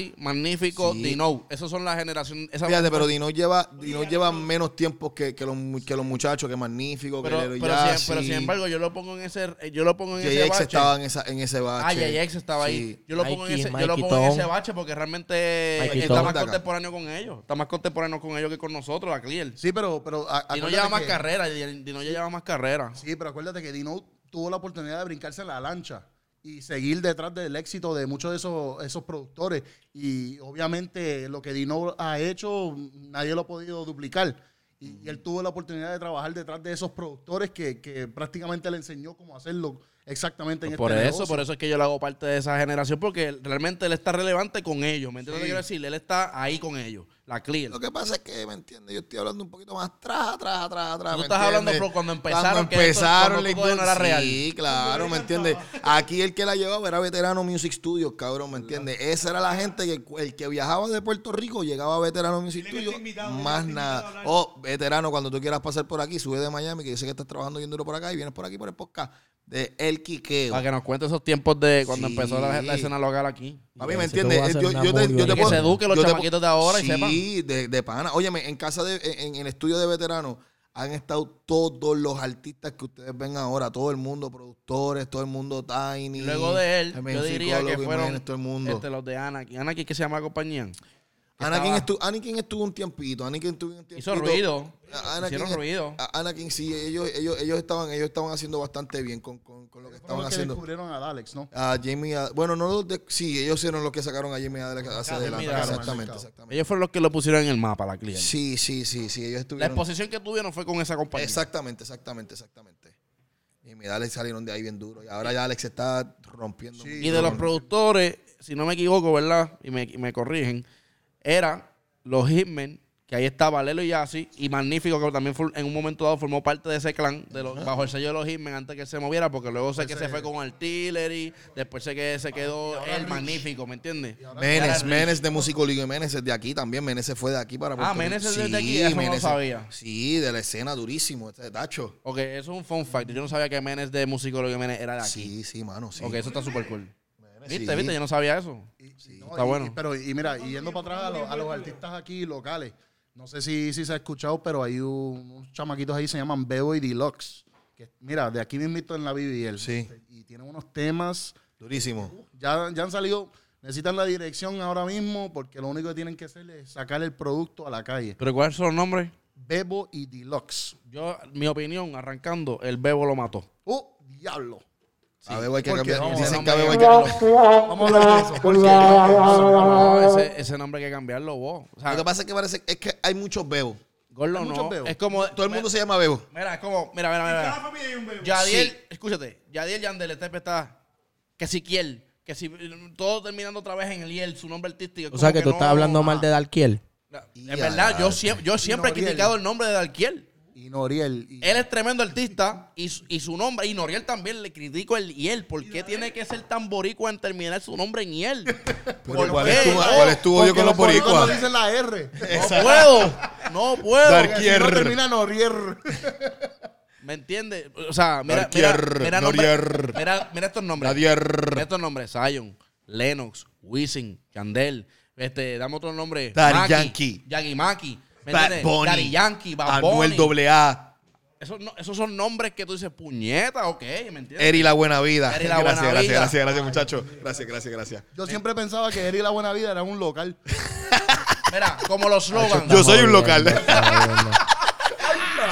Speaker 7: Loyasi, Magnífico,
Speaker 3: Sí.
Speaker 7: Dino. Esos son la generación. Esa
Speaker 3: Fíjate, pero Dino lleva, Dino lleva menos tiempo que, que los, mu- que los muchachos, que magnífico,
Speaker 7: pero,
Speaker 3: que Lero
Speaker 7: pero
Speaker 3: Jazzy.
Speaker 7: sin, pero sin embargo, yo lo pongo en ese, eh, yo lo pongo en ese
Speaker 3: JX
Speaker 7: bache.
Speaker 3: estaba en, esa, en ese bache.
Speaker 7: Ah, JX estaba ahí.
Speaker 3: Sí.
Speaker 7: Yo lo pongo, en
Speaker 1: Mikey,
Speaker 7: ese, yo lo
Speaker 1: Mikey
Speaker 7: pongo en ese
Speaker 1: Tom.
Speaker 7: bache porque realmente
Speaker 1: Mikey
Speaker 7: está
Speaker 1: Tom.
Speaker 7: más
Speaker 3: De acá.
Speaker 7: contemporáneo con ellos. Está más contemporáneo con ellos que con nosotros, la Clear.
Speaker 5: sí, pero... pero a-
Speaker 7: Dino
Speaker 5: acuérdate
Speaker 7: lleva más
Speaker 5: que-
Speaker 7: carrera. Dino ya lleva más carrera.
Speaker 5: Sí, pero acuérdate que Dino tuvo la oportunidad de brincarse en la lancha y seguir detrás del éxito de muchos de esos, esos productores. Y obviamente lo que Dino ha hecho, nadie lo ha podido duplicar. Y, y él tuvo la oportunidad de trabajar detrás de esos productores que, que prácticamente le enseñó cómo hacerlo exactamente en
Speaker 7: Por
Speaker 5: este
Speaker 7: eso,
Speaker 5: negocio.
Speaker 7: por eso es que yo lo hago parte de esa generación, porque realmente él está relevante con ellos. ¿Me entiendes lo que quiero decir? Él está ahí con ellos, la clear.
Speaker 3: Lo que pasa es que, ¿me entiendes? Yo estoy hablando un poquito más atrás, atrás, atrás, atrás.
Speaker 7: Tú
Speaker 3: ¿me
Speaker 7: estás hablando,
Speaker 3: entiendes?
Speaker 7: Flo, cuando empezaron, que esto-
Speaker 3: empezaron
Speaker 7: cuando
Speaker 3: la
Speaker 7: todo no era
Speaker 3: industria.
Speaker 7: real.
Speaker 3: Sí, claro, ¿me entiendes? Aquí el que la llevaba era Veterano Music Studios, cabrón, ¿me entiendes? Esa era la gente que el que viajaba de Puerto Rico llegaba a Veterano Music
Speaker 4: Dile que
Speaker 3: Studios,
Speaker 4: esté invitado, dile que
Speaker 3: más
Speaker 4: esté invitado a
Speaker 3: nada.
Speaker 4: hablar.
Speaker 3: Oh, Veterano, cuando tú quieras pasar por aquí, sube de Miami, que yo sé que estás trabajando bien duro por acá y vienes por aquí por el podcast de El Quiqueo.
Speaker 7: Para que nos cuente esos tiempos de cuando
Speaker 3: Sí.
Speaker 7: empezó la, la escena local aquí.
Speaker 3: A mí me
Speaker 1: Ese te voy
Speaker 3: entiendes.
Speaker 1: a hacer
Speaker 3: Yo,
Speaker 1: una
Speaker 3: yo te,
Speaker 1: muy
Speaker 3: yo te
Speaker 1: buena.
Speaker 7: Que se eduquen los
Speaker 3: yo te puedo-
Speaker 7: chamaquitos de ahora y
Speaker 3: sí,
Speaker 7: sepan.
Speaker 3: de, de pana. Óyeme, en casa de, en, en el estudio de veteranos han estado todos los artistas que ustedes ven ahora, todo el mundo, productores, todo el mundo Tiny.
Speaker 7: Y luego de él,
Speaker 3: también
Speaker 7: yo diría que
Speaker 3: psicólogo,
Speaker 7: fueron
Speaker 3: Jiménez, todo el mundo.
Speaker 7: este, los de Anakin. Anakin, que se llama la compañía?
Speaker 3: Anakin,
Speaker 7: estaba-
Speaker 3: estuvo, Anakin estuvo un tiempito, Anakin estuvo un tiempito.
Speaker 7: Hizo ruido.
Speaker 3: A- Anakin,
Speaker 7: Hicieron ruido.
Speaker 3: a- Anakin, sí, ellos, ellos, ellos estaban, ellos estaban haciendo bastante bien con, con, con lo que
Speaker 5: Fueron
Speaker 3: estaban
Speaker 5: los que
Speaker 3: haciendo.
Speaker 5: descubrieron a Alex, ¿no?
Speaker 3: A Jamie, Ad- bueno, no los de- sí, ellos fueron los que sacaron a Jamie Adler hacia adelante.
Speaker 7: Adams,
Speaker 3: Exactamente, exactamente.
Speaker 7: Ellos fueron los que lo pusieron en el mapa, la cliente.
Speaker 3: Sí, sí, sí, sí, ellos
Speaker 7: La
Speaker 3: estuvieron.
Speaker 7: exposición que tuvieron fue con esa compañía.
Speaker 3: Exactamente, exactamente, exactamente. Y mira, Alex salieron de ahí bien duro. Y ahora ya Alex está rompiendo.
Speaker 5: Sí.
Speaker 3: mucho.
Speaker 7: Y de los productores, si no me equivoco, ¿verdad? Y me, y me corrigen, era los Hitmen, que ahí estaba Lelo y Yassi, y Magnífico, que también fue- en un momento dado formó parte de ese clan, de los, bajo el sello de los Hitmen, antes que él se moviera, porque luego sé que se fue con Artillery, después sé
Speaker 3: Ah,
Speaker 7: que se quedó el Magnífico, ¿me entiendes?
Speaker 3: Menes, Menes de Músico League. Menes es de aquí también. Menes se fue de aquí para Puerto
Speaker 7: Ah, Menes
Speaker 3: Rico.
Speaker 7: es de aquí, eso no lo
Speaker 3: Menes es-
Speaker 7: sabía.
Speaker 3: Sí, de la escena durísimo. Este Tacho.
Speaker 7: Ok, eso es un fun fact. Yo no sabía que Menes de Musicólogo Menes era de aquí.
Speaker 3: Sí, sí, mano. Sí.
Speaker 7: Ok, eso está súper cool.
Speaker 3: sí.
Speaker 7: ¿Viste, viste? Yo no sabía eso.
Speaker 5: Y- y-
Speaker 7: está
Speaker 5: y-
Speaker 7: bueno.
Speaker 5: y- pero, y mira, y yendo para atrás a los, a los artistas aquí locales, no sé si, si se ha escuchado, pero hay un- unos chamaquitos ahí se llaman Bebo y Deluxe. Que, mira, de aquí mismito en la BBL.
Speaker 3: Sí.
Speaker 5: Y tienen unos temas,
Speaker 3: Durísimo.
Speaker 5: ya, ya han salido, necesitan la dirección ahora mismo, porque lo único que tienen que hacer es sacar el producto a la calle.
Speaker 7: ¿Pero cuáles son los nombres?
Speaker 5: Bebo y Deluxe.
Speaker 7: Yo, mi opinión, arrancando, el Bebo lo mató.
Speaker 5: ¡Oh, diablo!
Speaker 3: A Bebo hay que
Speaker 5: ¿Por qué?
Speaker 3: cambiar.
Speaker 5: Vamos,
Speaker 3: Dicen
Speaker 7: vamos,
Speaker 3: que a Bebo hay que
Speaker 7: vamos.
Speaker 3: cambiar.
Speaker 5: Vamos a hablar de eso. ¿Por qué?
Speaker 7: No, ese, ese nombre hay que cambiarlo vos. O sea,
Speaker 3: Lo que pasa es que parece es que hay muchos Bebo.
Speaker 7: Gorlo
Speaker 5: hay muchos
Speaker 7: no.
Speaker 5: Bebo.
Speaker 7: Es como.
Speaker 3: Todo el mundo se llama Bebo.
Speaker 7: Mira, es como. Mira, mira, mira. mira. Yadiel, escúchate. Yadiel Yandel, este está. Que si Kiel. Que si. Todo terminando otra vez en el Yel, su nombre artístico. es
Speaker 1: O sea
Speaker 7: como
Speaker 1: que tú
Speaker 7: no-
Speaker 1: estás hablando mal de Dalkiel.
Speaker 7: Es verdad, yo, siem- yo siempre he
Speaker 5: Noriel.
Speaker 7: criticado el nombre de Dalquiel.
Speaker 5: Y Noriel. y-
Speaker 7: Él es tremendo artista y, su- y su nombre, y Noriel también le critico el Yel. ¿Por qué tiene que ser tan boricua en terminar su nombre en Yel? ¿Por
Speaker 3: ¿Cuál
Speaker 7: qué?
Speaker 3: estuvo,
Speaker 7: No,
Speaker 3: cuál estuvo yo
Speaker 5: porque
Speaker 3: con los
Speaker 5: boricuas
Speaker 3: boricuas?
Speaker 5: no dicen la R.
Speaker 7: No puedo, no puedo.
Speaker 3: Darkiel.
Speaker 5: Si no
Speaker 3: Kier.
Speaker 5: termina Norier.
Speaker 7: ¿Me entiendes? O sea, mira, mira,
Speaker 3: Norquier,
Speaker 7: mira, nombre-
Speaker 3: Norquier.
Speaker 7: mira- mira estos nombres.
Speaker 3: Nadier.
Speaker 7: Mira estos nombres. Zion, Lennox, Wisin, Candel. Este, dame otro nombre.
Speaker 3: Daddy
Speaker 7: Maki,
Speaker 3: Yankee.
Speaker 7: Yagi Maki. ¿Me
Speaker 3: Bad
Speaker 7: entiendes?
Speaker 3: Bunny.
Speaker 7: Daddy Yankee, Bad
Speaker 3: Anuel
Speaker 7: Bunny.
Speaker 3: AA.
Speaker 7: Esos, no- esos son nombres que tú dices, puñeta, ok, ¿me entiendes?
Speaker 3: Eri la buena vida.
Speaker 7: Eri la
Speaker 3: gracias,
Speaker 7: buena
Speaker 3: gracias,
Speaker 7: vida.
Speaker 3: gracias, gracias, muchachos. Gracias, gracias, gracias.
Speaker 5: Yo siempre pensaba que Eri La Buena Vida era un local.
Speaker 7: Mira, como los slogans.
Speaker 3: Yo soy un
Speaker 1: Jodiendo,
Speaker 3: local.
Speaker 1: jodiendo.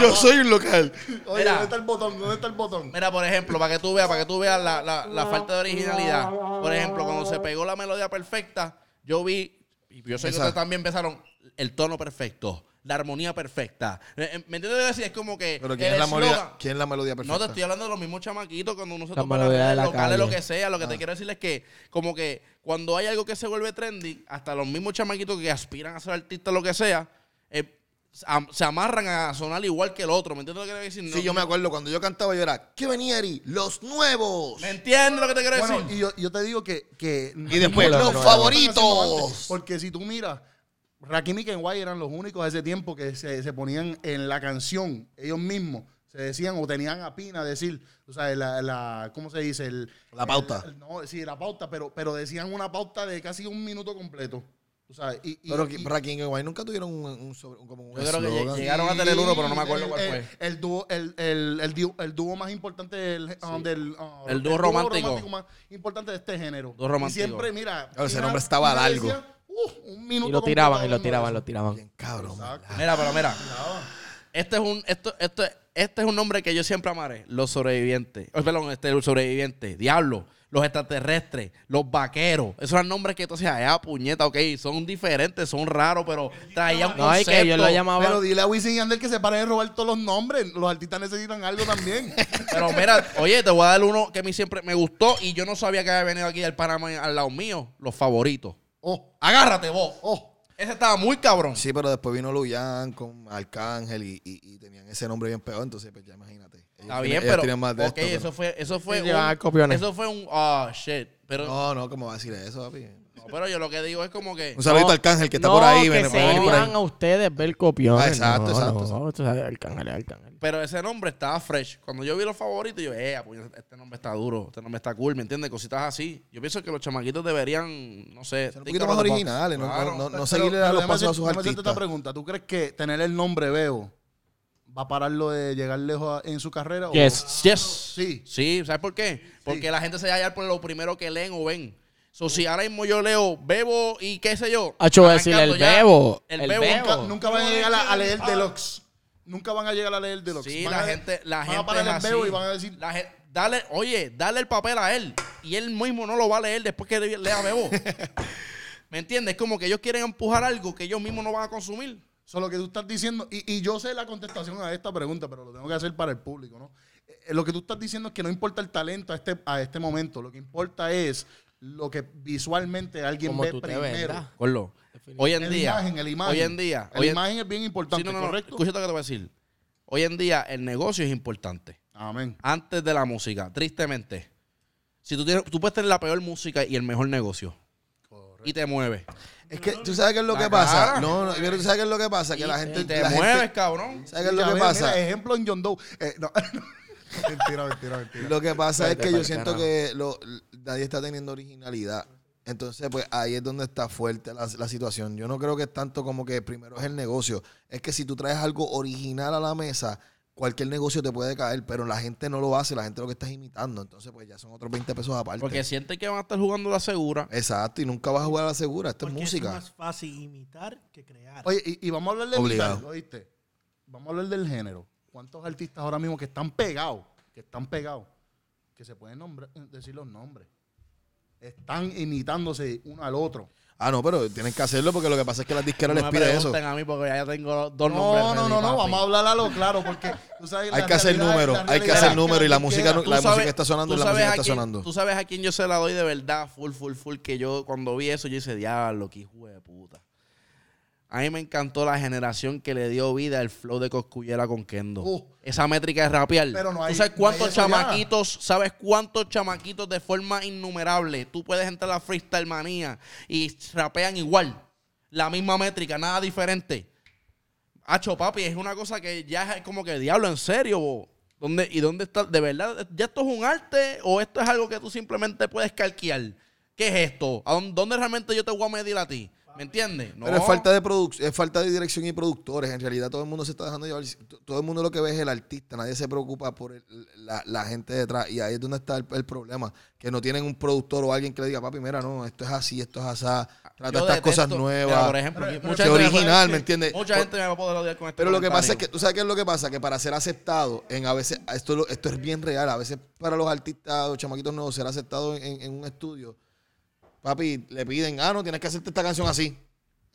Speaker 3: Yo soy un local.
Speaker 5: Oye,
Speaker 7: Mira.
Speaker 5: ¿dónde está el botón? ¿Dónde está el botón?
Speaker 7: Mira, por ejemplo, para que tú veas, para que tú veas la, la- la falta de originalidad. Por ejemplo, cuando se pegó la melodía perfecta, yo vi, y yo sé que
Speaker 3: Esa.
Speaker 7: ustedes también empezaron, el tono perfecto, la armonía perfecta. Eh, eh, ¿Me entiendes lo que decir? Es como que.
Speaker 3: Pero ¿quién
Speaker 7: el
Speaker 3: es la melodía?
Speaker 7: eslogan-
Speaker 3: ¿Quién es la melodía
Speaker 7: No, te
Speaker 3: perfecta?
Speaker 7: estoy hablando de los mismos chamaquitos cuando uno se
Speaker 1: La
Speaker 7: topa en las
Speaker 1: melodía de
Speaker 7: redes
Speaker 1: la
Speaker 7: locales, lo
Speaker 1: calle.
Speaker 7: que sea. Lo
Speaker 3: Ah.
Speaker 7: que te quiero decir es que, como que cuando hay algo que se vuelve trendy, hasta los mismos chamaquitos que aspiran a ser artistas, lo que sea, eh, am- se amarran a sonar igual que el otro. ¿Me entiendes lo que quiero decir?
Speaker 3: Sí, yo me acuerdo cuando yo cantaba yo era, ¿qué venía Eri? Los nuevos.
Speaker 7: ¿Me entiendes lo que te quiero decir?
Speaker 5: Bueno, y yo, yo te digo que. que
Speaker 3: Y después,
Speaker 5: no-
Speaker 3: los
Speaker 5: no-
Speaker 3: favoritos.
Speaker 5: Porque si tú miras, Rakim y Kenway eran los únicos a ese tiempo que se, se ponían en la canción ellos mismos. Se decían o tenían a Pina decir, o sea, la, la- ¿cómo se dice? El-
Speaker 3: La pauta.
Speaker 5: el- no, sí, la pauta, pero, pero decían una pauta de casi un minuto completo. O sea, y, y-
Speaker 3: Pero
Speaker 5: y-
Speaker 3: Rakim y Guay nunca tuvieron un, un sobre- un- como un
Speaker 7: Yo creo que
Speaker 3: eslogan.
Speaker 7: lleg- Llegaron a tener uno, pero no me acuerdo
Speaker 5: el-
Speaker 7: cuál
Speaker 5: el-
Speaker 7: fue.
Speaker 5: El dúo, el, el, el, dúo, el dúo más importante del, ah, del, ah,
Speaker 7: El dúo romántico.
Speaker 5: más importante de este género.
Speaker 7: Dúo romántico.
Speaker 5: Y siempre, mira.
Speaker 3: Claro, ese
Speaker 5: mira,
Speaker 3: nombre estaba
Speaker 5: mira,
Speaker 3: largo.
Speaker 5: decía, "Uh, un minuto
Speaker 1: Y lo
Speaker 5: completo
Speaker 1: tiraban, y lo
Speaker 5: hablando de
Speaker 1: tiraban,
Speaker 5: eso".
Speaker 1: lo tiraban.
Speaker 3: Bien, cabrón.
Speaker 5: Exacto.
Speaker 7: Mira, pero mira. Este es un. Esto, esto, este es un nombre que yo siempre amaré. Los sobrevivientes. Oh, perdón, este, los sobrevivientes. Diablo. Los extraterrestres. Los vaqueros. Esos eran nombres que entonces, ah, puñeta, ok. Son diferentes, son raros, pero traían
Speaker 1: No, es
Speaker 7: concepto.
Speaker 1: que yo lo llamaba.
Speaker 5: Pero dile a Wisin y Yandel que se paren de robar todos los nombres. Los artistas necesitan algo también.
Speaker 7: Pero mira, oye, te voy a dar uno que a mí siempre me gustó y yo no sabía que había venido aquí al Panamá al lado mío. Los favoritos.
Speaker 5: Oh,
Speaker 7: Agárrate vos.
Speaker 5: oh.
Speaker 7: Ese estaba muy cabrón.
Speaker 3: Sí, pero después vino Luyan con Arcángel y, y- y tenían ese nombre bien pegado, entonces pues ya imagínate. Ellos
Speaker 7: Está
Speaker 3: tienen-
Speaker 7: bien,
Speaker 3: ellos
Speaker 7: pero.
Speaker 3: tienen más de
Speaker 7: ok,
Speaker 3: esto,
Speaker 7: eso fue. Eso fue.
Speaker 1: Sí, llevaban
Speaker 7: un,
Speaker 1: copiones.
Speaker 7: eso fue un. Ah, shit. Pero,
Speaker 3: pero- No, no, ¿cómo va a decir eso, papi?
Speaker 7: no, pero yo lo que digo es como que.
Speaker 3: Un saludito
Speaker 1: No,
Speaker 3: a Arcángel que está
Speaker 1: no,
Speaker 3: por ahí.
Speaker 1: Que
Speaker 3: ven,
Speaker 1: se
Speaker 3: puede venir por ahí.
Speaker 1: iban a ustedes ver copiones.
Speaker 3: Ah, exacto,
Speaker 1: No,
Speaker 3: exacto,
Speaker 1: no,
Speaker 3: exacto.
Speaker 1: tú sabes, Arcángel, Arcángel.
Speaker 7: Pero ese nombre estaba fresh. Cuando yo vi los favoritos, yo, eh, pues, este nombre está duro, este nombre está cool, ¿me entiendes? Cositas así. Yo pienso que los chamaquitos deberían, no sé,
Speaker 3: Ser un
Speaker 7: think
Speaker 3: poquito más
Speaker 7: about the box.
Speaker 3: originales, no,
Speaker 7: Claro.
Speaker 3: no, no, no
Speaker 5: Pero-
Speaker 3: seguirle
Speaker 5: pero
Speaker 3: a los
Speaker 5: déjame
Speaker 3: pasos a
Speaker 5: hacer-
Speaker 3: sus
Speaker 5: déjame hacerte esta
Speaker 3: artistas.
Speaker 5: pregunta. ¿Tú crees que tener el nombre Bebo va a parar lo de llegar lejos a- en su carrera? o-
Speaker 1: Yes, yes.
Speaker 5: Sí.
Speaker 7: Sí, ¿sabes por qué? Porque la gente se va a hallar por lo primero que leen o ven. So, si ahora mismo yo leo Bebo y qué sé yo.
Speaker 1: Hacho, voy a decirle
Speaker 7: arrancando
Speaker 1: el
Speaker 7: ya,
Speaker 1: Bebo,
Speaker 7: El
Speaker 1: el
Speaker 7: Bebo.
Speaker 1: Bebo.
Speaker 5: Nunca, nunca van a llegar a, a leer Deluxe. Nunca van a llegar a leer Deluxe.
Speaker 7: Sí,
Speaker 5: Van
Speaker 7: la
Speaker 5: a-
Speaker 7: gente, la
Speaker 5: van
Speaker 7: gente.
Speaker 5: a parar
Speaker 7: es
Speaker 5: el Bebo
Speaker 7: así.
Speaker 5: y van a decir...
Speaker 7: La gen- dale, oye, dale el papel a él. Y él mismo no lo va a leer después que le- lea Bebo. ¿Me entiendes? Es como que ellos quieren empujar algo que ellos mismos no van a consumir.
Speaker 5: Solo que tú estás diciendo, y, y yo sé la contestación a esta pregunta, pero lo tengo que hacer para el público, ¿no? Eh, lo que tú estás diciendo es que no importa el talento a este, a este momento, lo que importa es lo que visualmente alguien
Speaker 1: Como
Speaker 5: ve
Speaker 1: tú te
Speaker 5: primero.
Speaker 1: vendas.
Speaker 7: Gordo, Hoy en
Speaker 5: La
Speaker 7: día.
Speaker 5: imagen, la imagen.
Speaker 7: Hoy en día.
Speaker 5: La
Speaker 7: hoy en-
Speaker 5: imagen es bien importante,
Speaker 7: Sí, no, no, no,
Speaker 5: ¿correcto?
Speaker 7: Escucha lo que te voy a decir. Hoy en día el negocio es importante.
Speaker 5: Amén.
Speaker 7: Antes de la música, tristemente. Si tú, tienes, tú puedes tener la peor música y el mejor negocio. Y te mueves.
Speaker 3: Es que tú sabes qué es lo
Speaker 7: La
Speaker 3: que pasa.
Speaker 7: cara.
Speaker 3: No, no, pero tú sabes qué es lo que pasa, que la
Speaker 7: Y
Speaker 3: gente
Speaker 7: te
Speaker 3: la gente-
Speaker 7: mueves, cabrón.
Speaker 3: ¿Sabes qué es
Speaker 5: Mira,
Speaker 3: lo que
Speaker 5: mira,
Speaker 3: pasa?
Speaker 5: mira, ejemplo en John Doe. Eh, no. mentira, mentira, mentira.
Speaker 3: Lo que pasa es
Speaker 1: Vete
Speaker 3: que
Speaker 1: pa'l
Speaker 3: yo siento
Speaker 1: carajo.
Speaker 3: que lo- nadie está teniendo originalidad. Entonces, pues ahí es donde está fuerte la, la situación. Yo no creo que es tanto como que primero es el negocio. Es que si tú traes algo original a la mesa, cualquier negocio te puede caer, pero la gente no lo hace, la gente lo que está es imitando. Entonces, pues ya son otros 20 pesos aparte.
Speaker 7: Porque sienten que van a estar jugando la segura.
Speaker 3: Exacto, y nunca vas a jugar a la segura. Esto es
Speaker 4: Porque
Speaker 3: música.
Speaker 4: es más fácil imitar que crear.
Speaker 5: Oye, y, y vamos a hablar de
Speaker 3: Obligado.
Speaker 5: metal, ¿oíste? Vamos a hablar del género. ¿Cuántos artistas ahora mismo que están pegados, que están pegados, que se pueden nombrar- decir los nombres? Están imitándose uno al otro.
Speaker 3: Ah, no, pero tienen que hacerlo porque lo que pasa es que las disqueras
Speaker 7: No
Speaker 3: les
Speaker 7: me
Speaker 3: pide eso.
Speaker 7: pregunten a mí porque ya tengo dos nombres.
Speaker 5: No, no, no, no, vamos a hablar a lo claro porque tú sabes
Speaker 3: Hay
Speaker 5: la
Speaker 3: que hacer
Speaker 5: realidad-
Speaker 3: número,
Speaker 5: la
Speaker 3: hay que
Speaker 5: realidad
Speaker 3: hacer
Speaker 5: es
Speaker 3: número y la
Speaker 5: las
Speaker 3: música
Speaker 5: disqueras-
Speaker 3: no- la música está sonando y la música está sonando.
Speaker 7: Tú sabes a quién yo se la doy de verdad, full, full, full, que yo cuando vi eso yo hice, diablo, qué hijo de puta. A mí me encantó la generación que le dio vida al flow de Coscullera con Kendo.
Speaker 5: Uh.
Speaker 7: Esa métrica es rapear.
Speaker 5: Pero no hay-
Speaker 7: ¿Tú sabes
Speaker 5: no hay
Speaker 7: cuántos
Speaker 5: eso ya.
Speaker 7: chamaquitos, sabes cuántos chamaquitos de forma innumerable tú puedes entrar a Freestyle Manía y rapean igual? La misma métrica, nada diferente. Hacho, papi, es una cosa que ya es como que diablo, en serio, bo. ¿Dónde, ¿Y dónde está? ¿De verdad? ¿Ya esto es un arte o esto es algo que tú simplemente puedes calquear? ¿Qué es esto? ¿A dónde, dónde realmente yo te voy a medir a ti? ¿Me entiendes? No.
Speaker 3: Pero es falta de produc- es falta de dirección y productores. En realidad todo el mundo se está dejando llevar. T- Todo el mundo lo que ve es el artista. Nadie se preocupa por el- la, la gente detrás. Y ahí es donde está el, el problema. Que no tienen un productor o alguien que le diga, papi, mira, no, esto es así, esto es asá. Trata
Speaker 7: Yo
Speaker 3: estas
Speaker 7: detesto-
Speaker 3: cosas
Speaker 7: Mira,
Speaker 3: nuevas.
Speaker 7: por ejemplo, mucha
Speaker 5: Pero-
Speaker 3: pero-
Speaker 7: gente
Speaker 3: que original,
Speaker 7: va-
Speaker 3: ¿me entiendes?
Speaker 7: Mucha
Speaker 3: Por-
Speaker 7: gente me va a poder odiar con este
Speaker 3: Pero lo que pasa es que,
Speaker 7: comentario.
Speaker 3: ¿tú sabes qué es lo que pasa? Que para ser aceptado, en a veces, esto, lo- esto es bien real, a veces para los artistas, los chamaquitos nuevos, ser aceptado en, en un estudio, papi, le piden, ah, no, tienes que hacerte esta canción así.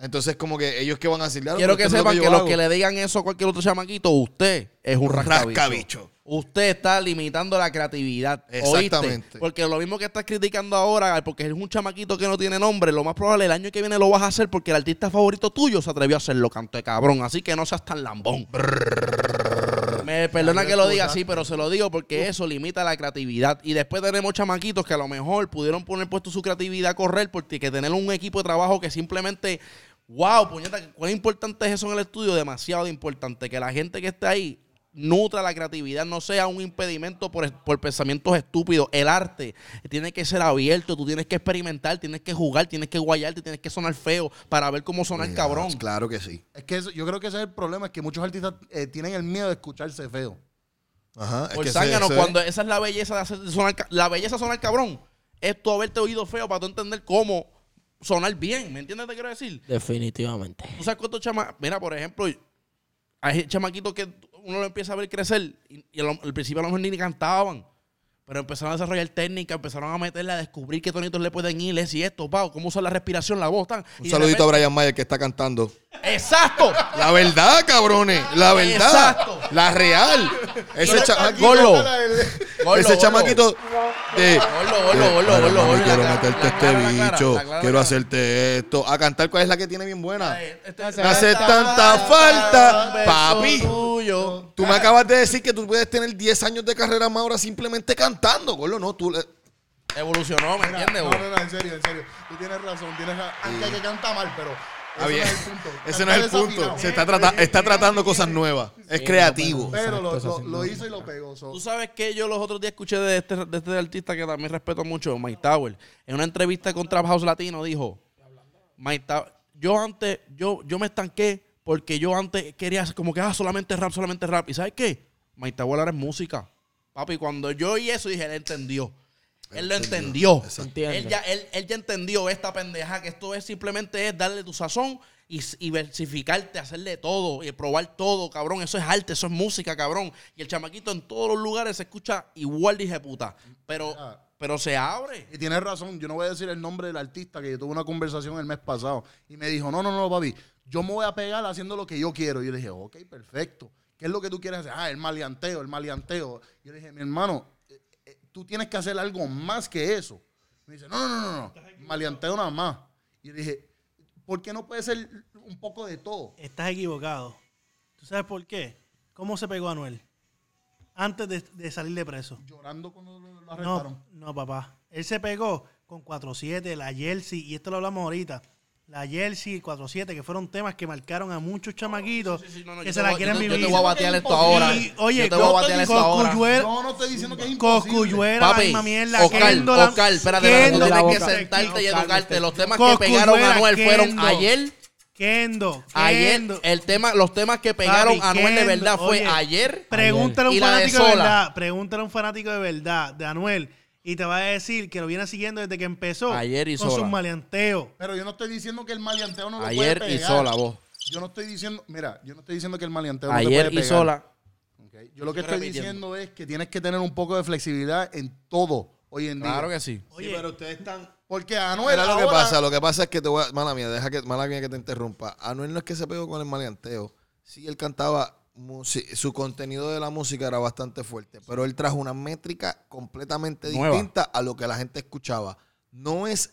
Speaker 3: Entonces, como que ellos que van a decir, "Claro,
Speaker 7: Quiero
Speaker 3: pero
Speaker 7: que
Speaker 3: esto es lo
Speaker 7: sepan que,
Speaker 3: yo
Speaker 7: los
Speaker 3: hago".
Speaker 7: que le digan eso a cualquier otro chamaquito, usted es un rascabicho.
Speaker 3: rascabicho.
Speaker 7: Usted está limitando la creatividad. ¿oíste?
Speaker 3: Exactamente.
Speaker 7: Porque lo mismo que estás criticando ahora, porque es un chamaquito que no tiene nombre, lo más probable el año que viene lo vas a hacer porque el artista favorito tuyo se atrevió a hacerlo, canto de cabrón. Así que no seas tan lambón. Me perdona que lo diga así, pero se lo digo porque eso limita la creatividad. Y después tenemos chamaquitos que a lo mejor pudieron poner puesto su creatividad a correr porque que tener un equipo de trabajo que simplemente, wow, puñeta, cuán importante es eso en el estudio, demasiado importante. Que la gente que esté ahí nutra la creatividad, no sea un impedimento por, por pensamientos estúpidos. El arte tiene que ser abierto, tú tienes que experimentar, tienes que jugar, tienes que guayarte, tienes que sonar feo para ver cómo sonar
Speaker 3: Mira,
Speaker 7: cabrón.
Speaker 3: Claro que sí.
Speaker 5: Es que eso- yo creo que ese es el problema, es que muchos artistas eh, tienen el miedo de escucharse feo.
Speaker 3: Ajá.
Speaker 7: Por
Speaker 3: que
Speaker 7: zángano,
Speaker 3: ese- ese-
Speaker 7: cuando esa es la belleza de hacer sonar, ca- la belleza de sonar cabrón. Es tú haberte oído feo para tú entender cómo sonar bien. ¿Me entiendes lo que quiero decir?
Speaker 1: Definitivamente.
Speaker 7: ¿Tú sabes cuántos chama Mira, por ejemplo, hay chamaquitos que. Un uno lo empieza a ver crecer y, y al, al principio a lo mejor ni cantaban. Pero empezaron a desarrollar técnica, empezaron a meterla, a descubrir qué tonitos le pueden ir, es y esto, pao, cómo usar la respiración, la voz, tan.
Speaker 3: Un
Speaker 7: y de
Speaker 3: saludito a
Speaker 7: repente-
Speaker 3: Brian Mayer que está cantando.
Speaker 7: ¡Exacto!
Speaker 3: La verdad, cabrones. La verdad.
Speaker 7: Exacto.
Speaker 3: La real. Ese, chamaquito-
Speaker 7: Gorlo. Gorlo,
Speaker 3: ese
Speaker 7: gorlo.
Speaker 3: chamaquito. de-
Speaker 7: Gorlo, gorlo, gorlo,
Speaker 3: Mira,
Speaker 7: gorlo,
Speaker 3: mami,
Speaker 7: gorlo,
Speaker 3: quiero
Speaker 7: la-
Speaker 3: meterte
Speaker 7: la
Speaker 3: este
Speaker 7: clara, la clara,
Speaker 3: bicho.
Speaker 7: la clara,
Speaker 3: quiero
Speaker 7: la
Speaker 3: hacerte esto. A cantar, ¿cuál es la que tiene bien buena?
Speaker 7: Este-
Speaker 3: Me hace tanta falta,
Speaker 7: un beso
Speaker 3: papi.
Speaker 7: tuyo.
Speaker 3: Tú me acabas de decir que tú puedes tener 10 años de carrera más ahora simplemente cantando, gordo. No, tú. le-
Speaker 7: Evolucionó, ¿me entiendes?
Speaker 5: No,
Speaker 7: vos?
Speaker 5: no, no, en serio, en serio. Tú tienes razón, tienes ra- aunque que canta mal, pero
Speaker 3: Ah, bien.
Speaker 5: ese no es el punto.
Speaker 3: Ese
Speaker 5: Canta
Speaker 3: no es el
Speaker 5: desafinado.
Speaker 3: punto. Se está, trata- está tratando cosas nuevas. Es creativo.
Speaker 5: Pero lo,
Speaker 1: Exacto,
Speaker 5: lo-
Speaker 1: eso
Speaker 5: lo
Speaker 1: sí.
Speaker 5: hizo y lo pegó. so.
Speaker 7: Tú sabes que yo los otros días escuché de este, de este artista que también respeto mucho, Mike Tower. En una entrevista con Trap House Latino dijo, Mike Tower, yo antes, yo, yo me estanqué porque yo antes quería como que, ah, solamente rap, solamente rap. ¿Y sabes qué? Mike Tower ahora es música. Papi, cuando yo oí eso dije, él entendió. Él lo entendió.
Speaker 1: Entiendo.
Speaker 7: Él ya, él, él ya entendió esta pendeja, que esto es simplemente es darle tu sazón y, s- y versificarte, hacerle todo y probar todo, cabrón. Eso es arte, eso es música, cabrón. Y el chamaquito en todos los lugares se escucha igual, dije puta. Pero,
Speaker 5: Ah.
Speaker 7: pero se abre.
Speaker 5: Y tienes razón, yo no voy a decir el nombre del artista que yo tuve una conversación el mes pasado y me dijo, no, no, no, papi, yo me voy a pegar haciendo lo que yo quiero. Y yo le dije, ok, perfecto. ¿Qué es lo que tú quieres hacer? Ah, el maleanteo, el maleanteo. Yo le dije, mi hermano, eh, eh, tú tienes que hacer algo más que eso. Me dice, no, no, no, no, no, maleanteo nada más. Y yo le dije, ¿por qué no puede ser un poco de todo?
Speaker 4: Estás equivocado. ¿Tú sabes por qué? ¿Cómo se pegó Anuel? Antes de, de salir de preso.
Speaker 5: Llorando cuando lo lo arrestaron.
Speaker 4: No, no, papá. Él se pegó con 4-7, la Jersey, y esto lo hablamos ahorita. La Jersey y 4-7, que fueron temas que marcaron a muchos chamaquitos
Speaker 7: Sí, sí, no, no,
Speaker 4: que
Speaker 7: yo
Speaker 4: se
Speaker 7: te
Speaker 4: la
Speaker 7: voy-
Speaker 4: quieren
Speaker 7: yo te-
Speaker 4: vivir.
Speaker 7: Yo te voy a batear esto ahora.
Speaker 4: Y, er- oye,
Speaker 7: yo te voy a
Speaker 4: con-
Speaker 7: batear esto ahora.
Speaker 4: Cosculluela-
Speaker 5: No, no estoy diciendo que es imposible.
Speaker 4: Cosculluela, la
Speaker 7: Papi,
Speaker 4: misma mierda.
Speaker 7: Oscar,
Speaker 4: Kendall,
Speaker 7: Oscar, espérate, espérate, tú
Speaker 4: Kendall,
Speaker 7: tienes que
Speaker 1: boca.
Speaker 7: sentarte y
Speaker 1: Oscar,
Speaker 7: educarte.
Speaker 1: este-
Speaker 7: Los temas que
Speaker 4: Cosculluela,
Speaker 7: pegaron a Anuel fueron
Speaker 4: Kendo.
Speaker 7: ayer,
Speaker 4: Kendo,
Speaker 7: ayer,
Speaker 4: Kendo.
Speaker 7: el tema, los temas que pegaron a
Speaker 4: Papi,
Speaker 7: Anuel de
Speaker 4: Kendo,
Speaker 7: verdad fue
Speaker 4: oye,
Speaker 7: ayer.
Speaker 4: Pregúntale a un
Speaker 7: Y la de
Speaker 4: fanático de,
Speaker 7: Sola.
Speaker 4: verdad. Pregúntale a un fanático de verdad de Anuel. Y te va a decir que lo viene siguiendo desde que empezó.
Speaker 7: Ayer y
Speaker 4: Con
Speaker 7: Sola.
Speaker 4: sus maleanteos.
Speaker 5: Pero yo no estoy diciendo que el maleanteo no lo
Speaker 7: Ayer
Speaker 5: puede
Speaker 7: y
Speaker 5: pegar.
Speaker 7: sola, vos.
Speaker 5: Yo no estoy diciendo, mira, yo no estoy diciendo que el maleanteo no te
Speaker 7: Ayer
Speaker 5: puede
Speaker 7: y
Speaker 5: pegar.
Speaker 7: sola.
Speaker 5: Ok, Yo lo que
Speaker 7: Estoy
Speaker 5: estoy
Speaker 7: repitiendo.
Speaker 5: diciendo es que tienes que tener un poco de flexibilidad en todo hoy en día.
Speaker 7: Claro que sí.
Speaker 4: Oye,
Speaker 3: ustedes están.
Speaker 5: Porque a Anuel
Speaker 3: Mira lo que
Speaker 5: ahora-
Speaker 3: pasa. Lo que pasa es que te voy a. Mala mía, deja que, mala mía que te interrumpa. Anuel no es que se pegó con el maleanteo. Sí, él cantaba. musi- Su contenido de la música era bastante fuerte, pero él trajo una métrica completamente
Speaker 7: Nueva.
Speaker 3: distinta a lo que la gente escuchaba. No es,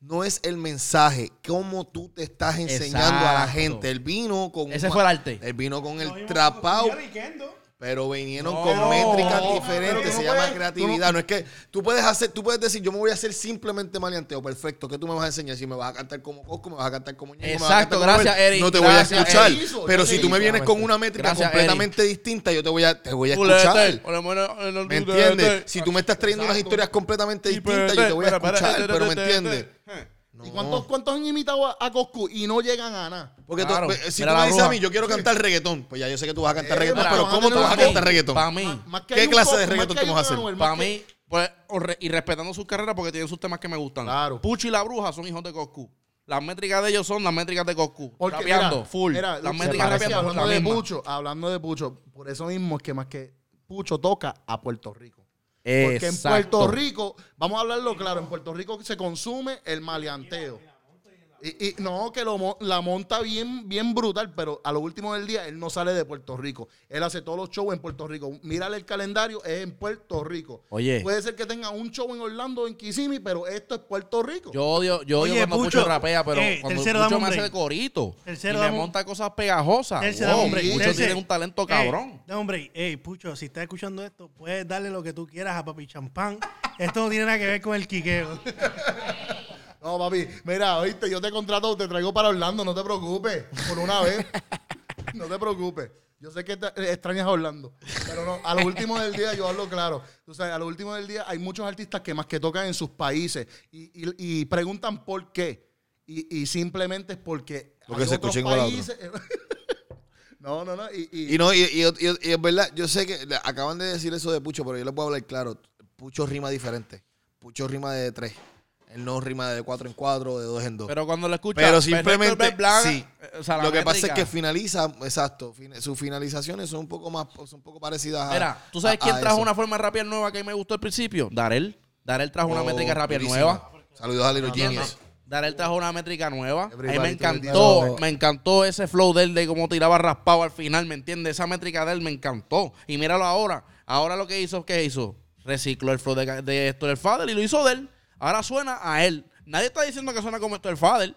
Speaker 3: no es el mensaje, cómo tú te estás enseñando a la
Speaker 7: Exacto.
Speaker 3: gente. Él vino con.
Speaker 7: Ese
Speaker 3: un-
Speaker 7: fue el arte.
Speaker 3: Él vino con
Speaker 4: Lo
Speaker 3: el
Speaker 4: mismo
Speaker 3: trapao.
Speaker 4: con Cosculluela y Kendo.
Speaker 3: Pero vinieron
Speaker 7: No,
Speaker 3: con métricas
Speaker 7: no,
Speaker 5: pero
Speaker 3: diferentes, se
Speaker 5: tú no
Speaker 3: llama
Speaker 5: puedes-
Speaker 3: creatividad. No, es que tú puedes hacer, tú puedes decir, yo me voy a hacer simplemente maleanteo, perfecto. ¿Qué tú me vas a enseñar? Si me vas a cantar como Cosco, me vas a cantar como Ñengo, me vas a
Speaker 7: Exacto,
Speaker 3: cantar como
Speaker 7: gracias,
Speaker 3: Abel,
Speaker 7: Eric,
Speaker 3: No te voy
Speaker 7: gracias,
Speaker 3: a escuchar.
Speaker 7: Eric.
Speaker 5: Yo
Speaker 3: Pero
Speaker 5: te
Speaker 3: si tú
Speaker 5: hice,
Speaker 3: me vienes con una métrica
Speaker 7: Gracias,
Speaker 3: completamente distinta, yo te voy a, te voy a
Speaker 7: Culete.
Speaker 3: escuchar. ¿Me
Speaker 5: eh,
Speaker 7: ¿Me
Speaker 3: entiendes? Si tú me estás trayendo unas historias completamente distintas, yo te voy a escuchar, pero ¿me entiendes?
Speaker 5: ¿Y cuántos, cuántos han imitado a, a Coscu y no llegan a nada?
Speaker 3: Porque tú-
Speaker 7: Claro,
Speaker 3: si tú
Speaker 7: mira la
Speaker 3: me dices a
Speaker 7: bruja. Eh,
Speaker 3: mí, yo quiero cantar reggaetón, pues ya yo sé que tú vas a cantar reggaetón,
Speaker 5: pero
Speaker 3: pero
Speaker 5: vamos a
Speaker 3: ¿cómo tú
Speaker 5: tener
Speaker 3: vas a
Speaker 5: un
Speaker 3: cantar reggaetón?
Speaker 7: Para mí,
Speaker 5: Más que
Speaker 3: ¿Qué
Speaker 5: hay un
Speaker 3: clase
Speaker 5: Coscu,
Speaker 3: de
Speaker 5: más
Speaker 3: reggaetón
Speaker 5: que
Speaker 3: tú
Speaker 5: hay
Speaker 3: vas a
Speaker 5: un
Speaker 3: hacer?
Speaker 5: Anuel, más
Speaker 7: para
Speaker 5: que-
Speaker 7: mí, pues, o re- y respetando sus carreras porque tienen sus temas que me gustan.
Speaker 5: Claro.
Speaker 7: Pucho y la bruja son hijos de Coscu. Las métricas de ellos son las métricas de Coscu.
Speaker 5: Porque,
Speaker 7: rapeando,
Speaker 5: mira,
Speaker 7: full.
Speaker 5: mira,
Speaker 7: las
Speaker 5: se
Speaker 7: métricas
Speaker 5: parece,
Speaker 7: rapeando son
Speaker 5: hablando
Speaker 7: las
Speaker 5: de
Speaker 7: mismas.
Speaker 5: Pucho, hablando de Pucho, por eso mismo es que más que Pucho toca a Puerto Rico. Porque en
Speaker 7: Exacto.
Speaker 5: Puerto Rico, vamos a hablarlo claro, en Puerto Rico se consume el maleanteo. Y, y no, que lo, mo- la monta bien, bien brutal, pero a lo último del día él no sale de Puerto Rico. Él hace todos los shows en Puerto Rico. Mírale el calendario, es en Puerto Rico.
Speaker 7: Oye.
Speaker 5: Puede ser que tenga un show en Orlando o en Kissimmee, pero esto es Puerto Rico.
Speaker 7: Yo odio, yo odio
Speaker 4: Oye,
Speaker 7: cuando Pucho,
Speaker 4: Pucho,
Speaker 7: rapea, pero
Speaker 4: eh,
Speaker 7: cuando
Speaker 4: tercero, dame
Speaker 7: Pucho
Speaker 4: un
Speaker 7: me hace
Speaker 4: break.
Speaker 7: de corito
Speaker 4: Tercero,
Speaker 7: y me
Speaker 4: dame un-
Speaker 7: monta cosas pegajosas.
Speaker 4: Terce,
Speaker 7: Ah, Wow,
Speaker 4: dame un break,
Speaker 7: Pucho
Speaker 4: terce.
Speaker 7: tiene un talento
Speaker 4: Ey,
Speaker 7: cabrón.
Speaker 4: dame un break. Ey, Pucho, si estás escuchando esto, puedes darle lo que tú quieras a Papi Champán. Esto no tiene nada que ver con el quiqueo.
Speaker 5: No, papi, mira, oíste, yo te contrato, te traigo para Orlando, no te preocupes, por una vez. No te preocupes. Yo sé que te- eh, extrañas a Orlando, pero no, a lo último del día yo hablo claro. Tú sabes, a lo último del día hay muchos artistas que más que tocan en sus países y, y- y preguntan por qué. Y, y simplemente es porque
Speaker 3: Porque
Speaker 5: hay
Speaker 3: se
Speaker 5: otros
Speaker 3: escucha igual a otro.
Speaker 5: no, no, no. Y, y-
Speaker 3: Y no, y, y- y- y es verdad, yo sé que le- acaban de decir eso de Pucho, pero yo les puedo hablar claro. Pucho rima diferente. Pucho rima de tres. Él no rima de 4 en 4, de 2 en 2.
Speaker 7: Pero cuando lo escuchas,
Speaker 3: Pero simplemente,
Speaker 7: Fernández Blanc,
Speaker 3: sí.
Speaker 7: eh, o sea, la
Speaker 3: lo que pasa es
Speaker 7: métrica-
Speaker 3: que finaliza, exacto, fin- sus finalizaciones son un poco más, son un poco parecidas a.
Speaker 7: Mira, ¿tú sabes
Speaker 3: a-
Speaker 7: quién
Speaker 3: a
Speaker 7: trajo
Speaker 3: eso.
Speaker 7: una forma de rapear nueva que a mí me gustó al principio? Darel. Darel trajo una
Speaker 3: Oh,
Speaker 7: métrica de rapear
Speaker 3: durísimo.
Speaker 7: nueva.
Speaker 3: Saludos a Little
Speaker 7: ¿Entiendes?
Speaker 3: Genius.
Speaker 7: Darel trajo una métrica nueva. A mí me
Speaker 5: Everybody,
Speaker 7: encantó,
Speaker 1: everybody.
Speaker 7: me encantó ese flow de él de cómo tiraba raspado al final, ¿me entiendes? Esa métrica de él me encantó. Y míralo ahora. Ahora lo que hizo, ¿qué hizo? Recicló el flow de, de Héctor el Fader y lo hizo de él. Ahora suena a él. Nadie está diciendo que suena como Héctor el Fader.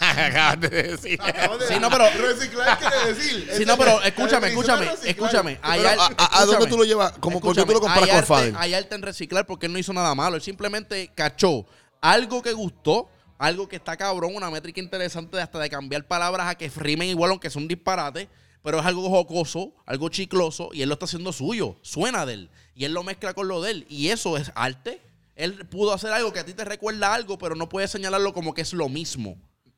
Speaker 3: Acabas de decir.
Speaker 7: Sí, no, pero-
Speaker 5: Reciclar quiere decir.
Speaker 7: Sí, no, pero escúchame, escúchame, escúchame. Hay
Speaker 3: Pero,
Speaker 7: al-
Speaker 3: ¿a- a- a dónde
Speaker 7: escúchame.
Speaker 3: tú lo llevas? ¿Cómo- por qué tú lo
Speaker 7: Escúchame,
Speaker 3: comparas
Speaker 7: hay
Speaker 3: con
Speaker 7: arte-
Speaker 3: Fader?
Speaker 7: Hay arte en reciclar porque él no hizo nada malo. Él simplemente cachó algo que gustó, algo que está cabrón, una métrica interesante de hasta de cambiar palabras a que rimen igual, aunque son disparates, pero es algo jocoso, algo chicloso, y él lo está haciendo suyo. Suena de él. Y él lo mezcla con lo de él. Y eso es arte. Él pudo hacer algo que a ti te recuerda algo, pero no puedes señalarlo como que es lo mismo.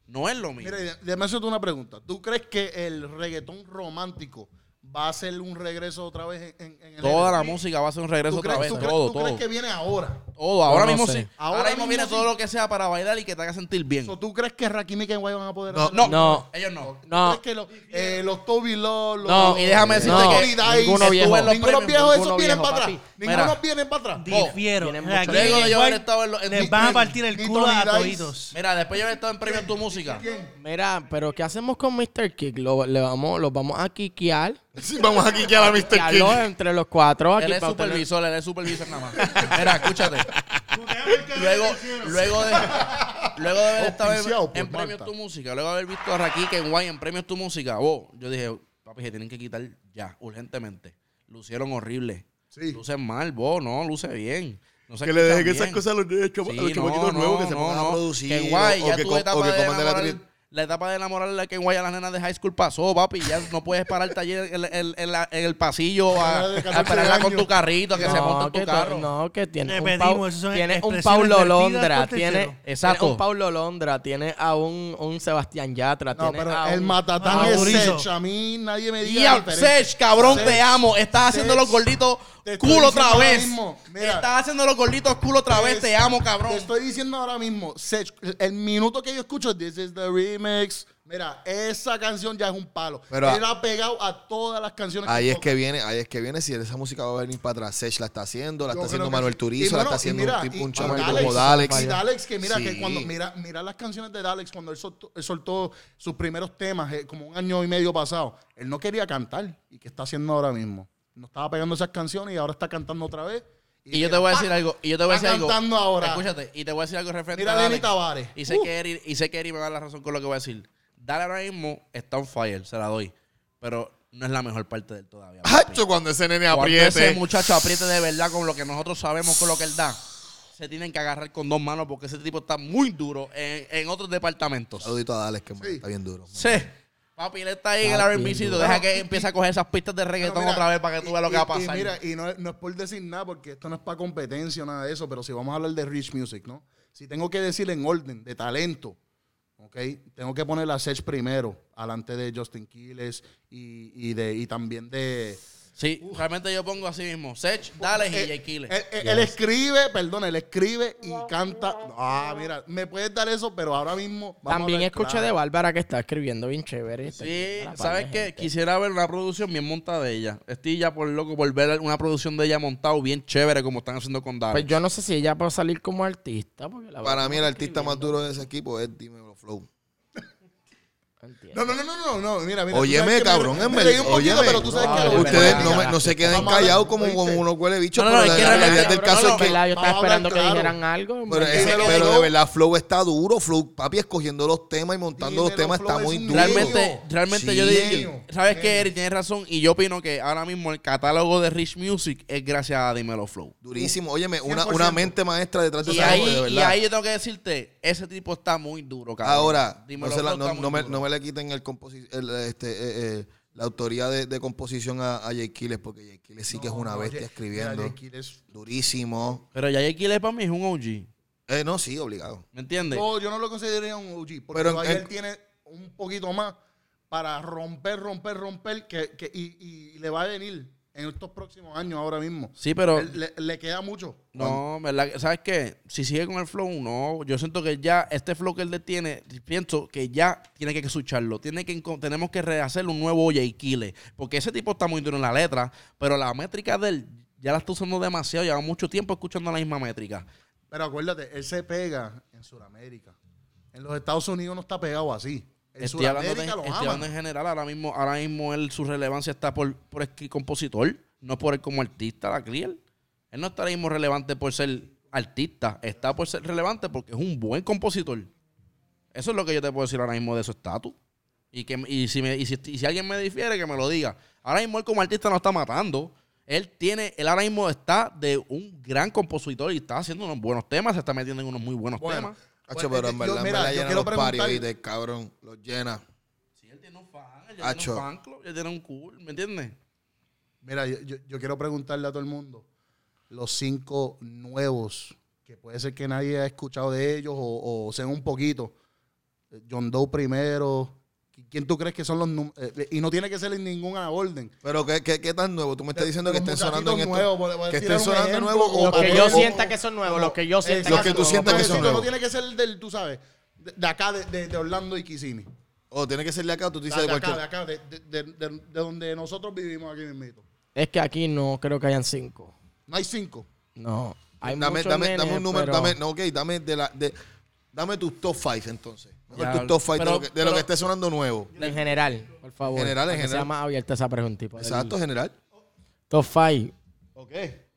Speaker 7: No es lo mismo.
Speaker 5: Mira, y déjame hacerte una pregunta. ¿Tú crees que el reggaetón romántico va a ser un regreso otra vez en, en- en el
Speaker 7: Toda la
Speaker 5: género?
Speaker 7: música va a ser un regreso
Speaker 5: ¿Tú
Speaker 7: otra vez.
Speaker 5: crees, tú crees-
Speaker 7: Todo,
Speaker 5: tú crees
Speaker 7: todo.
Speaker 5: que viene ahora?
Speaker 7: Todo, ahora
Speaker 1: no
Speaker 7: mismo
Speaker 1: sé.
Speaker 7: sí.
Speaker 5: Ahora
Speaker 7: Ahora, mismo
Speaker 5: mismo
Speaker 7: viene
Speaker 5: sí.
Speaker 7: todo lo que sea para bailar y que te haga sentir bien.
Speaker 5: So, ¿Tú crees que Rakim y Kenway van a poder hacer
Speaker 1: No,
Speaker 5: lo
Speaker 1: no,
Speaker 7: Ellos no.
Speaker 5: mismo? ¿Tú
Speaker 1: no.
Speaker 5: crees que los, eh, los Toby Law, los,
Speaker 1: No,
Speaker 7: y déjame
Speaker 5: los
Speaker 7: decirte
Speaker 5: Tony
Speaker 7: que
Speaker 5: Dice,
Speaker 1: ninguno
Speaker 5: estuvo en
Speaker 1: viejo.
Speaker 5: los
Speaker 1: Ninguno
Speaker 5: ninguno viejos,
Speaker 1: viejo,
Speaker 5: esos vienen
Speaker 1: papi.
Speaker 5: para atrás.
Speaker 1: Mira.
Speaker 5: Ninguno vienen para atrás.
Speaker 8: Difiero.
Speaker 1: Tienen
Speaker 8: Rakim
Speaker 1: mucho-
Speaker 7: Luego de yo
Speaker 8: Kenway
Speaker 7: haber estado en los- en
Speaker 8: les
Speaker 7: los-
Speaker 8: van a
Speaker 5: ni-
Speaker 8: partir el
Speaker 5: ni
Speaker 8: culo
Speaker 5: Tony
Speaker 8: a
Speaker 5: Dice.
Speaker 8: toditos.
Speaker 7: Mira, después yo he estado en premio en tu música.
Speaker 1: Mira, pero ¿qué hacemos con Mr. Kick? ¿Lo, le vamos, ¿Los vamos a kikiar?
Speaker 3: Sí, vamos aquí ya a Mr.
Speaker 1: Que
Speaker 3: King.
Speaker 1: habló entre los cuatro aquí
Speaker 7: Él es
Speaker 1: para tener-
Speaker 7: supervisor, él es supervisor nada más. Mira, escúchate. Luego, luego de, luego de haber estado
Speaker 5: Auspiciado por
Speaker 7: en, en premio
Speaker 5: Malta.
Speaker 7: tu música, luego de haber visto a Raquí que en Guay en premio tu música, oh, yo dije, papi, se tienen que quitar ya, urgentemente. Lucieron horrible.
Speaker 5: Sí.
Speaker 7: Lucen mal, vos, no, luce bien. No se
Speaker 3: Que le dejen
Speaker 7: escuchan
Speaker 3: esas
Speaker 7: bien.
Speaker 3: cosas a los niños chamo- a los
Speaker 7: Sí,
Speaker 3: chamaquitos
Speaker 7: no,
Speaker 3: nuevos que
Speaker 7: no,
Speaker 3: se
Speaker 7: no,
Speaker 3: pongan
Speaker 7: no.
Speaker 3: a producir.
Speaker 7: Que guay,
Speaker 3: o,
Speaker 7: ya
Speaker 3: que
Speaker 7: tu
Speaker 3: co-
Speaker 7: etapa
Speaker 3: o que
Speaker 7: de
Speaker 3: coman de la
Speaker 7: enamorar-
Speaker 3: tri-
Speaker 7: la etapa de enamorarle que guay a las nenas de high school pasó, papi. Ya no puedes parar el taller en, en- en la- en el pasillo a,
Speaker 5: Nena de
Speaker 7: a
Speaker 5: 14
Speaker 7: esperarla con
Speaker 5: años.
Speaker 7: tu carrito, a que se monte en
Speaker 1: que
Speaker 7: tu carro.
Speaker 1: to- no, que tiene un,
Speaker 8: Repetimos,
Speaker 1: Pau-
Speaker 8: eso son
Speaker 1: tiene un
Speaker 8: expresiones
Speaker 1: Paulo
Speaker 8: vertidas
Speaker 1: Londra,
Speaker 8: por tercero.
Speaker 1: tiene,
Speaker 7: Exacto.
Speaker 1: tiene un Paulo Londra, tiene a un, un Sebastián Yatra,
Speaker 5: No,
Speaker 1: tiene
Speaker 5: pero
Speaker 1: a
Speaker 5: el
Speaker 1: un-
Speaker 5: matatán
Speaker 8: Ah,
Speaker 5: es
Speaker 8: Durizo.
Speaker 5: Sech. A mí nadie me
Speaker 7: Y a
Speaker 5: diga diferente.
Speaker 7: Sech, cabrón, te
Speaker 5: Sech,
Speaker 7: amo. Estás haciendo los
Speaker 5: Sech,
Speaker 7: gorditos
Speaker 5: te estoy
Speaker 7: culo
Speaker 5: diciendo
Speaker 7: otra
Speaker 5: ahora
Speaker 7: vez.
Speaker 5: mismo, mira.
Speaker 7: Estás haciendo los gorditos culo otra vez. Te amo, cabrón.
Speaker 5: Te estoy diciendo ahora mismo, Sech, el minuto que yo escucho, This is the remix. Mira, esa canción ya es un palo.
Speaker 3: Pero-
Speaker 5: Él ha pegado a todas las canciones
Speaker 3: Ahí es
Speaker 5: toca.
Speaker 3: que viene, ahí es que viene. Si esa música va a venir para atrás, Sech la está haciendo, la está
Speaker 5: Yo creo
Speaker 3: haciendo
Speaker 5: que
Speaker 3: Manuel
Speaker 5: sí.
Speaker 3: Turizo,
Speaker 5: Y
Speaker 3: la
Speaker 5: bueno,
Speaker 3: está
Speaker 5: y
Speaker 3: haciendo
Speaker 5: mira,
Speaker 3: un tipo,
Speaker 5: y-
Speaker 3: un
Speaker 5: y
Speaker 3: chamaco
Speaker 5: Dalex,
Speaker 3: como Dalex.
Speaker 5: Y Dalex, que mira, que
Speaker 3: Sí.
Speaker 5: cuando, mira, mira las canciones de Dalex, cuando él soltó, él soltó sus primeros temas, eh, como un año y medio pasado, él no quería cantar. ¿Y qué está haciendo ahora mismo? No estaba pegando esas canciones y ahora está cantando otra vez.
Speaker 7: Y yo te voy a decir algo. Y yo te voy a
Speaker 5: Ah, Está
Speaker 7: decir algo.
Speaker 5: cantando ahora.
Speaker 7: Escúchate. Y te voy a decir algo referente
Speaker 5: Mira a
Speaker 7: a
Speaker 5: Lenny
Speaker 7: Dale.
Speaker 5: Tavares.
Speaker 7: Y sé,
Speaker 5: Uh.
Speaker 7: que Eri, y sé que Eri me va a dar la razón con lo que voy a decir. Dale ahora mismo está on fire, se la doy. Pero no es la mejor parte de él todavía. papi.
Speaker 3: Hacho, cuando ese nene
Speaker 7: Cuando ese
Speaker 3: apriete.
Speaker 7: muchacho apriete de verdad con lo que nosotros sabemos, con lo que él da, se tienen que agarrar con dos manos porque ese tipo está muy duro en, en otros departamentos.
Speaker 3: Saludito a Dales, que man, está bien duro. man.
Speaker 7: Sí. Papi, él está ahí en el
Speaker 5: Ah,
Speaker 7: RBCito. Deja que empiece a coger esas pistas de
Speaker 5: Pero
Speaker 7: reggaetón
Speaker 5: mira,
Speaker 7: otra vez para que tú
Speaker 5: y-
Speaker 7: veas lo que
Speaker 5: y-
Speaker 7: va a pasar.
Speaker 5: Y mira, y no, es- no es por decir nada, porque esto no es para competencia o nada de eso, pero si vamos a hablar de Rich Music, ¿no? Si tengo que decir en orden, de talento, ¿ok? Tengo que poner a Sech primero, alante de Justin Quiles y, y de, y también de...
Speaker 7: sí, realmente yo pongo así mismo. Sech, dale y
Speaker 5: Eh,
Speaker 7: Jay Killer.
Speaker 5: Él, él- él escribe, perdón, él escribe y canta. Ah, mira, me puedes dar eso, pero ahora mismo... vamos a
Speaker 1: También
Speaker 5: hablar
Speaker 1: escuché
Speaker 5: claro.
Speaker 1: de Bárbara que está escribiendo bien chévere. está
Speaker 7: Sí,
Speaker 1: escribiendo para
Speaker 7: ¿sabes
Speaker 1: la
Speaker 7: qué?
Speaker 1: gente.
Speaker 7: Quisiera ver una producción bien montada de ella. Estoy ya por loco por ver una producción de ella montada bien chévere como están haciendo con Dale.
Speaker 1: Pues yo no sé si ella va a salir como artista. Porque la
Speaker 3: Para
Speaker 1: veo
Speaker 3: mí, el
Speaker 1: como
Speaker 3: artista más
Speaker 1: escribiendo.
Speaker 3: duro de ese equipo es Dímelo Flow.
Speaker 1: Entiendo.
Speaker 5: No, no, no, no, no, no, mira, mira. tú sabes
Speaker 3: Óyeme,
Speaker 5: que me-
Speaker 3: cabrón,
Speaker 5: me
Speaker 3: en
Speaker 5: reí un
Speaker 3: verdad.
Speaker 5: poquito,
Speaker 3: Óyeme.
Speaker 5: pero tú sabes que...
Speaker 1: No,
Speaker 5: lo-
Speaker 3: Ustedes
Speaker 1: verdad.
Speaker 3: no, me- no se queden
Speaker 5: Vamos a hablar-
Speaker 3: callados como,
Speaker 5: ¿oíste?
Speaker 3: como unos huele bichos.
Speaker 7: No, no, no,
Speaker 3: pero
Speaker 7: es que
Speaker 3: la realidad
Speaker 7: realmente-
Speaker 3: del caso
Speaker 1: no,
Speaker 3: es que.
Speaker 1: que la- yo
Speaker 5: vamos
Speaker 1: estaba
Speaker 5: a
Speaker 1: esperando
Speaker 5: hablar
Speaker 1: que
Speaker 5: claro.
Speaker 1: dijeran algo. en
Speaker 3: Pero,
Speaker 1: verdad.
Speaker 3: ese-
Speaker 5: Dímelo,
Speaker 3: pero de
Speaker 5: Flow.
Speaker 3: verdad, Flow está duro. Flow, papi, escogiendo los temas y montando los
Speaker 5: Dímelo,
Speaker 3: temas está
Speaker 5: Flow,
Speaker 3: muy
Speaker 5: es un
Speaker 3: duro.
Speaker 7: Realmente, realmente
Speaker 3: Sí.
Speaker 7: yo digo, ¿sabes qué, Eric? Tienes razón. Y yo opino que ahora mismo el catálogo de Rich Music es gracias a Dimelo Flow.
Speaker 3: Durísimo. Óyeme, una, una mente maestra detrás de
Speaker 7: Y
Speaker 3: esa
Speaker 7: ahí,
Speaker 3: gente, de
Speaker 7: y
Speaker 3: verdad.
Speaker 7: ahí yo tengo que decirte, ese tipo está muy duro, cabrón.
Speaker 3: Ahora, no,
Speaker 7: Dímelo
Speaker 3: se la-
Speaker 7: Flow
Speaker 3: no-
Speaker 7: está muy
Speaker 3: no me,
Speaker 7: duro.
Speaker 3: no me le quiten el composi- el, este, eh, eh, la autoría de, de composición a, a Jay Quiles, porque Jay Quiles sí que es una
Speaker 5: No,
Speaker 3: bestia
Speaker 5: Jay-
Speaker 3: escribiendo.
Speaker 5: mira, Jay Quiles-
Speaker 3: Durísimo.
Speaker 7: Pero ya Quiles para mí es un OG.
Speaker 3: Eh, no, sí, obligado.
Speaker 7: ¿Me entiendes?
Speaker 5: No, yo no lo consideraría un OG, porque
Speaker 3: Pero en-
Speaker 5: todavía
Speaker 3: en-
Speaker 5: él tiene un poquito más para romper, romper, romper, que, que- y, y le va a venir en estos próximos años ahora mismo.
Speaker 7: Sí, pero.
Speaker 5: Él- le, le queda mucho.
Speaker 7: No, ¿verdad? ¿Sabes qué? Si sigue con el flow, no. Yo siento que ya este flow que él tiene, pienso que ya tiene que escucharlo. Tiene que, encon- tenemos que rehacer un nuevo J. Kille. Porque ese tipo está muy duro en la letra, pero la métrica de él ya la está usando demasiado. Lleva mucho tiempo escuchando la misma métrica.
Speaker 5: Pero acuérdate, él se pega en Sudamérica. En los Estados Unidos no está pegado así. En
Speaker 7: Estoy hablando, de-
Speaker 5: Sudamérica lo
Speaker 7: estoy
Speaker 5: aman.
Speaker 7: hablando en general. Ahora mismo, ahora mismo él, su relevancia está por, por el compositor, no por él como artista, la Clear. Él no está ahora mismo relevante por ser artista, está por ser relevante porque es un buen compositor. Eso es lo que yo te puedo decir ahora mismo de su estatus. Y, que, y, si me- y si- y si alguien me difiere, que me lo diga. Ahora mismo él como artista no está matando. Él tiene, él ahora mismo está de un gran compositor y está haciendo unos buenos temas, se está metiendo en unos muy buenos
Speaker 5: Bueno,
Speaker 7: temas.
Speaker 3: Hacho, pero en
Speaker 5: Pues, eh, yo-
Speaker 3: verdad, en
Speaker 5: mira,
Speaker 3: verdad
Speaker 5: yo
Speaker 3: llena
Speaker 5: quiero
Speaker 3: los parios
Speaker 5: preguntar-
Speaker 3: y de cabrón, los llena.
Speaker 7: Sí, él tiene un fan, él tiene
Speaker 3: Acho.
Speaker 7: un fan club, él tiene un cool, ¿me entiendes?
Speaker 5: Mira, yo, yo- yo quiero preguntarle a todo el mundo los cinco nuevos, que puede ser que nadie ha escuchado de ellos o, o sean un poquito. Eh, John Doe primero. ¿Qui- ¿Quién tú crees que son los num- eh, Y no tiene que ser en ninguna orden.
Speaker 3: Pero ¿qué, qué, qué tan nuevo? Tú me estás diciendo que
Speaker 5: Los
Speaker 3: estén sonando en
Speaker 5: muchachitos
Speaker 3: esto.
Speaker 5: nuevos, voy- voy a
Speaker 3: que
Speaker 5: tirar
Speaker 3: estén
Speaker 5: un
Speaker 3: sonando
Speaker 5: ejemplo.
Speaker 3: nuevo o
Speaker 5: Los
Speaker 1: Los que
Speaker 5: Pero-
Speaker 1: yo
Speaker 5: o-
Speaker 1: sienta que son nuevos, los que yo sienta
Speaker 3: los que tú
Speaker 1: son
Speaker 3: sientas que
Speaker 1: nuevos.
Speaker 3: son
Speaker 5: Nuevecito,
Speaker 3: nuevos.
Speaker 5: No tiene que ser del, tú sabes, de, de acá, de, de- de Orlando y Kissimmee.
Speaker 3: o tiene que ser de acá o tú te
Speaker 5: De,
Speaker 3: dices de
Speaker 5: de acá, de
Speaker 3: cualquier.
Speaker 5: acá, de, de- de- de- de donde nosotros vivimos aquí mismito.
Speaker 1: Es que aquí no creo que hayan cinco.
Speaker 5: No hay cinco.
Speaker 1: No. Hay
Speaker 3: Dame,
Speaker 1: muchos
Speaker 3: dame,
Speaker 1: nenes,
Speaker 3: dame un número,
Speaker 1: pero-
Speaker 3: dame, no, ok, dame de la, de, dame tus top five entonces. Mejor
Speaker 7: Ya,
Speaker 3: tus top five de
Speaker 7: pero-
Speaker 3: lo que, de lo
Speaker 7: pero-
Speaker 3: que esté sonando nuevo.
Speaker 1: En general, por favor.
Speaker 3: General, en
Speaker 1: para que
Speaker 3: general.
Speaker 1: sea más abierta esa preguntita.
Speaker 3: Exacto, general.
Speaker 1: Top 5,
Speaker 3: Ok.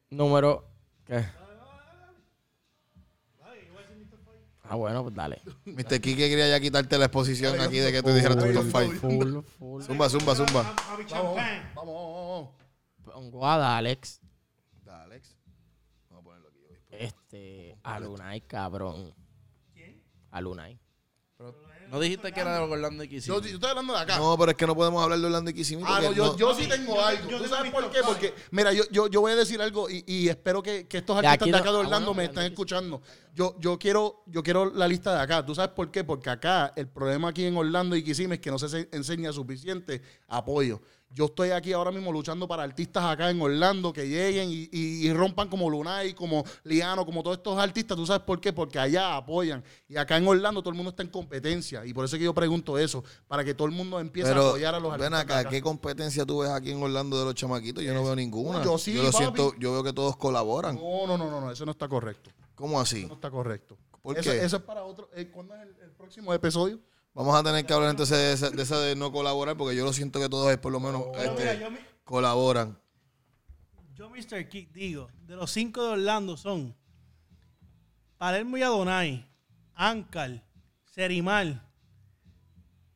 Speaker 1: número. ¿Qué? Ah, bueno, pues dale.
Speaker 3: Mr. Kike quería ya quitarte la exposición aquí de que tú dijeras tus top
Speaker 1: Full,
Speaker 3: five.
Speaker 1: full, full.
Speaker 3: Zumba, zumba, zumba.
Speaker 5: Vamos, vamos, vamos, vamos.
Speaker 1: Pongo a Dalex.
Speaker 3: Dale, Alex. Vamos a ponerlo aquí. obispo.
Speaker 1: Este. A Lunay, cabrón. A Lunay.
Speaker 7: No dijiste que era de Orlando y
Speaker 5: Yo,
Speaker 7: Kissimmee.
Speaker 5: yo estoy hablando de acá.
Speaker 3: No, pero es que no podemos hablar de Orlando y Kissimmee.
Speaker 5: Ah, no,
Speaker 3: porque
Speaker 5: yo,
Speaker 3: no-
Speaker 5: yo sí tengo algo. ¿Tú sabes por qué? Porque, mira, yo, yo, yo voy a decir algo y, y espero que, que estos
Speaker 1: De
Speaker 5: artistas
Speaker 1: aquí
Speaker 5: de
Speaker 1: no-
Speaker 5: acá de
Speaker 1: ah,
Speaker 5: Orlando
Speaker 1: bueno,
Speaker 5: me
Speaker 1: de
Speaker 5: están
Speaker 1: aquí sí.
Speaker 5: escuchando. Yo, yo, quiero, yo quiero la lista de acá. ¿Tú sabes por qué? Porque acá el problema aquí en Orlando y Kissimmee es que no se se enseña suficiente apoyo. Yo estoy aquí ahora mismo luchando para artistas acá en Orlando que lleguen y, y- y rompan como Lunay, como Liano, como todos estos artistas. ¿Tú sabes por qué? Porque allá apoyan. Y acá en Orlando todo el mundo está en competencia. Y por eso es que yo pregunto eso, para que todo el mundo empiece a
Speaker 3: Pero,
Speaker 5: apoyar a los
Speaker 3: ven
Speaker 5: artistas. de
Speaker 3: acá, ¿qué competencia tú ves aquí en Orlando de los chamaquitos? Yo no veo ninguna.
Speaker 5: Yo sí,
Speaker 3: lo
Speaker 5: papi.
Speaker 3: siento, yo veo que todos colaboran.
Speaker 5: No, no, no, no, no, eso no está correcto.
Speaker 3: ¿Cómo
Speaker 5: Eso
Speaker 3: así?
Speaker 5: no está correcto.
Speaker 3: ¿Por
Speaker 5: eso,
Speaker 3: qué?
Speaker 5: eso es para otro. eh, ¿Cuándo es el, el próximo episodio?
Speaker 3: Vamos a tener que hablar entonces de esa, de esa de no colaborar, porque yo lo siento que todos por lo menos este,
Speaker 4: mira, yo me-
Speaker 3: colaboran.
Speaker 4: Yo, Mr. Kick, digo, de los cinco de Orlando son Palermo y Adonai, Ancal, Serimal,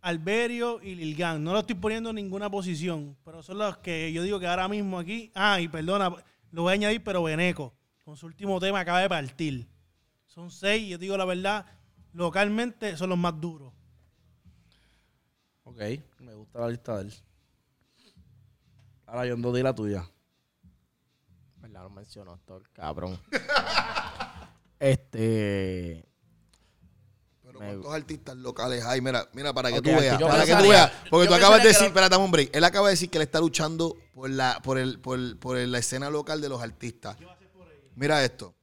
Speaker 4: Alberio y Lilgan. No lo estoy poniendo en ninguna posición, pero son los que yo digo que ahora mismo aquí. Ah, y perdona, lo voy a añadir, pero Beneco, con su último tema acaba de partir. Son seis, yo digo la verdad, localmente son los más duros.
Speaker 7: Ok, me gusta la lista de él. Ahora yo ando di la tuya.
Speaker 1: ¿Verdad? Lo mencionó todo el cabrón. este.
Speaker 3: Pero
Speaker 1: Me-
Speaker 3: ¿cuántos artistas locales hay? Mira, mira para que
Speaker 1: Ok,
Speaker 3: tú
Speaker 1: aquí
Speaker 3: veas.
Speaker 1: yo
Speaker 3: Para que tú
Speaker 1: pensaría-
Speaker 3: veas. Porque
Speaker 7: yo
Speaker 3: tú acabas
Speaker 7: pensaría
Speaker 3: de
Speaker 7: que
Speaker 3: decir,
Speaker 7: lo-
Speaker 3: espérate un break. Él acaba de decir que él está luchando por la, por el, por, el- por el- la escena local de los artistas. Mira esto.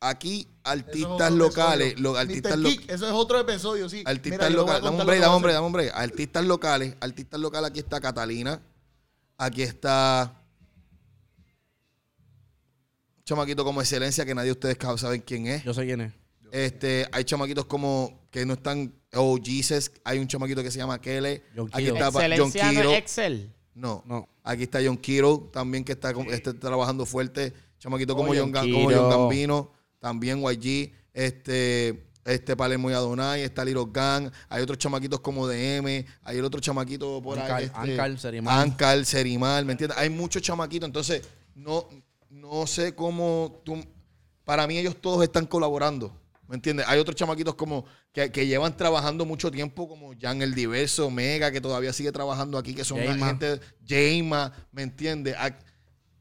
Speaker 3: Aquí,
Speaker 5: Eso es
Speaker 3: artistas
Speaker 5: otro
Speaker 3: locales,
Speaker 5: episodio.
Speaker 3: los artistas
Speaker 5: Mr.
Speaker 3: locales.
Speaker 5: Kick, Eso es otro episodio, sí. Mira,
Speaker 3: Artistas
Speaker 5: yo le voy a
Speaker 3: locales. Dame
Speaker 5: contar
Speaker 3: un break,
Speaker 5: lo que
Speaker 3: dame
Speaker 5: va
Speaker 3: un
Speaker 5: a
Speaker 3: break,
Speaker 5: hacer.
Speaker 3: dame un break. Artistas locales. Artistas locales. Aquí está Catalina. Aquí está. Chamaquito como excelencia, que nadie de ustedes ca- saben quién es.
Speaker 7: Yo sé quién es.
Speaker 3: Este, hay chamaquitos como que no están. Oh, Jesus. Hay un chamaquito que se llama Kele.
Speaker 7: John
Speaker 3: Aquí
Speaker 7: Kiro.
Speaker 3: está pa- John
Speaker 1: Excelencia no es
Speaker 3: Kiro.
Speaker 1: Excel.
Speaker 3: No.
Speaker 7: No.
Speaker 3: Aquí está John Kiro también, que está, con- está trabajando fuerte. Chamaquito como,
Speaker 1: Oh,
Speaker 3: John,
Speaker 1: John
Speaker 3: Ga- como
Speaker 1: Kiro.
Speaker 3: John Gambino. También YG. Este, este Palermo y Adonai. Está Little Gang. Hay otros chamaquitos como DM. Hay otro chamaquito por
Speaker 7: Ankar-
Speaker 3: ahí.
Speaker 7: Ankar, Serimal.
Speaker 3: Ankar, Serimal. ¿Me entiendes? Hay muchos chamaquitos. Entonces, no, no sé cómo tú. Para mí, ellos todos están colaborando. ¿Me entiendes? Hay otros chamaquitos como que, que llevan trabajando mucho tiempo, como Jan el Diverso, Mega, que todavía sigue trabajando aquí, que son una
Speaker 7: Jaima.
Speaker 3: gente. Jaima, ¿me entiendes? A-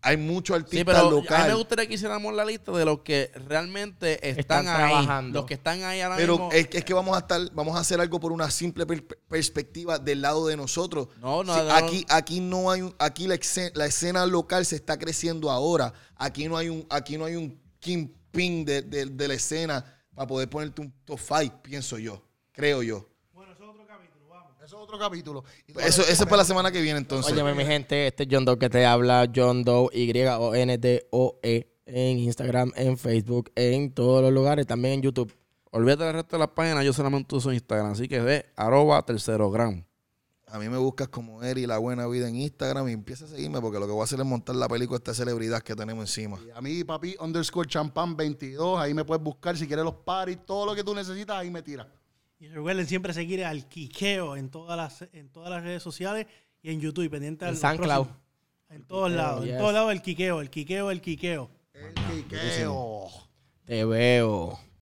Speaker 3: hay muchos artistas
Speaker 7: Sí, pero a mí me
Speaker 3: locales.
Speaker 7: gustaría que hiciéramos la lista de los que realmente están,
Speaker 1: Están
Speaker 7: ahí.
Speaker 1: trabajando.
Speaker 7: Los que están ahí ahora
Speaker 3: Pero
Speaker 7: mismo.
Speaker 3: es, es que vamos a estar, vamos a hacer algo por una simple per- perspectiva del lado de nosotros.
Speaker 7: No, no,
Speaker 3: Si
Speaker 7: no.
Speaker 3: Aquí, aquí no hay un- aquí la, exce- la escena local se está creciendo ahora. Aquí no hay un, aquí no hay un kingpin de, de- de la escena para poder ponerte un top five, pienso yo, creo yo.
Speaker 5: Eso es otro capítulo. Y
Speaker 3: Eso, eso es para la semana que viene entonces.
Speaker 1: Óyeme, mi gente, este es John Doe que te habla, John Doe, Y-O-N-D-O-E, E, en Instagram, en Facebook, en todos los lugares, también en YouTube.
Speaker 7: Olvídate del resto de las páginas, yo solamente uso Instagram. Así que ve, arroba tercerogram.
Speaker 3: A mí me buscas como Eri La Buena Vida en Instagram y empieza a seguirme porque lo que voy a hacer es montar la película de esta celebridad que tenemos encima.
Speaker 5: Y A mí, papi, underscore champán 22. Ahí me puedes buscar si quieres los paris, todo lo que tú necesitas, ahí me tiras.
Speaker 4: Y recuerden siempre seguir al Quiqueo en todas las, en todas las redes sociales y en YouTube, pendiente
Speaker 1: En
Speaker 4: al
Speaker 1: SoundCloud.
Speaker 4: próximo. En todos
Speaker 1: Quiqueo,
Speaker 4: lados,
Speaker 1: yes.
Speaker 4: en todos lados el Quiqueo, el Quiqueo, el Quiqueo.
Speaker 5: El quiqueo.
Speaker 1: Te veo.